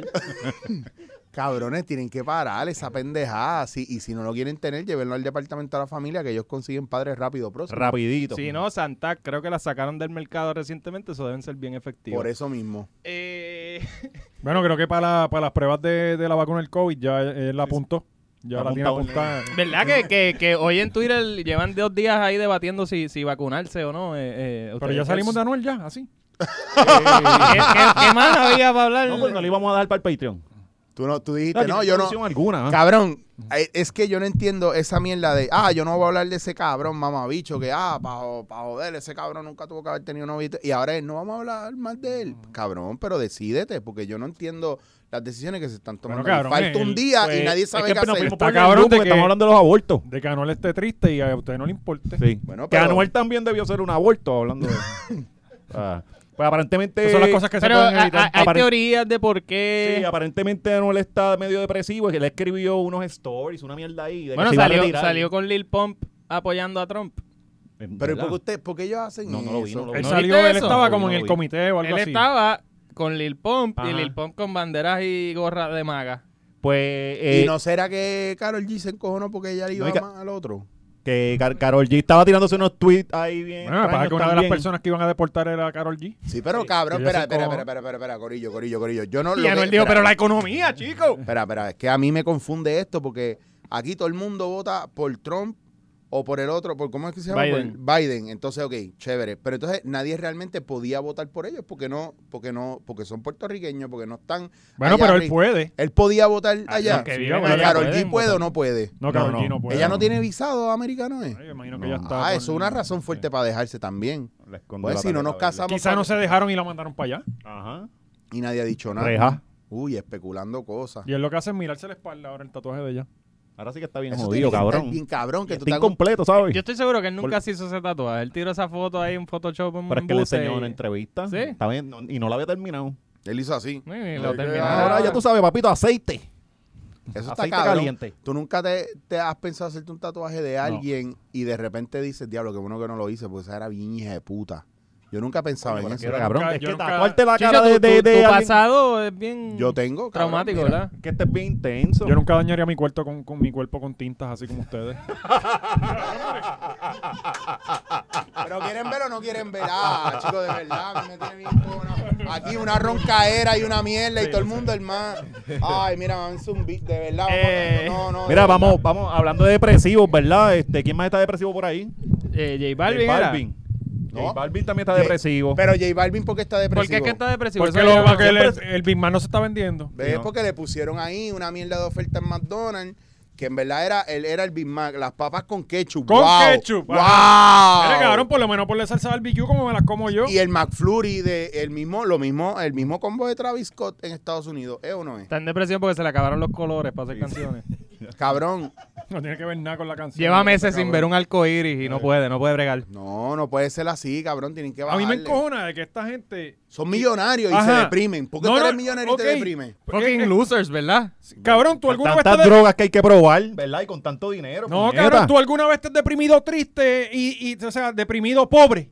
[SPEAKER 2] Cabrones, tienen que parar esa pendejada. sí, y si no lo quieren tener, llévenlo al departamento de la familia que ellos consiguen padres rápido, próximo.
[SPEAKER 4] Rapidito.
[SPEAKER 3] Si no, Santa, creo que la sacaron del mercado recientemente, eso deben ser bien efectivos.
[SPEAKER 2] Por eso mismo.
[SPEAKER 3] Eh,
[SPEAKER 1] Bueno, creo que para, la- para las pruebas de, de la vacuna del COVID ya él la apuntó. Ya
[SPEAKER 4] Está
[SPEAKER 1] la tiene
[SPEAKER 4] apuntado.
[SPEAKER 1] apuntada.
[SPEAKER 3] ¿Verdad que, que- que hoy en Twitter llevan dos días ahí debatiendo si, si vacunarse o no? eh, eh,
[SPEAKER 1] Pero ya
[SPEAKER 3] ustedes-
[SPEAKER 1] salimos de Anuel ya, así.
[SPEAKER 3] ¿Qué, qué- qué más había para hablar?
[SPEAKER 4] No, pues no le íbamos a dar para el Patreon.
[SPEAKER 2] Tú, no, tú dijiste,
[SPEAKER 4] Aquí
[SPEAKER 2] no, yo no.
[SPEAKER 4] solución alguna. ¿eh?
[SPEAKER 2] Cabrón, eh, es que yo no entiendo esa mierda de, ah, yo no voy a hablar de ese cabrón, mamabicho, que, ah, para joder, ese cabrón nunca tuvo que haber tenido novito. Y ahora es, no vamos a hablar más de él. Cabrón, pero decídete, porque yo no entiendo las decisiones que se están tomando.
[SPEAKER 1] Bueno, cabrón,
[SPEAKER 2] Falta
[SPEAKER 1] el-
[SPEAKER 2] un día
[SPEAKER 1] pues,
[SPEAKER 2] y nadie
[SPEAKER 4] Es
[SPEAKER 2] sabe
[SPEAKER 4] que
[SPEAKER 2] qué
[SPEAKER 4] nos
[SPEAKER 2] hacer.
[SPEAKER 4] fuimos
[SPEAKER 1] Está
[SPEAKER 4] por el
[SPEAKER 1] cabrón
[SPEAKER 4] grupo,
[SPEAKER 1] de
[SPEAKER 4] que
[SPEAKER 1] que-
[SPEAKER 4] estamos hablando de los abortos.
[SPEAKER 1] De que Anuel esté triste y a usted no le importe.
[SPEAKER 4] Sí.
[SPEAKER 2] Bueno,
[SPEAKER 4] Que
[SPEAKER 2] pero-
[SPEAKER 4] Anuel también debió ser un aborto, hablando de... Ah, pues aparentemente...
[SPEAKER 1] Esas son las cosas que
[SPEAKER 3] Pero
[SPEAKER 1] se
[SPEAKER 3] a-
[SPEAKER 1] pueden evitar.
[SPEAKER 3] a- hay
[SPEAKER 4] Apare-
[SPEAKER 3] teorías de por qué...
[SPEAKER 4] Sí, aparentemente Anuel está medio depresivo, que le escribió unos stories, una mierda ahí. de que
[SPEAKER 3] bueno,
[SPEAKER 4] se iba a
[SPEAKER 3] salió,
[SPEAKER 4] retirar.
[SPEAKER 3] salió con Lil Pump apoyando a Trump.
[SPEAKER 4] En
[SPEAKER 2] Pero ¿y
[SPEAKER 4] verdad.
[SPEAKER 2] por qué usted, por qué ellos hacen
[SPEAKER 4] No, no lo vi,
[SPEAKER 2] eso?
[SPEAKER 4] no lo vi.
[SPEAKER 1] él
[SPEAKER 3] ¿no
[SPEAKER 1] salió,
[SPEAKER 3] viste
[SPEAKER 1] él
[SPEAKER 3] eso?
[SPEAKER 1] estaba
[SPEAKER 4] No,
[SPEAKER 1] como
[SPEAKER 4] yo
[SPEAKER 1] en
[SPEAKER 4] no
[SPEAKER 1] el
[SPEAKER 4] vi.
[SPEAKER 1] comité o algo así.
[SPEAKER 3] Él
[SPEAKER 1] Ah,
[SPEAKER 3] estaba con Lil Pump y
[SPEAKER 4] Ajá.
[SPEAKER 3] Lil Pump con banderas y gorras de maga.
[SPEAKER 4] Pues... eh,
[SPEAKER 2] ¿Y no será que Carol G se encojonó porque ella le iba
[SPEAKER 4] No, y ca-
[SPEAKER 2] más al otro?
[SPEAKER 4] Que Car- Carol G estaba tirándose unos tweets ahí bien.
[SPEAKER 1] Bueno, me
[SPEAKER 4] extraños
[SPEAKER 1] pasa pues, que una de las
[SPEAKER 4] también.
[SPEAKER 1] personas que iban a deportar era Carol G.
[SPEAKER 2] Sí, pero cabrón,
[SPEAKER 1] que ella
[SPEAKER 2] espera,
[SPEAKER 1] se
[SPEAKER 2] espera,
[SPEAKER 1] encojonó.
[SPEAKER 2] espera, espera, espera, espera, corillo, corillo, corillo. Yo no lo
[SPEAKER 1] Y
[SPEAKER 2] que-
[SPEAKER 1] Anuel dijo,
[SPEAKER 2] espera.
[SPEAKER 1] pero la economía, chicos.
[SPEAKER 2] Espera, espera, es que a mí me confunde esto porque aquí todo el mundo vota por Trump o por el otro, por ¿cómo es que se llama?
[SPEAKER 3] Biden.
[SPEAKER 2] Por Biden. Entonces, ok, chévere. Pero entonces nadie realmente podía votar por ellos porque no, porque no, porque son puertorriqueños, porque no están.
[SPEAKER 1] Bueno,
[SPEAKER 2] allá
[SPEAKER 1] pero él
[SPEAKER 2] arri-
[SPEAKER 1] puede.
[SPEAKER 2] Él podía votar allá.
[SPEAKER 3] Los que
[SPEAKER 1] sí,
[SPEAKER 3] viven
[SPEAKER 1] bueno,
[SPEAKER 2] Pero
[SPEAKER 3] allá
[SPEAKER 2] Carol G
[SPEAKER 3] pueden
[SPEAKER 2] puede o
[SPEAKER 3] votar.
[SPEAKER 2] no puede.
[SPEAKER 1] No,
[SPEAKER 4] No,
[SPEAKER 1] Carol
[SPEAKER 4] no.
[SPEAKER 1] G no puede.
[SPEAKER 2] Ella no tiene visado americano, ¿eh?
[SPEAKER 1] Ay, yo imagino que
[SPEAKER 4] No.
[SPEAKER 1] ya está.
[SPEAKER 2] Ah,
[SPEAKER 1] por-
[SPEAKER 2] eso es una razón fuerte para dejarse también.
[SPEAKER 4] Le escondió
[SPEAKER 2] Pues
[SPEAKER 4] la
[SPEAKER 2] si no
[SPEAKER 4] tarjeta
[SPEAKER 2] nos
[SPEAKER 4] verde.
[SPEAKER 2] casamos
[SPEAKER 1] Quizá no se dejaron y la mandaron para allá.
[SPEAKER 4] Ajá.
[SPEAKER 2] y nadie ha dicho nada.
[SPEAKER 4] Reja.
[SPEAKER 2] Uy, especulando cosas.
[SPEAKER 1] Y él lo que hace es mirarse la espalda ahora el tatuaje de ella.
[SPEAKER 4] Ahora sí que está bien
[SPEAKER 2] Eso tiene
[SPEAKER 4] jodido,
[SPEAKER 2] que estar
[SPEAKER 4] cabrón.
[SPEAKER 2] Bien cabrón,
[SPEAKER 4] Y
[SPEAKER 2] que tú
[SPEAKER 4] está
[SPEAKER 2] te hagas un
[SPEAKER 4] incompleto, ¿sabes?
[SPEAKER 3] Yo estoy seguro que él nunca
[SPEAKER 4] Por-
[SPEAKER 3] se hizo ese tatuaje. Él tiró esa foto ahí en Photoshop. En
[SPEAKER 4] Pero es
[SPEAKER 3] un
[SPEAKER 4] que le
[SPEAKER 3] buce
[SPEAKER 4] enseñó
[SPEAKER 3] y-
[SPEAKER 4] una entrevista.
[SPEAKER 3] Sí.
[SPEAKER 4] Está bien, no- y no la había terminado.
[SPEAKER 2] Él hizo así.
[SPEAKER 4] ¿Eh?
[SPEAKER 3] Sí, y lo
[SPEAKER 2] Ay,
[SPEAKER 3] terminó.
[SPEAKER 2] Ah.
[SPEAKER 4] Ahora ya tú sabes, papito, aceite.
[SPEAKER 2] Eso está
[SPEAKER 4] Aceite
[SPEAKER 2] cabrón.
[SPEAKER 4] caliente.
[SPEAKER 2] Tú nunca te, te has pensado hacerte un tatuaje de alguien y de repente dices, diablo, que bueno que no lo hice, porque esa era bien hija de puta. Yo nunca pensaba en
[SPEAKER 4] Pero es que,
[SPEAKER 2] eso.
[SPEAKER 4] cabrón,
[SPEAKER 1] nunca-
[SPEAKER 4] es
[SPEAKER 1] yo
[SPEAKER 4] que
[SPEAKER 1] nunca-
[SPEAKER 4] tatuarte la
[SPEAKER 3] Chicho,
[SPEAKER 4] cara
[SPEAKER 3] tu-
[SPEAKER 4] de, de,
[SPEAKER 3] tu- tu
[SPEAKER 4] de alguien-
[SPEAKER 3] pasado es bien
[SPEAKER 2] Yo tengo. cabrón,
[SPEAKER 3] traumático,
[SPEAKER 2] mira.
[SPEAKER 3] ¿verdad?
[SPEAKER 4] Que este es bien intenso.
[SPEAKER 1] Yo nunca dañaría mi cuerpo con, con mi cuerpo con tintas así como ustedes.
[SPEAKER 2] Pero quieren ver o no quieren ver. Ah, chicos, de verdad, a mí me tiene bien cojonado. Aquí una roncaera y una mierda y todo el mundo, hermano. Ay, mira, vamos a hacer un beat, de verdad. vamos a-
[SPEAKER 3] Eh,
[SPEAKER 2] no, no, de
[SPEAKER 4] Mira,
[SPEAKER 2] verdad.
[SPEAKER 4] vamos, vamos, hablando de depresivos, ¿verdad? Este, ¿Quién más está depresivo por ahí?
[SPEAKER 3] Eh, J Balvin.
[SPEAKER 4] J
[SPEAKER 3] era.
[SPEAKER 4] Balvin.
[SPEAKER 2] No.
[SPEAKER 4] J Balvin también está
[SPEAKER 2] J-
[SPEAKER 4] depresivo.
[SPEAKER 2] Pero J Balvin, ¿por qué está depresivo?
[SPEAKER 3] ¿Por qué es que está depresivo?
[SPEAKER 1] Porque
[SPEAKER 3] Eso es
[SPEAKER 1] lo,
[SPEAKER 3] lo que-
[SPEAKER 1] porque el, el Big Man no se está vendiendo.
[SPEAKER 2] ¿Ves?
[SPEAKER 4] No.
[SPEAKER 2] Porque le pusieron ahí una mierda de oferta en McDonald's. Que en verdad era, él era el Big Mac, las papas con ketchup.
[SPEAKER 1] Con
[SPEAKER 2] ¡Wow!
[SPEAKER 1] ketchup,
[SPEAKER 2] ¡Wow!
[SPEAKER 1] Mira, cabrón, por lo menos por la salsa barbecue como me las como yo.
[SPEAKER 2] Ah. Y el McFlurry de el mismo, lo mismo, el mismo combo de Travis Scott en Estados Unidos, ¿eh o no es?
[SPEAKER 3] Está en depresión porque se le acabaron los colores para hacer canciones.
[SPEAKER 2] Cabrón.
[SPEAKER 1] No tiene que ver nada con la canción.
[SPEAKER 3] Lleva meses
[SPEAKER 2] cabrón.
[SPEAKER 3] sin ver un arco iris y no puede, no puede bregar.
[SPEAKER 2] No, no puede ser así, cabrón. Tienen que
[SPEAKER 1] A
[SPEAKER 2] bajarle.
[SPEAKER 1] mí me encojona de que esta gente.
[SPEAKER 2] Son millonarios y
[SPEAKER 1] Ajá.
[SPEAKER 2] se deprimen. ¿Por qué
[SPEAKER 1] No,
[SPEAKER 2] tú eres
[SPEAKER 1] no,
[SPEAKER 2] millonario
[SPEAKER 1] ok.
[SPEAKER 2] y te deprimes?
[SPEAKER 1] Eh, eh,
[SPEAKER 3] Fucking losers, ¿verdad?
[SPEAKER 1] Cabrón, tú alguna vez te.
[SPEAKER 4] tantas
[SPEAKER 1] de-
[SPEAKER 4] drogas que hay que probar, ¿verdad? Y con tanto dinero.
[SPEAKER 1] No,
[SPEAKER 4] puñeta.
[SPEAKER 1] cabrón, tú alguna vez te has deprimido triste y, y, o sea, deprimido pobre.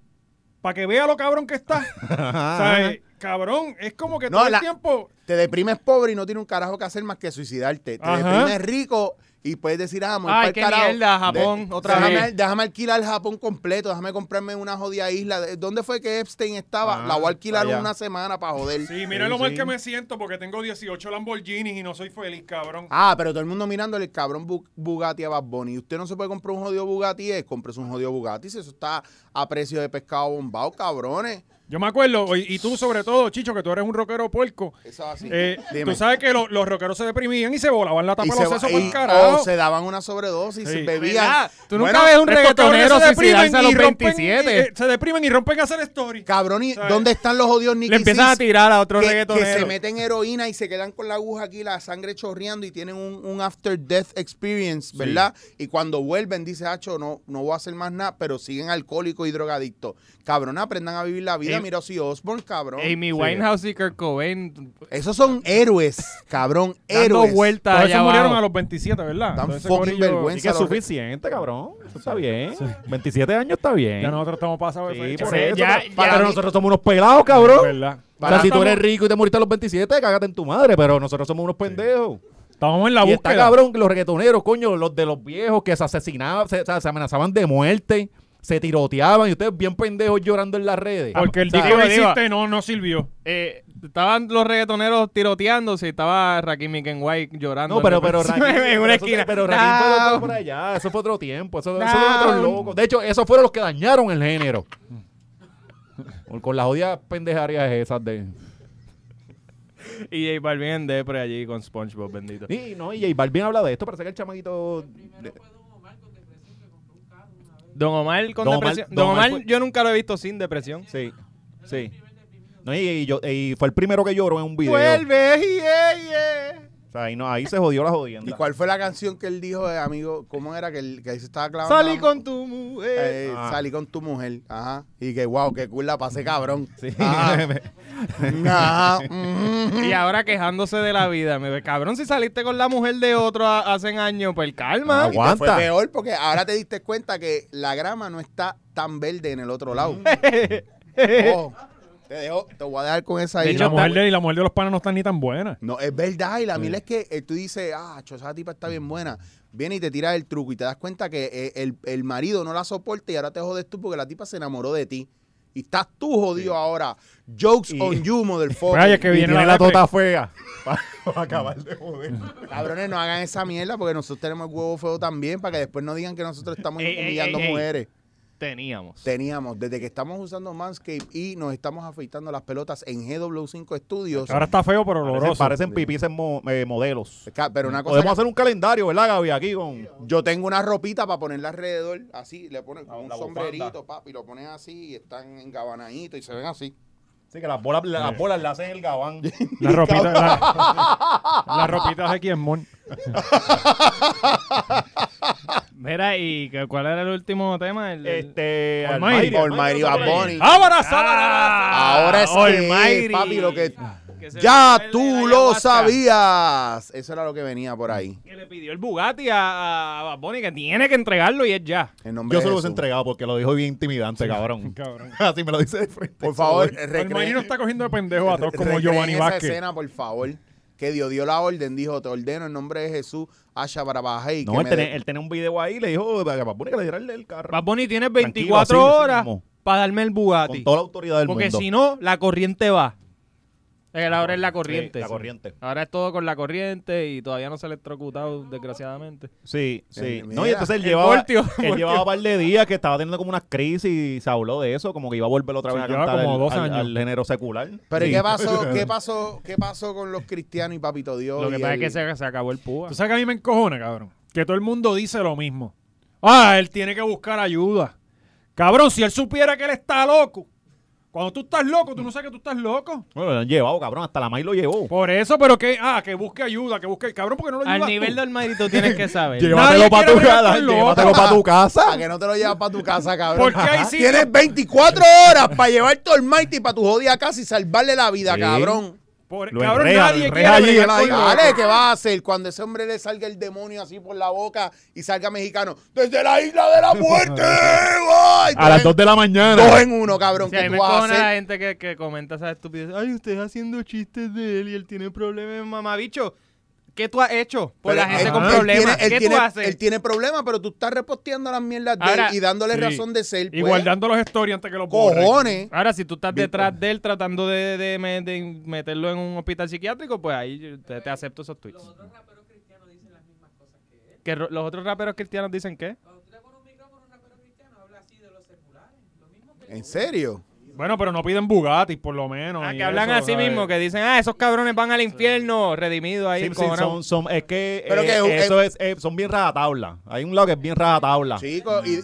[SPEAKER 1] Para que vea lo cabrón que está. o sea, eh, cabrón, es como que
[SPEAKER 2] No,
[SPEAKER 1] todo
[SPEAKER 2] la-
[SPEAKER 1] el tiempo.
[SPEAKER 2] Te deprimes pobre y no tiene un carajo que hacer más que suicidarte. Te
[SPEAKER 1] Ajá.
[SPEAKER 2] deprimes rico y puedes decir, ah, me voy
[SPEAKER 3] Ay,
[SPEAKER 2] pa'l
[SPEAKER 3] qué
[SPEAKER 2] carajo.
[SPEAKER 3] mierda, Japón,
[SPEAKER 2] De-
[SPEAKER 3] otra
[SPEAKER 2] déjame,
[SPEAKER 3] vez.
[SPEAKER 2] déjame alquilar Japón completo, déjame comprarme una jodida isla. ¿De- ¿Dónde fue que Epstein estaba? la voy a alquilar
[SPEAKER 4] allá.
[SPEAKER 2] una semana para joder.
[SPEAKER 1] Ah, Sí, mira lo mal
[SPEAKER 4] sí.
[SPEAKER 1] que me siento porque tengo 18 Lamborghinis y no soy feliz, cabrón.
[SPEAKER 2] Ah, pero todo el mundo mirándole el cabrón Bu- Bugatti a Bad Bunny. Usted no se puede comprar un jodido Bugatti, eh, compres un jodido Bugatti. Si eso está a precio de pescado bombado, cabrones.
[SPEAKER 1] Yo me acuerdo, y, y tú sobre todo, Chicho, que tú eres un rockero puerco.
[SPEAKER 2] Eso es así.
[SPEAKER 1] Eh,
[SPEAKER 2] Dime.
[SPEAKER 1] tú sabes que lo- los rockeros se deprimían y se volaban la
[SPEAKER 2] Y
[SPEAKER 1] tapa de
[SPEAKER 2] se
[SPEAKER 1] los
[SPEAKER 2] va-
[SPEAKER 1] sesos para
[SPEAKER 2] y-
[SPEAKER 1] el carajo.
[SPEAKER 2] o se daban una sobredosis,
[SPEAKER 1] Sí.
[SPEAKER 2] y bebían.
[SPEAKER 3] ¿Verdad? Tú nunca
[SPEAKER 2] Bueno,
[SPEAKER 3] ves
[SPEAKER 1] Es
[SPEAKER 3] un
[SPEAKER 1] porque ahora
[SPEAKER 3] reggaetonero
[SPEAKER 1] se deprimen
[SPEAKER 3] suicidarse a
[SPEAKER 1] y
[SPEAKER 3] los
[SPEAKER 1] rompen-
[SPEAKER 3] 27.
[SPEAKER 1] y, eh, se deprimen y rompen a hacer story.
[SPEAKER 2] Cabrón, ¿y
[SPEAKER 1] ¿Sabes?
[SPEAKER 2] dónde están los odios Nicky
[SPEAKER 3] Le empiezan a
[SPEAKER 2] Six?
[SPEAKER 3] tirar a otro
[SPEAKER 2] que, que se
[SPEAKER 3] reggaetonero.
[SPEAKER 2] meten heroína y se quedan con la aguja aquí, la sangre chorreando y tienen un, un after death experience, ¿verdad? Y cuando vuelven, dice Hacho, no, no voy a hacer más nada, pero siguen alcohólicos y drogadictos. Cabrón, aprendan a vivir la vida.
[SPEAKER 3] Ey.
[SPEAKER 2] Mira si Osborne, cabrón.
[SPEAKER 3] Amy Winehouse y Kurt Cobain
[SPEAKER 2] Esos son héroes, cabrón,
[SPEAKER 3] dando
[SPEAKER 2] héroes.
[SPEAKER 3] vueltas
[SPEAKER 1] Todos
[SPEAKER 3] allá
[SPEAKER 1] esos murieron
[SPEAKER 3] abajo.
[SPEAKER 1] a los 27, ¿verdad?
[SPEAKER 2] Tan
[SPEAKER 1] Entonces, ese
[SPEAKER 2] fucking
[SPEAKER 1] corillo-
[SPEAKER 4] Y
[SPEAKER 2] vergüenza.
[SPEAKER 4] que es
[SPEAKER 2] los-
[SPEAKER 4] suficiente, cabrón. Eso está bien. 27 años está bien.
[SPEAKER 1] Ya nosotros estamos pasados de
[SPEAKER 4] Sí,
[SPEAKER 1] fecha.
[SPEAKER 4] por
[SPEAKER 1] Sí,
[SPEAKER 4] eso,
[SPEAKER 3] ya-
[SPEAKER 4] pero-
[SPEAKER 3] ya-
[SPEAKER 4] pero nosotros somos unos pelados,
[SPEAKER 1] es
[SPEAKER 4] cabrón.
[SPEAKER 1] verdad.
[SPEAKER 4] O sea, si tú
[SPEAKER 1] Estamos-
[SPEAKER 4] eres rico y te moriste a los 27, cágate en tu madre, pero nosotros somos unos pendejos.
[SPEAKER 1] Estamos en la
[SPEAKER 4] y
[SPEAKER 1] búsqueda.
[SPEAKER 4] está cabrón que los reggaetoneros, coño, los de los viejos que se asesinaban, se, o sea, se amenazaban de muerte, se tiroteaban y ustedes bien pendejos llorando en las redes.
[SPEAKER 1] Porque el
[SPEAKER 4] O sea,
[SPEAKER 1] disco que
[SPEAKER 3] digo, digo.
[SPEAKER 1] hiciste no, no sirvió.
[SPEAKER 3] Eh, estaban los reggaetoneros tiroteándose y estaba Rakim y Ken White llorando.
[SPEAKER 4] No, pero, pero Rakim-
[SPEAKER 3] En una
[SPEAKER 4] eso-
[SPEAKER 3] esquina.
[SPEAKER 4] Pero Rakim fue
[SPEAKER 3] Down.
[SPEAKER 4] otro por allá. Eso fue otro tiempo. Eso, eso fue otro
[SPEAKER 3] Down.
[SPEAKER 4] loco. De hecho, esos fueron los que dañaron el género. Con- Con las odias pendejarias esas de.
[SPEAKER 3] Y J Balvin en depre allí con SpongeBob, bendito.
[SPEAKER 4] Y no, y J Balvin habla de esto. Parece que el chamaquito.
[SPEAKER 3] Don Omar con
[SPEAKER 4] Don Omar-
[SPEAKER 3] depresión.
[SPEAKER 4] Don
[SPEAKER 3] Don
[SPEAKER 4] Omar
[SPEAKER 3] Omar,
[SPEAKER 4] fue-
[SPEAKER 3] yo nunca lo he visto sin depresión.
[SPEAKER 4] Sí. Sí. No, y, y yo- y fue el primero que lloró en un video.
[SPEAKER 3] Vuelve, yeah, yeah.
[SPEAKER 4] O sea, ahí, no, ahí se jodió la
[SPEAKER 2] ¿Y
[SPEAKER 4] jodienda.
[SPEAKER 2] cuál fue la canción que él dijo, eh, amigo? ¿Cómo era que, él, que ahí se estaba clavando?
[SPEAKER 3] Salí
[SPEAKER 2] la-
[SPEAKER 3] con tu mujer.
[SPEAKER 2] Eh,
[SPEAKER 4] Ah.
[SPEAKER 2] Salí con tu mujer, ajá. Y que, wow, qué cool la pasé, cabrón.
[SPEAKER 4] Sí.
[SPEAKER 2] Ajá. Ajá. Mm.
[SPEAKER 3] Y ahora quejándose de la vida. Me ve, cabrón, si saliste con la mujer de otro a- hace años, pues
[SPEAKER 4] Ah,
[SPEAKER 3] calma.
[SPEAKER 2] Y te fue
[SPEAKER 4] Aguanta.
[SPEAKER 2] peor porque ahora te diste cuenta que la grama no está tan verde en el otro lado. Oh, te dejo, te voy a dejar con esa
[SPEAKER 3] De
[SPEAKER 1] Y
[SPEAKER 2] ahí.
[SPEAKER 1] la,
[SPEAKER 3] hecho,
[SPEAKER 1] mujer
[SPEAKER 3] está-
[SPEAKER 1] de, y la mujer de los panas no está ni tan buena.
[SPEAKER 2] No, es verdad. Y la mil es que eh, tú dices, ah, cho, esa tipa está bien buena. Viene y te tira el truco y te das cuenta que eh, el, el marido no la soporta y ahora te jodes tú porque la tipa se enamoró de ti. Y estás tú jodido ahora. Jokes
[SPEAKER 4] Y-
[SPEAKER 2] on you, motherfucker.
[SPEAKER 1] Vaya que
[SPEAKER 4] Y
[SPEAKER 1] viene
[SPEAKER 4] tiene
[SPEAKER 1] la,
[SPEAKER 4] la
[SPEAKER 1] depre.
[SPEAKER 4] tota fea. Para acabar de joder.
[SPEAKER 2] Cabrones, no hagan esa mierda porque nosotros tenemos el huevo feo también para que después no digan que nosotros estamos
[SPEAKER 1] Eh,
[SPEAKER 3] Ey, ey,
[SPEAKER 2] humillando
[SPEAKER 3] ey, ey.
[SPEAKER 2] mujeres.
[SPEAKER 3] Teníamos.
[SPEAKER 2] Teníamos, desde que estamos usando Manscape y nos estamos afeitando las pelotas en GW5 Studios.
[SPEAKER 1] Ahora está feo, pero
[SPEAKER 4] Parecen,
[SPEAKER 1] oloroso.
[SPEAKER 4] parecen pipis en mo- eh, modelos.
[SPEAKER 2] Ca- Pero
[SPEAKER 1] Mm.
[SPEAKER 2] una cosa,
[SPEAKER 4] Podemos hacer un calendario, ¿verdad, Gaby? Aquí con.
[SPEAKER 2] que- yo tengo una ropita para ponerla alrededor, así, le pones
[SPEAKER 1] Ah,
[SPEAKER 2] con un
[SPEAKER 4] la
[SPEAKER 2] sombrerito, papi, lo pones así y están engabanaditos y se ven así.
[SPEAKER 4] Sí, que las bolas, las bolas las hacen el gabán.
[SPEAKER 1] La ropita, la, la ropita de Kiemon.
[SPEAKER 3] Mira, ¿y cu- cuál era el último tema? El, el-
[SPEAKER 4] este.
[SPEAKER 1] Almighty.
[SPEAKER 2] Almighty Bad Bunny.
[SPEAKER 1] ¡Ahora,
[SPEAKER 2] Ahora es que,
[SPEAKER 3] Almighty. Ah,
[SPEAKER 2] papi, lo que...
[SPEAKER 3] que se
[SPEAKER 2] Ya
[SPEAKER 3] fue el de
[SPEAKER 2] tú
[SPEAKER 3] la
[SPEAKER 2] lo
[SPEAKER 3] ayahuasca,
[SPEAKER 2] sabías. Eso era lo que venía por ahí.
[SPEAKER 3] Que le pidió el Bugatti a, a Bad Bunny que tiene que entregarlo y es ya.
[SPEAKER 2] En nombre
[SPEAKER 4] Yo
[SPEAKER 2] de
[SPEAKER 4] se lo hubiese
[SPEAKER 2] Jesús.
[SPEAKER 4] entregado porque lo dijo bien intimidante, cabrón.
[SPEAKER 1] Cabrón.
[SPEAKER 4] Así me lo dice de frente.
[SPEAKER 2] Por favor,
[SPEAKER 1] El marino
[SPEAKER 2] recreen,
[SPEAKER 1] está cogiendo de pendejo a todos como
[SPEAKER 2] recreen
[SPEAKER 1] Giovanni
[SPEAKER 2] esa
[SPEAKER 1] Vázquez.
[SPEAKER 2] escena, por favor. Que Dios dio la orden, dijo, te ordeno en nombre de Jesús, Asha Barabajay.
[SPEAKER 4] No, él
[SPEAKER 3] este
[SPEAKER 4] tenía, él tenía un video ahí y le dijo a Bad Bunny que le diera el, el carro.
[SPEAKER 3] Bad Bunny tiene
[SPEAKER 4] Tranquilo,
[SPEAKER 3] 24
[SPEAKER 4] así, así
[SPEAKER 3] horas
[SPEAKER 4] mismo.
[SPEAKER 3] para darme el
[SPEAKER 4] Con
[SPEAKER 3] Bugatti.
[SPEAKER 4] toda la autoridad del
[SPEAKER 3] Porque
[SPEAKER 4] mundo.
[SPEAKER 3] si no, la corriente va. El ahora es la corriente.
[SPEAKER 4] Sí, la corriente.
[SPEAKER 3] Ahora es todo con la corriente y todavía no se ha electrocutado, desgraciadamente.
[SPEAKER 4] Sí,
[SPEAKER 2] Eh,
[SPEAKER 4] sí. No, y
[SPEAKER 2] mira,
[SPEAKER 4] entonces él
[SPEAKER 3] el
[SPEAKER 4] llevaba,
[SPEAKER 3] voltio,
[SPEAKER 4] él
[SPEAKER 3] voltio.
[SPEAKER 4] llevaba un par de días que estaba teniendo como unas crisis y se habló de eso, como que iba a volver otra
[SPEAKER 1] Sí,
[SPEAKER 4] vez a
[SPEAKER 1] lleva
[SPEAKER 4] cantar
[SPEAKER 1] como
[SPEAKER 4] al-
[SPEAKER 1] dos
[SPEAKER 4] al,
[SPEAKER 1] años.
[SPEAKER 4] al género secular.
[SPEAKER 2] Pero ¿y
[SPEAKER 4] Sí.
[SPEAKER 2] ¿qué pasó? ¿Qué pasó? ¿Qué pasó con los cristianos y papito Dios?
[SPEAKER 3] Lo que
[SPEAKER 2] y
[SPEAKER 3] pasa
[SPEAKER 2] el-
[SPEAKER 3] es que se, se acabó el púa.
[SPEAKER 1] Tú sabes que a mí me encojona, cabrón. Que todo el mundo dice lo mismo. Ah, él tiene que buscar ayuda. Cabrón, si él supiera que él está loco. Cuando tú estás loco, tú no sabes que tú estás loco.
[SPEAKER 4] Bueno, lo han llevado, cabrón. Hasta la May lo llevó.
[SPEAKER 1] Por eso, pero que, ah, que busque ayuda, que busque, cabrón, porque no lo
[SPEAKER 3] Al
[SPEAKER 1] ayudas
[SPEAKER 3] nivel
[SPEAKER 1] tú?
[SPEAKER 3] del maldito tienes que saber.
[SPEAKER 1] Nadie
[SPEAKER 4] Llévatelo para tu
[SPEAKER 1] quiere bregar
[SPEAKER 4] casa.
[SPEAKER 1] con los
[SPEAKER 4] Llévatelo
[SPEAKER 1] otros.
[SPEAKER 4] para tu casa.
[SPEAKER 2] Ah, que no te lo llevas para tu casa, cabrón.
[SPEAKER 1] Porque hay sitios-
[SPEAKER 2] Tienes 24 horas para llevar tu Almighty para tu jodida casa y salvarle la vida,
[SPEAKER 4] Sí.
[SPEAKER 2] cabrón.
[SPEAKER 1] Por-
[SPEAKER 4] Lo
[SPEAKER 1] cabrón,
[SPEAKER 4] enrea,
[SPEAKER 1] nadie
[SPEAKER 4] lo
[SPEAKER 1] quiere
[SPEAKER 4] enrea allí,
[SPEAKER 1] bregar
[SPEAKER 4] él ahí.
[SPEAKER 1] con los
[SPEAKER 2] Dale,
[SPEAKER 1] otros.
[SPEAKER 2] ¿qué va a hacer cuando ese hombre le salga el demonio así por la boca y salga mexicano? ¡Desde la isla de la muerte! ¡Ay!
[SPEAKER 4] A las 2 de la
[SPEAKER 2] Dos
[SPEAKER 4] mañana.
[SPEAKER 2] en uno, cabrón.
[SPEAKER 3] Sí,
[SPEAKER 2] ¿Qué
[SPEAKER 3] a mí
[SPEAKER 2] tú
[SPEAKER 3] me
[SPEAKER 2] vas a
[SPEAKER 3] cojones
[SPEAKER 2] hacer?
[SPEAKER 3] la gente que, que comenta esas estupideces. Ay, usted haciendo chistes de él y él tiene problemas, mamabicho. ¿Qué tú has hecho por
[SPEAKER 2] Pero
[SPEAKER 3] la gente
[SPEAKER 2] él-
[SPEAKER 3] con
[SPEAKER 2] él
[SPEAKER 3] problemas?
[SPEAKER 2] tiene- él
[SPEAKER 3] ¿Qué
[SPEAKER 2] tiene-
[SPEAKER 3] tú haces?
[SPEAKER 2] Él tiene problemas, pero tú estás reposteando las mierdas de
[SPEAKER 3] Ahora-
[SPEAKER 2] él y dándole
[SPEAKER 1] Sí.
[SPEAKER 2] razón de ser.
[SPEAKER 1] Y
[SPEAKER 2] pues.
[SPEAKER 1] guardando los stories antes que los borren.
[SPEAKER 2] Cojones.
[SPEAKER 3] Ahora, si tú estás detrás de él tratando de, de me- de meterlo en un hospital psiquiátrico, pues ahí yo te, te acepto esos tweets. Los otros raperos cristianos dicen las mismas cosas que él. ¿Los otros raperos cristianos dicen qué?
[SPEAKER 2] ¿En serio?
[SPEAKER 1] Bueno, pero no piden Bugatti, por lo menos.
[SPEAKER 3] Ah,
[SPEAKER 1] y
[SPEAKER 3] que hablan
[SPEAKER 1] eso,
[SPEAKER 3] así
[SPEAKER 1] ¿sabes?
[SPEAKER 3] mismo, que dicen, ah, esos cabrones van al infierno, redimidos ahí.
[SPEAKER 4] Sí, sí,
[SPEAKER 3] encojonados.
[SPEAKER 4] son, son- es que,
[SPEAKER 2] Pero
[SPEAKER 4] eh,
[SPEAKER 2] que-
[SPEAKER 4] eso es, eh, son bien rajatabla. Hay un lado que es bien
[SPEAKER 3] Ah.
[SPEAKER 4] rajatabla.
[SPEAKER 2] Chicos, y,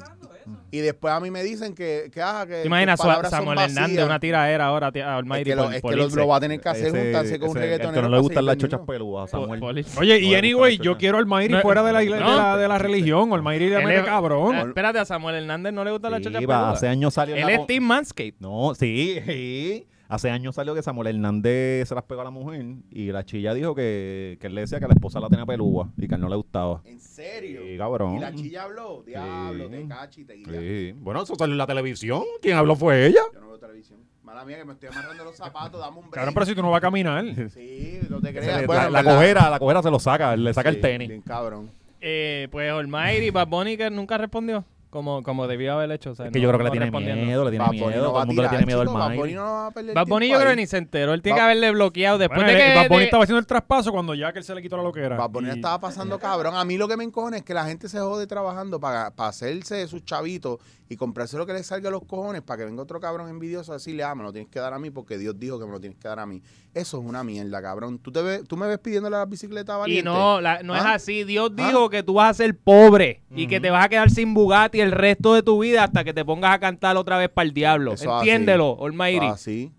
[SPEAKER 2] Mm. y después a mí me dicen que, que, ah,
[SPEAKER 4] Eh,
[SPEAKER 2] que
[SPEAKER 3] ¿Te imaginas
[SPEAKER 2] tus
[SPEAKER 3] Sa-
[SPEAKER 2] palabras son
[SPEAKER 3] Samuel
[SPEAKER 2] vacías.
[SPEAKER 3] Hernández, una tiradera ahora tía, a
[SPEAKER 2] Es
[SPEAKER 3] Almighty
[SPEAKER 2] que, lo,
[SPEAKER 3] por-
[SPEAKER 2] es
[SPEAKER 4] por
[SPEAKER 2] que lo,
[SPEAKER 4] irse.
[SPEAKER 2] lo va a tener que hacer
[SPEAKER 4] Ese-
[SPEAKER 2] juntarse con un
[SPEAKER 4] ese- el
[SPEAKER 2] reggaetonero.
[SPEAKER 4] que no le
[SPEAKER 2] para
[SPEAKER 4] gustan las
[SPEAKER 2] seguir
[SPEAKER 4] chochas
[SPEAKER 2] vendiendo.
[SPEAKER 4] peludas,
[SPEAKER 3] por-
[SPEAKER 4] Samuel.
[SPEAKER 3] por-
[SPEAKER 1] Oye, y
[SPEAKER 4] Bueno,
[SPEAKER 1] anyway,
[SPEAKER 2] pues,
[SPEAKER 4] muchacho,
[SPEAKER 1] yo
[SPEAKER 4] no.
[SPEAKER 1] quiero al Mayri
[SPEAKER 3] No,
[SPEAKER 1] fuera de la iglesia
[SPEAKER 3] no.
[SPEAKER 1] de, la, de la religión. Al Mayri le
[SPEAKER 3] Él
[SPEAKER 2] pues,
[SPEAKER 1] mete
[SPEAKER 3] es-
[SPEAKER 1] cabrón.
[SPEAKER 3] Ah, espérate, a Samuel Hernández no le gusta la
[SPEAKER 4] Sí,
[SPEAKER 3] chocha
[SPEAKER 4] va,
[SPEAKER 3] peluda.
[SPEAKER 4] hace años salió en
[SPEAKER 3] Él
[SPEAKER 4] la
[SPEAKER 3] es
[SPEAKER 4] po-
[SPEAKER 3] Team Manscape.
[SPEAKER 4] No, sí, sí. Hace años salió que Samuel Hernández se las pegó a la mujer y la chilla dijo que, que él le decía que la esposa la tenía pelúa y que a él no le gustaba.
[SPEAKER 2] ¿En serio?
[SPEAKER 4] pues. Sí, cabrón.
[SPEAKER 2] Y la chilla habló, diablo, te cachi, te guía.
[SPEAKER 4] Sí. Bueno, eso salió en la televisión. Quien habló fue ella.
[SPEAKER 2] Yo no veo televisión. Mala mía que me estoy amarrando los zapatos, dame un break.
[SPEAKER 1] Cabrón, pero si tú no vas a caminar.
[SPEAKER 2] Sí, no te
[SPEAKER 4] Se
[SPEAKER 2] creas.
[SPEAKER 4] le-
[SPEAKER 2] Bueno,
[SPEAKER 4] la, la
[SPEAKER 2] en verdad-
[SPEAKER 4] cojera, la cojera se lo saca, le saca el
[SPEAKER 2] Sí,
[SPEAKER 4] tenis.
[SPEAKER 2] bien cabrón.
[SPEAKER 3] Eh, pues Almighty, Bad Bunny, que nunca respondió como, como debió haber hecho. o sea,
[SPEAKER 4] Es que
[SPEAKER 3] no-
[SPEAKER 4] yo creo que le
[SPEAKER 3] no
[SPEAKER 4] tiene
[SPEAKER 3] respondiendo.
[SPEAKER 4] miedo, le tiene
[SPEAKER 2] Bad Bunny
[SPEAKER 4] miedo.
[SPEAKER 2] no va
[SPEAKER 4] todo
[SPEAKER 2] a
[SPEAKER 4] el mundo le
[SPEAKER 2] tirar,
[SPEAKER 4] tiene miedo
[SPEAKER 2] chico,
[SPEAKER 4] al
[SPEAKER 2] Bad Bunny
[SPEAKER 4] Mayri.
[SPEAKER 2] no va a perder
[SPEAKER 3] Bad
[SPEAKER 2] tiempo
[SPEAKER 3] Bunny yo creo que
[SPEAKER 2] ahí.
[SPEAKER 3] ni se enteró. Él tiene que
[SPEAKER 2] Bad-
[SPEAKER 3] haberle bloqueado después
[SPEAKER 1] Bueno,
[SPEAKER 3] de
[SPEAKER 1] él-
[SPEAKER 3] que...
[SPEAKER 1] Bad Bunny
[SPEAKER 3] de-
[SPEAKER 1] estaba haciendo el traspaso cuando ya que él se le quitó la loquera.
[SPEAKER 2] Bad Bunny
[SPEAKER 1] Y- eh,
[SPEAKER 2] la estaba pasando cabrón. A mí lo que me encojona es que la gente se jode trabajando para, para hacerse de sus chavitos y comprarse lo que le salga a los cojones para que venga otro cabrón envidioso a decirle, ah, me lo tienes que dar a mí porque Dios dijo que me lo tienes que dar a mí. Eso es una mierda, cabrón. ¿Tú, te ves, tú me ves pidiéndole la bicicleta
[SPEAKER 3] Y
[SPEAKER 2] valiente?
[SPEAKER 3] no, la- no es
[SPEAKER 2] ¿Ah?
[SPEAKER 3] así. Dios
[SPEAKER 2] ¿Ah?
[SPEAKER 3] dijo que tú vas a ser pobre y que te vas a quedar sin Bugatti el resto de tu vida hasta que te pongas a cantar otra vez para el diablo.
[SPEAKER 2] Eso así.
[SPEAKER 3] Entiéndelo, Almighty.
[SPEAKER 2] Ah, sí.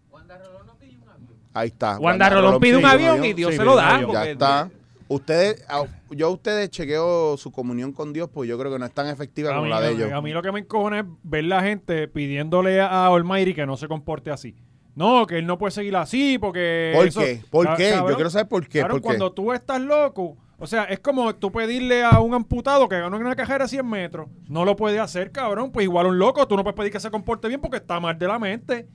[SPEAKER 2] Ahí está.
[SPEAKER 3] Wanda Rolón pide un avión y Dios
[SPEAKER 4] Sí,
[SPEAKER 3] se
[SPEAKER 4] pide
[SPEAKER 3] lo
[SPEAKER 4] un
[SPEAKER 3] da.
[SPEAKER 4] avión.
[SPEAKER 2] Ya
[SPEAKER 3] porque-
[SPEAKER 2] está. Ustedes, a- yo a ustedes chequeo su comunión con Dios, pues yo creo que no es tan efectiva
[SPEAKER 1] A
[SPEAKER 2] como
[SPEAKER 1] mí,
[SPEAKER 2] la de
[SPEAKER 1] a
[SPEAKER 2] ellos.
[SPEAKER 1] mí lo que me encojona es ver la gente pidiéndole a Almighty que no se comporte así. No, que él no puede seguir así porque...
[SPEAKER 2] ¿Por
[SPEAKER 1] eso-
[SPEAKER 2] qué? ¿Por
[SPEAKER 1] Ca-
[SPEAKER 2] qué?
[SPEAKER 1] cabrón,
[SPEAKER 2] Yo quiero saber por qué.
[SPEAKER 1] cabrón,
[SPEAKER 2] ¿Por qué?
[SPEAKER 1] cuando tú estás loco, o sea, es como tú pedirle a un amputado que gane una cajera a 100 metros. No lo puede hacer, cabrón. Pues igual un loco, tú no puedes pedir que se comporte bien porque está mal de la mente.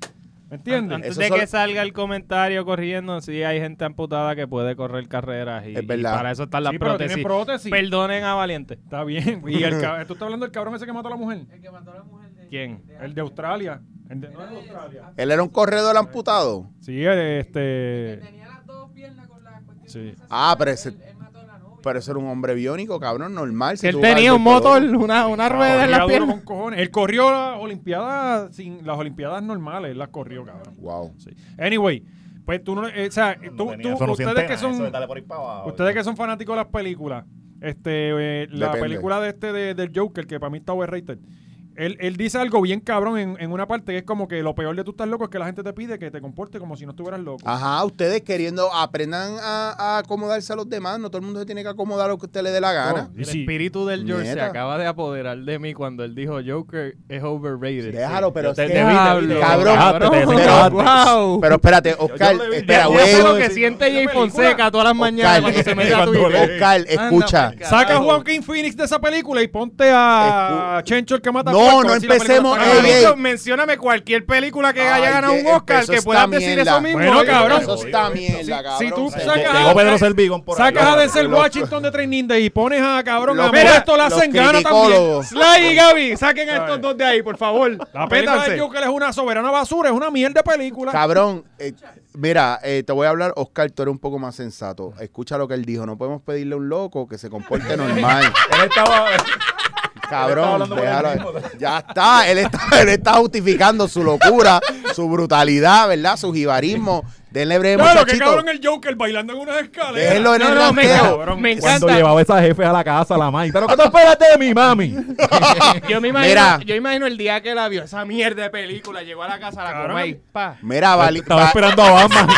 [SPEAKER 1] ¿Me entiendes?
[SPEAKER 3] Antes
[SPEAKER 2] Eso
[SPEAKER 3] de
[SPEAKER 2] solo-
[SPEAKER 3] que salga el comentario corriendo, sí hay gente amputada que puede correr carreras y,
[SPEAKER 2] Es verdad.
[SPEAKER 3] y para eso están las
[SPEAKER 1] Sí, pero tiene
[SPEAKER 3] prótesis.
[SPEAKER 1] prótesis.
[SPEAKER 3] Perdonen a Valiente.
[SPEAKER 1] Está bien. Y el cab- tú estás hablando del cabrón ese que mató a la mujer.
[SPEAKER 3] ¿Quién?
[SPEAKER 1] El de Australia. El de, no el de Australia.
[SPEAKER 2] Él era un corredor amputado.
[SPEAKER 1] Sí, el, este. Sí.
[SPEAKER 2] Ah, pero ese. Pero ese era un hombre biónico, cabrón, normal.
[SPEAKER 3] Que él tenía un motor, una, una rueda en
[SPEAKER 1] Corría
[SPEAKER 3] la
[SPEAKER 1] duro
[SPEAKER 3] pierna.
[SPEAKER 1] con cojones. Él corrió las Olimpiadas sin las Olimpiadas normales, él las corrió, cabrón.
[SPEAKER 2] Wow.
[SPEAKER 1] Sí. Anyway, pues tú no, eh, o sea, tú,
[SPEAKER 4] No tenía,
[SPEAKER 1] tú-
[SPEAKER 4] eso no se
[SPEAKER 1] ustedes
[SPEAKER 4] entera,
[SPEAKER 1] que
[SPEAKER 4] eso de
[SPEAKER 1] son,
[SPEAKER 4] dale por ahí para abajo.
[SPEAKER 1] ustedes que son fanáticos de las películas, este, eh, la
[SPEAKER 2] Depende.
[SPEAKER 1] película de este de- del Joker que para mí está overrated. Él, él dice algo bien cabrón en, en una parte que es como que lo peor de tú estar loco es que la gente te pide que te comportes como si no estuvieras loco.
[SPEAKER 4] Ah,
[SPEAKER 2] Ajá, ustedes queriendo aprendan a, a acomodarse a los demás. No todo el mundo se tiene que acomodar a lo que usted le dé la gana.
[SPEAKER 1] Y
[SPEAKER 3] El
[SPEAKER 1] sí.
[SPEAKER 3] espíritu del George se
[SPEAKER 2] Neta.
[SPEAKER 3] acaba de apoderar de mí cuando él dijo Joker es overrated.
[SPEAKER 2] Déjalo, pero es
[SPEAKER 4] Te-
[SPEAKER 2] que-
[SPEAKER 4] te vi, te vi, te vi.
[SPEAKER 2] Cabrón,
[SPEAKER 4] Dejaste, te
[SPEAKER 2] pero-
[SPEAKER 4] dejaste.
[SPEAKER 3] wow.
[SPEAKER 2] Pero espérate, Oscar,
[SPEAKER 4] yo le vi-
[SPEAKER 2] espera,
[SPEAKER 4] yo-
[SPEAKER 2] güey.
[SPEAKER 4] yo
[SPEAKER 3] es
[SPEAKER 4] sé
[SPEAKER 3] lo
[SPEAKER 2] Oscar,
[SPEAKER 3] que siente Jay
[SPEAKER 1] película.
[SPEAKER 3] Fonseca todas las mañanas cuando se mete a
[SPEAKER 4] cuando
[SPEAKER 3] Twitter.
[SPEAKER 4] le-
[SPEAKER 2] Oscar,
[SPEAKER 3] Anda
[SPEAKER 2] escucha.
[SPEAKER 3] pa'l carajo.
[SPEAKER 1] Saca a Joaquín Phoenix de esa película y ponte a Chencho el que mata puerco,
[SPEAKER 2] No,
[SPEAKER 1] a
[SPEAKER 2] no
[SPEAKER 1] ver si la película
[SPEAKER 2] empecemos,
[SPEAKER 1] está cabrón.
[SPEAKER 2] ey, ey.
[SPEAKER 3] Mencióname cualquier película que
[SPEAKER 2] Ay,
[SPEAKER 3] haya ganado
[SPEAKER 2] que
[SPEAKER 3] un Oscar
[SPEAKER 2] eso
[SPEAKER 3] que
[SPEAKER 2] está
[SPEAKER 3] puedas decir
[SPEAKER 2] mierda.
[SPEAKER 3] eso mismo.
[SPEAKER 1] Bueno, cabrón.
[SPEAKER 2] Eso está mierda, cabrón.
[SPEAKER 1] si tú
[SPEAKER 2] Se-
[SPEAKER 1] sacas
[SPEAKER 4] Llegó
[SPEAKER 1] a-
[SPEAKER 4] Pedro Servigón por ahí.
[SPEAKER 1] Sacas a
[SPEAKER 4] Loco.
[SPEAKER 1] Denzel Washington de Training Day y pones a cabrón
[SPEAKER 2] Los-
[SPEAKER 1] a Modesto la
[SPEAKER 2] los
[SPEAKER 1] Zengana también.
[SPEAKER 2] criticólogos.
[SPEAKER 3] Sly y Gaby, saquen a estos dos de ahí, por favor.
[SPEAKER 1] La película
[SPEAKER 3] Métanse.
[SPEAKER 1] de Joker es una soberana basura, es una mierda de película.
[SPEAKER 2] Cabrón, eh, mira, eh, te voy a hablar, Oscar, tú eres un poco más sensato. Escucha lo que él dijo. No podemos pedirle a un loco que se comporte normal.
[SPEAKER 4] Él estaba.
[SPEAKER 2] Cabrón,
[SPEAKER 4] hablando por él
[SPEAKER 2] déjalo.
[SPEAKER 4] mismo.
[SPEAKER 2] Ya está, él está, él está justificando su locura, su brutalidad, ¿verdad? Su jibarismo. Denle breve,
[SPEAKER 1] Claro, que
[SPEAKER 2] muchachito.
[SPEAKER 1] cabrón el Joker bailando en unas escaleras.
[SPEAKER 2] Déjenlo en
[SPEAKER 3] No,
[SPEAKER 2] el
[SPEAKER 3] no, me
[SPEAKER 2] blanqueo.
[SPEAKER 3] encanta. Me
[SPEAKER 4] Cuando
[SPEAKER 3] encanta.
[SPEAKER 4] llevaba esa jefe a la casa, la maestra. ¿Pero qué te esperas de mi mami?
[SPEAKER 3] Yo me imagino,
[SPEAKER 2] Mira.
[SPEAKER 3] yo imagino el día que la vio, esa mierda de película, llegó a la casa, la
[SPEAKER 1] Cabrón.
[SPEAKER 3] comió y pa.
[SPEAKER 2] Mira, vali-
[SPEAKER 4] Estaba
[SPEAKER 2] va-
[SPEAKER 4] esperando a Batman.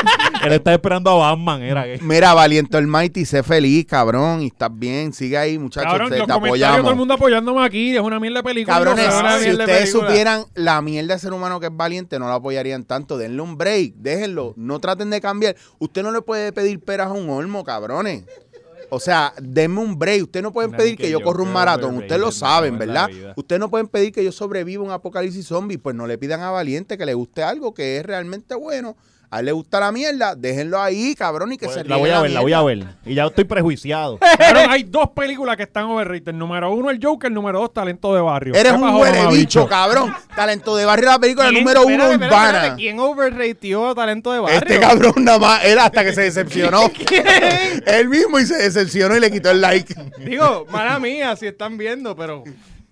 [SPEAKER 4] Él estaba esperando a Batman, era que.
[SPEAKER 2] mira, valiente Almighty, sé feliz, cabrón. Y estás bien, sigue ahí, muchachos.
[SPEAKER 1] Cabrón,
[SPEAKER 2] te,
[SPEAKER 1] los
[SPEAKER 2] te
[SPEAKER 1] comentarios, todo el
[SPEAKER 2] apoyamos.
[SPEAKER 1] mundo apoyándome aquí, es una mierda de película.
[SPEAKER 2] Cabrones,
[SPEAKER 1] no, no, no,
[SPEAKER 2] si
[SPEAKER 1] mierda de
[SPEAKER 2] ustedes
[SPEAKER 1] película.
[SPEAKER 2] supieran la mierda de ser humano que es valiente, no la apoyarían tanto. Denle un break, déjenlo. No traten de cambiar. Usted no le puede pedir peras a un olmo, cabrones. O sea, denme un break. Ustedes no pueden
[SPEAKER 3] Nadie
[SPEAKER 2] pedir que
[SPEAKER 3] que
[SPEAKER 2] yo
[SPEAKER 3] yo
[SPEAKER 2] corra un
[SPEAKER 3] creo
[SPEAKER 2] maratón.
[SPEAKER 3] overrated,
[SPEAKER 2] Ustedes lo
[SPEAKER 3] no,
[SPEAKER 2] saben,
[SPEAKER 3] en la
[SPEAKER 2] ¿verdad?
[SPEAKER 3] vida.
[SPEAKER 2] Ustedes no pueden pedir que yo sobreviva a un apocalipsis zombie. Pues no le pidan a Valiente que le guste algo que es realmente bueno. A él le gusta la mierda, déjenlo ahí, cabrón, y que se
[SPEAKER 4] Pues, la voy
[SPEAKER 2] riegue
[SPEAKER 4] a ver, la voy
[SPEAKER 2] mierda.
[SPEAKER 4] a ver. Y ya estoy prejuiciado.
[SPEAKER 1] Cabrón, hay dos películas que están overrated. Número uno, el Joker. Número dos, Talento de Barrio.
[SPEAKER 2] Eres
[SPEAKER 1] Qué
[SPEAKER 2] un
[SPEAKER 1] pajón,
[SPEAKER 2] huele
[SPEAKER 1] mamabicho.
[SPEAKER 2] bicho, cabrón. Talento de barrio, la película
[SPEAKER 3] ¿Quién-
[SPEAKER 2] número uno
[SPEAKER 3] espérate, espérate,
[SPEAKER 2] urbana.
[SPEAKER 3] espérate, ¿Quién overrateó talento de barrio?
[SPEAKER 2] Este cabrón nada más, él hasta que se decepcionó. él mismo y se decepcionó y le quitó el like.
[SPEAKER 3] Digo, mala mía, si están viendo, pero.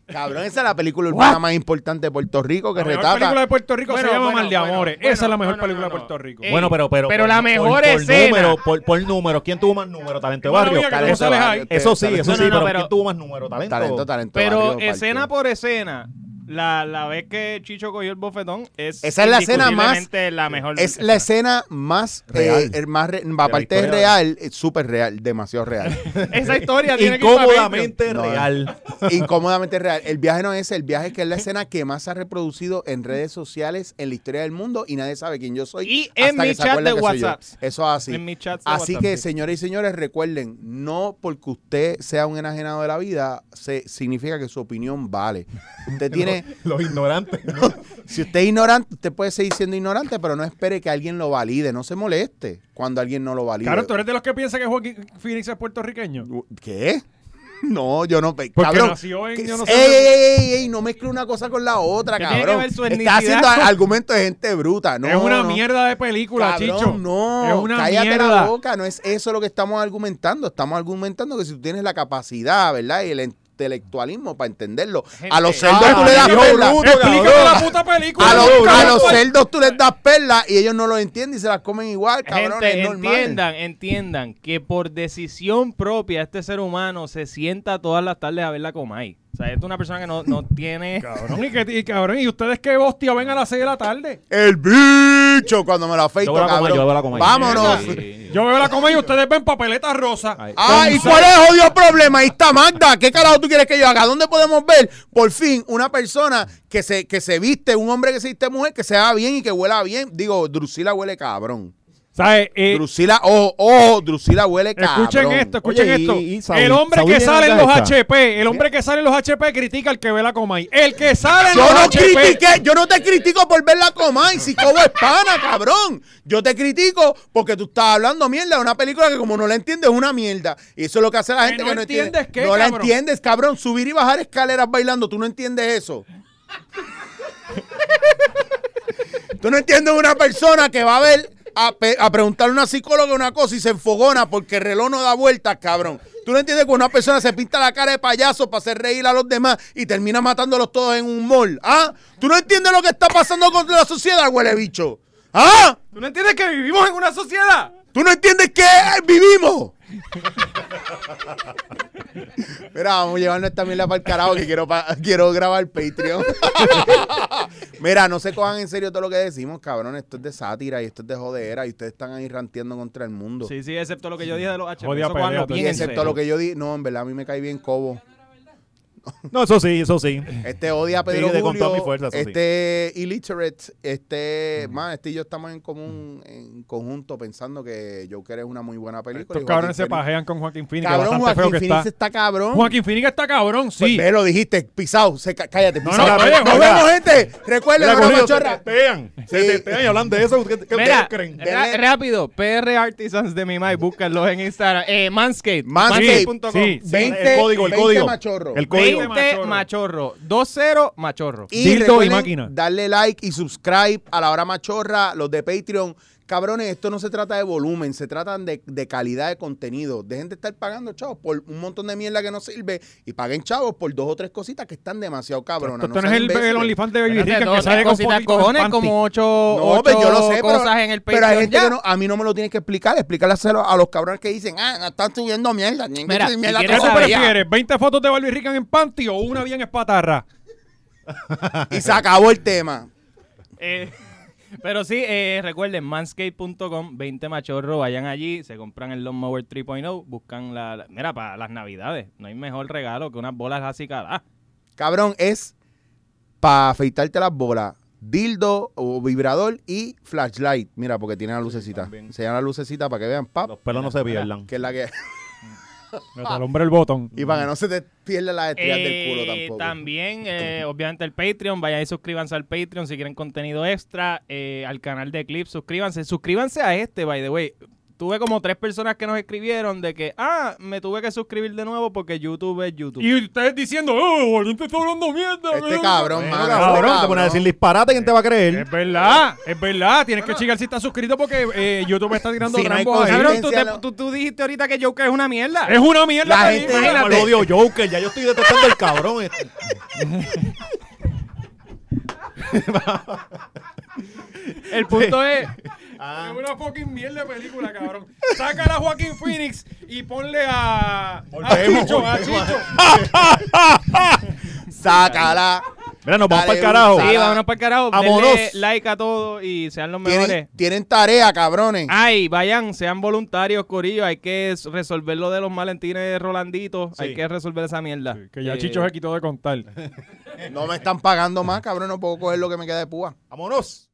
[SPEAKER 2] Cabrón, esa es la película urbana más importante de Puerto Rico que
[SPEAKER 1] La mejor película
[SPEAKER 2] retrata.
[SPEAKER 1] de Puerto Rico
[SPEAKER 3] Bueno,
[SPEAKER 1] se llama
[SPEAKER 3] bueno,
[SPEAKER 1] Mal de
[SPEAKER 3] bueno,
[SPEAKER 1] Amores.
[SPEAKER 3] bueno,
[SPEAKER 1] Esa es la mejor
[SPEAKER 3] no, no,
[SPEAKER 1] película de
[SPEAKER 3] no, no.
[SPEAKER 1] Puerto Rico.
[SPEAKER 3] Eh,
[SPEAKER 4] Bueno, pero, pero.
[SPEAKER 3] pero
[SPEAKER 4] por-
[SPEAKER 3] la mejor escena.
[SPEAKER 4] Por número, por, por número. ¿Quién tuvo más número? Talento de
[SPEAKER 1] Bueno,
[SPEAKER 4] barrio.
[SPEAKER 1] mira que
[SPEAKER 4] Talento
[SPEAKER 1] no sabes
[SPEAKER 4] de
[SPEAKER 1] ahí.
[SPEAKER 4] barrio. Eso sí,
[SPEAKER 2] este, Talento-
[SPEAKER 4] eso sí,
[SPEAKER 3] No, no, no,
[SPEAKER 4] pero,
[SPEAKER 3] pero-
[SPEAKER 4] ¿quién tuvo más número? Talento.
[SPEAKER 2] Talento, talento.
[SPEAKER 3] Pero
[SPEAKER 2] barrio,
[SPEAKER 3] escena
[SPEAKER 2] parque.
[SPEAKER 3] por escena, la, la vez que Chicho cogió el bofetón es.
[SPEAKER 2] Esa es la escena más-
[SPEAKER 3] indiscutiblemente la mejor.
[SPEAKER 2] Es la escena más real.
[SPEAKER 4] Real.
[SPEAKER 2] más re- aparte es
[SPEAKER 4] historia.
[SPEAKER 2] real, es súper real, demasiado real.
[SPEAKER 3] Esa historia tiene que ir para Patreon.
[SPEAKER 4] Incómodamente
[SPEAKER 2] No, no.
[SPEAKER 4] real.
[SPEAKER 2] Incómodamente real. El viaje no es ese, el viaje es que es la escena que más se ha reproducido en redes sociales en la historia del mundo y nadie sabe quién yo soy.
[SPEAKER 3] Y en mi
[SPEAKER 2] se
[SPEAKER 3] chat
[SPEAKER 2] acuerda
[SPEAKER 3] de
[SPEAKER 2] que soy yo.
[SPEAKER 3] WhatsApp.
[SPEAKER 2] Eso es así.
[SPEAKER 3] En mi chat de
[SPEAKER 2] Así
[SPEAKER 3] WhatsApp,
[SPEAKER 2] que,
[SPEAKER 3] sí.
[SPEAKER 2] señores y señores, recuerden, no porque usted sea un enajenado de la vida, se, significa que su opinión vale. Usted tiene,
[SPEAKER 4] Los ignorantes.
[SPEAKER 2] si usted es ignorante, usted puede seguir siendo ignorante, pero no espere que alguien lo valide, no se moleste cuando alguien no lo valide.
[SPEAKER 1] Claro, tú eres de los que piensa que Joaquín Phoenix es puertorriqueño.
[SPEAKER 2] ¿Qué? No, yo no. pe-
[SPEAKER 1] Porque
[SPEAKER 2] cabrón.
[SPEAKER 1] nació en.
[SPEAKER 2] Que-
[SPEAKER 1] Yo no
[SPEAKER 2] ey,
[SPEAKER 1] sé.
[SPEAKER 2] ey, ey, ey, no mezcle una cosa con la otra,
[SPEAKER 3] ¿Qué tiene que
[SPEAKER 2] cabrón.
[SPEAKER 3] ver su
[SPEAKER 2] Está
[SPEAKER 3] etnicidad
[SPEAKER 2] haciendo
[SPEAKER 3] con-
[SPEAKER 2] argumentos de gente bruta, ¿no?
[SPEAKER 1] es una
[SPEAKER 2] no.
[SPEAKER 1] mierda de película,
[SPEAKER 2] Cabrón,
[SPEAKER 1] Chicho.
[SPEAKER 2] No,
[SPEAKER 1] es una
[SPEAKER 2] cállate
[SPEAKER 1] mierda.
[SPEAKER 2] la boca, no es eso lo que estamos argumentando. Estamos argumentando que si tú tienes la capacidad, ¿verdad? Y el intelectualismo para entenderlo. a los
[SPEAKER 3] Gente.
[SPEAKER 2] cerdos tú le das
[SPEAKER 4] Dios
[SPEAKER 2] perlas.
[SPEAKER 4] bruto,
[SPEAKER 1] Explícame
[SPEAKER 4] cabrón.
[SPEAKER 1] la puta película.
[SPEAKER 2] A los,
[SPEAKER 1] cabrón.
[SPEAKER 2] a los cerdos tú les das perlas y ellos no lo entienden y se las comen igual, cabrón.
[SPEAKER 3] Gente,
[SPEAKER 2] es normal.
[SPEAKER 3] entiendan, entiendan que por decisión propia este ser humano se sienta todas las tardes a ver la Comay. O sea, esta es una persona que no, no tiene...
[SPEAKER 1] Cabrón, y, que, y cabrón, y ustedes que hostia ven a las 6 de la tarde.
[SPEAKER 2] El bicho cuando me lo afeito,
[SPEAKER 4] Yo voy a la comer,
[SPEAKER 2] cabrón.
[SPEAKER 4] yo voy a la comer.
[SPEAKER 2] Vámonos.
[SPEAKER 4] Sí.
[SPEAKER 1] Yo veo la comedia y ustedes ven papeletas rosas.
[SPEAKER 4] Ay.
[SPEAKER 2] Ah, ¿y cuál es el jodido problema? Ahí está Magda. ¿Qué carajo tú quieres que yo haga? ¿Dónde podemos ver, por fin, una persona que se, que se viste, un hombre que se viste mujer, que se haga bien y que huela bien? Digo, Drusila huele cabrón.
[SPEAKER 1] ¿Sabes? Eh,
[SPEAKER 2] Drusila, ojo, ojo, Drusila huele cabrón.
[SPEAKER 1] Escuchen esto, escuchen
[SPEAKER 4] Oye, y-
[SPEAKER 1] esto.
[SPEAKER 4] y Saúl-
[SPEAKER 1] el hombre
[SPEAKER 4] Saúl
[SPEAKER 1] que
[SPEAKER 4] llega
[SPEAKER 1] sale en
[SPEAKER 4] acá
[SPEAKER 1] los
[SPEAKER 4] esta.
[SPEAKER 1] HP, el hombre que sale en los HP critica al que ve la Comay. El que sale en los
[SPEAKER 2] Yo no
[SPEAKER 1] HP.
[SPEAKER 2] critiqué, yo no te critico por verla Comay, si Cobo es pana, cabrón. Yo te critico porque tú estás hablando mierda de una película que como no la entiendes es una mierda. Y eso es lo que hace la gente que no,
[SPEAKER 1] no entiendes
[SPEAKER 2] entiende.
[SPEAKER 1] qué,
[SPEAKER 2] no la
[SPEAKER 1] cabrón?
[SPEAKER 2] entiendes, cabrón. Subir y bajar escaleras bailando, tú no entiendes eso. tú no entiendes una persona que va a ver a, pe- a preguntarle a una psicóloga una cosa y se enfogona porque el reloj no da vueltas, cabrón. Tú no entiendes que una persona se pinta la cara de payaso para hacer reír a los demás y termina matándolos todos en un mall. ¿Ah? ¿Tú no entiendes lo que está pasando con la sociedad, huele bicho? ¿Ah?
[SPEAKER 3] ¿Tú no entiendes que vivimos en una sociedad?
[SPEAKER 2] ¿Tú no entiendes que vivimos? Mira, vamos a llevarnos esta mierda para el carajo que quiero, pa- quiero grabar Patreon. Mira, no se cojan en serio todo lo que decimos, cabrón. Esto es de sátira y esto es de jodera y ustedes están ahí ranteando contra el mundo.
[SPEAKER 3] Sí, sí, excepto lo que yo dije de los HP.
[SPEAKER 1] Jodida
[SPEAKER 3] Eso
[SPEAKER 1] pelea,
[SPEAKER 3] cójanlo bien
[SPEAKER 2] y
[SPEAKER 3] en
[SPEAKER 2] excepto
[SPEAKER 3] serio.
[SPEAKER 2] lo que yo di, no, en verdad a mí me cae bien Cobo.
[SPEAKER 4] No, eso sí, eso sí.
[SPEAKER 2] Este odia a Pedro
[SPEAKER 4] Sí, de con
[SPEAKER 2] Julio,
[SPEAKER 4] todas mis fuerzas, eso sí.
[SPEAKER 2] este illiterate, este, man, este y yo estamos en común, en conjunto pensando que Joker es una muy buena película.
[SPEAKER 1] Estos
[SPEAKER 2] y
[SPEAKER 1] cabrones se
[SPEAKER 2] Joaquin Phoenix-
[SPEAKER 1] pajean con Joaquín Phoenix. que
[SPEAKER 2] Cabrón,
[SPEAKER 1] bastante
[SPEAKER 2] Joaquín
[SPEAKER 1] feo que
[SPEAKER 2] Phoenix
[SPEAKER 1] está.
[SPEAKER 2] está cabrón.
[SPEAKER 1] Joaquín Phoenix está cabrón,
[SPEAKER 2] Pues
[SPEAKER 1] sí.
[SPEAKER 2] ve, lo dijiste, pisado. Se, ca- cállate,
[SPEAKER 1] No,
[SPEAKER 2] pisado.
[SPEAKER 1] no, oye,
[SPEAKER 2] Nos
[SPEAKER 1] oiga.
[SPEAKER 2] vemos, gente. Recuerden,
[SPEAKER 4] Mira,
[SPEAKER 2] la
[SPEAKER 4] cogido,
[SPEAKER 2] machorra.
[SPEAKER 4] tetean.
[SPEAKER 2] Sí.
[SPEAKER 4] y hablan de eso. ¿Qué, qué
[SPEAKER 3] Mira,
[SPEAKER 4] ustedes creen?
[SPEAKER 3] Eh, ra-
[SPEAKER 2] Denle-
[SPEAKER 3] rápido, PR Artisans de mi Mike, búsquenlos en Instagram. Eh, Manscaped.
[SPEAKER 2] Manscaped.
[SPEAKER 3] Manscaped.com.
[SPEAKER 1] Sí, sí.
[SPEAKER 2] 20,
[SPEAKER 4] el código, el
[SPEAKER 2] 20
[SPEAKER 4] código.
[SPEAKER 2] machorro.
[SPEAKER 4] El código.
[SPEAKER 3] 20 machorro. 2-0 machorro.
[SPEAKER 2] y
[SPEAKER 1] Dildo y
[SPEAKER 2] recuerden
[SPEAKER 1] máquina.
[SPEAKER 2] darle like y subscribe a la hora machorra, los de Patreon. Cabrones, esto no se trata de volumen, se tratan de, de calidad de contenido. Dejen de estar pagando, chavos, por un montón de mierda que no sirve y paguen, chavos, por dos o tres cositas que están demasiado cabronas.
[SPEAKER 1] Esto
[SPEAKER 2] no
[SPEAKER 1] no, es
[SPEAKER 2] sean
[SPEAKER 1] el, el
[SPEAKER 2] imbéciles.
[SPEAKER 1] OnlyFans de Baby
[SPEAKER 3] Espérate,
[SPEAKER 1] Rica que
[SPEAKER 3] dos,
[SPEAKER 1] sale
[SPEAKER 3] tres
[SPEAKER 1] con
[SPEAKER 3] cositas
[SPEAKER 1] poquito de
[SPEAKER 3] cojones
[SPEAKER 1] panty.
[SPEAKER 3] como ocho,
[SPEAKER 2] No,
[SPEAKER 3] ocho
[SPEAKER 2] pero yo lo sé, pero-
[SPEAKER 3] cosas en el
[SPEAKER 2] pero,
[SPEAKER 3] Patreon
[SPEAKER 2] hay gente
[SPEAKER 3] ya.
[SPEAKER 2] que no- a mí no me lo tienes que explicar. Explícaselo a los cabrones que dicen, ah, no están subiendo mierda. ni-
[SPEAKER 3] Mira,
[SPEAKER 2] ni-
[SPEAKER 3] si
[SPEAKER 2] mierda
[SPEAKER 1] ¿Qué
[SPEAKER 3] quieres
[SPEAKER 1] tú
[SPEAKER 2] todo".
[SPEAKER 3] saber- sabía.
[SPEAKER 1] prefieres? ¿20 fotos de Barbie Rican en panty o una bien espatarra?
[SPEAKER 2] Y se acabó el tema.
[SPEAKER 3] Eh, pero sí, eh, recuerden, manscape.com, 20 machorro, vayan allí, se compran el Lawnmower 3.0, buscan la, la- Mira, para las navidades, no hay mejor regalo que unas bolas así cada...
[SPEAKER 2] Cabrón, es para afeitarte las bolas, dildo o vibrador y flashlight. Mira, porque tiene la lucecita.
[SPEAKER 4] también.
[SPEAKER 2] se llama la lucecita para que vean, pap,
[SPEAKER 4] Los pelos no se pierdan.
[SPEAKER 2] que es la que...
[SPEAKER 1] Hasta el hombre el botón.
[SPEAKER 2] Y para que no se te pierda la estrellas del culo
[SPEAKER 3] Eh,
[SPEAKER 2] tampoco.
[SPEAKER 3] También, eh, obviamente, el Patreon. Vayan y suscríbanse al Patreon si quieren contenido extra. eh, al canal de Clip, suscríbanse. Suscríbanse a este, by the way. Tuve como tres personas que nos escribieron de que, ah, me tuve que suscribir de nuevo porque YouTube es YouTube.
[SPEAKER 1] Y ustedes diciendo, oh, Gordon te está hablando mierda.
[SPEAKER 2] Este
[SPEAKER 1] eh".
[SPEAKER 2] cabrón, mano. este
[SPEAKER 4] Ah, Cabrón, te pones a
[SPEAKER 2] cabrón.
[SPEAKER 4] decir disparate, ¿quién te va a creer?
[SPEAKER 1] Es verdad, es verdad. Tienes que checar si estás suscrito porque eh, YouTube me está tirando
[SPEAKER 2] Si no hay
[SPEAKER 1] trampo.
[SPEAKER 2] coherencia,
[SPEAKER 1] Cabrón,
[SPEAKER 3] Cabrón, tú, te-
[SPEAKER 2] lo-
[SPEAKER 3] tú- tú dijiste ahorita que Joker es una mierda.
[SPEAKER 1] Es una mierda.
[SPEAKER 2] La
[SPEAKER 1] para
[SPEAKER 2] gente-
[SPEAKER 1] mí.
[SPEAKER 4] Como el
[SPEAKER 2] imagínate.
[SPEAKER 4] odio Joker, ya yo estoy detestando el cabrón. este.
[SPEAKER 3] El punto es...
[SPEAKER 4] Ah.
[SPEAKER 1] Es una fucking mierda de película, cabrón. Sácala a Joaquín Phoenix y ponle a. A
[SPEAKER 4] Volvemos,
[SPEAKER 1] Chicho, a
[SPEAKER 4] volvemos.
[SPEAKER 1] Chicho.
[SPEAKER 2] Sácala.
[SPEAKER 4] Mira, nos vamos para
[SPEAKER 2] Dale,
[SPEAKER 4] el carajo.
[SPEAKER 2] un
[SPEAKER 3] Sí, vámonos para el carajo. Denle
[SPEAKER 4] Vámonos.
[SPEAKER 3] like a todo y sean los mejores.
[SPEAKER 2] Tienen, tienen tarea, cabrones.
[SPEAKER 3] Ay, vayan, sean voluntarios, Corillo. Hay que s- resolver lo de los malentines de Rolandito.
[SPEAKER 4] Sí.
[SPEAKER 3] Hay que resolver esa mierda.
[SPEAKER 1] Que ya
[SPEAKER 3] Eh,
[SPEAKER 1] Chicho se quitó de contar.
[SPEAKER 2] No me están pagando más, cabrón. No puedo coger lo que me queda de púa.
[SPEAKER 4] Vámonos.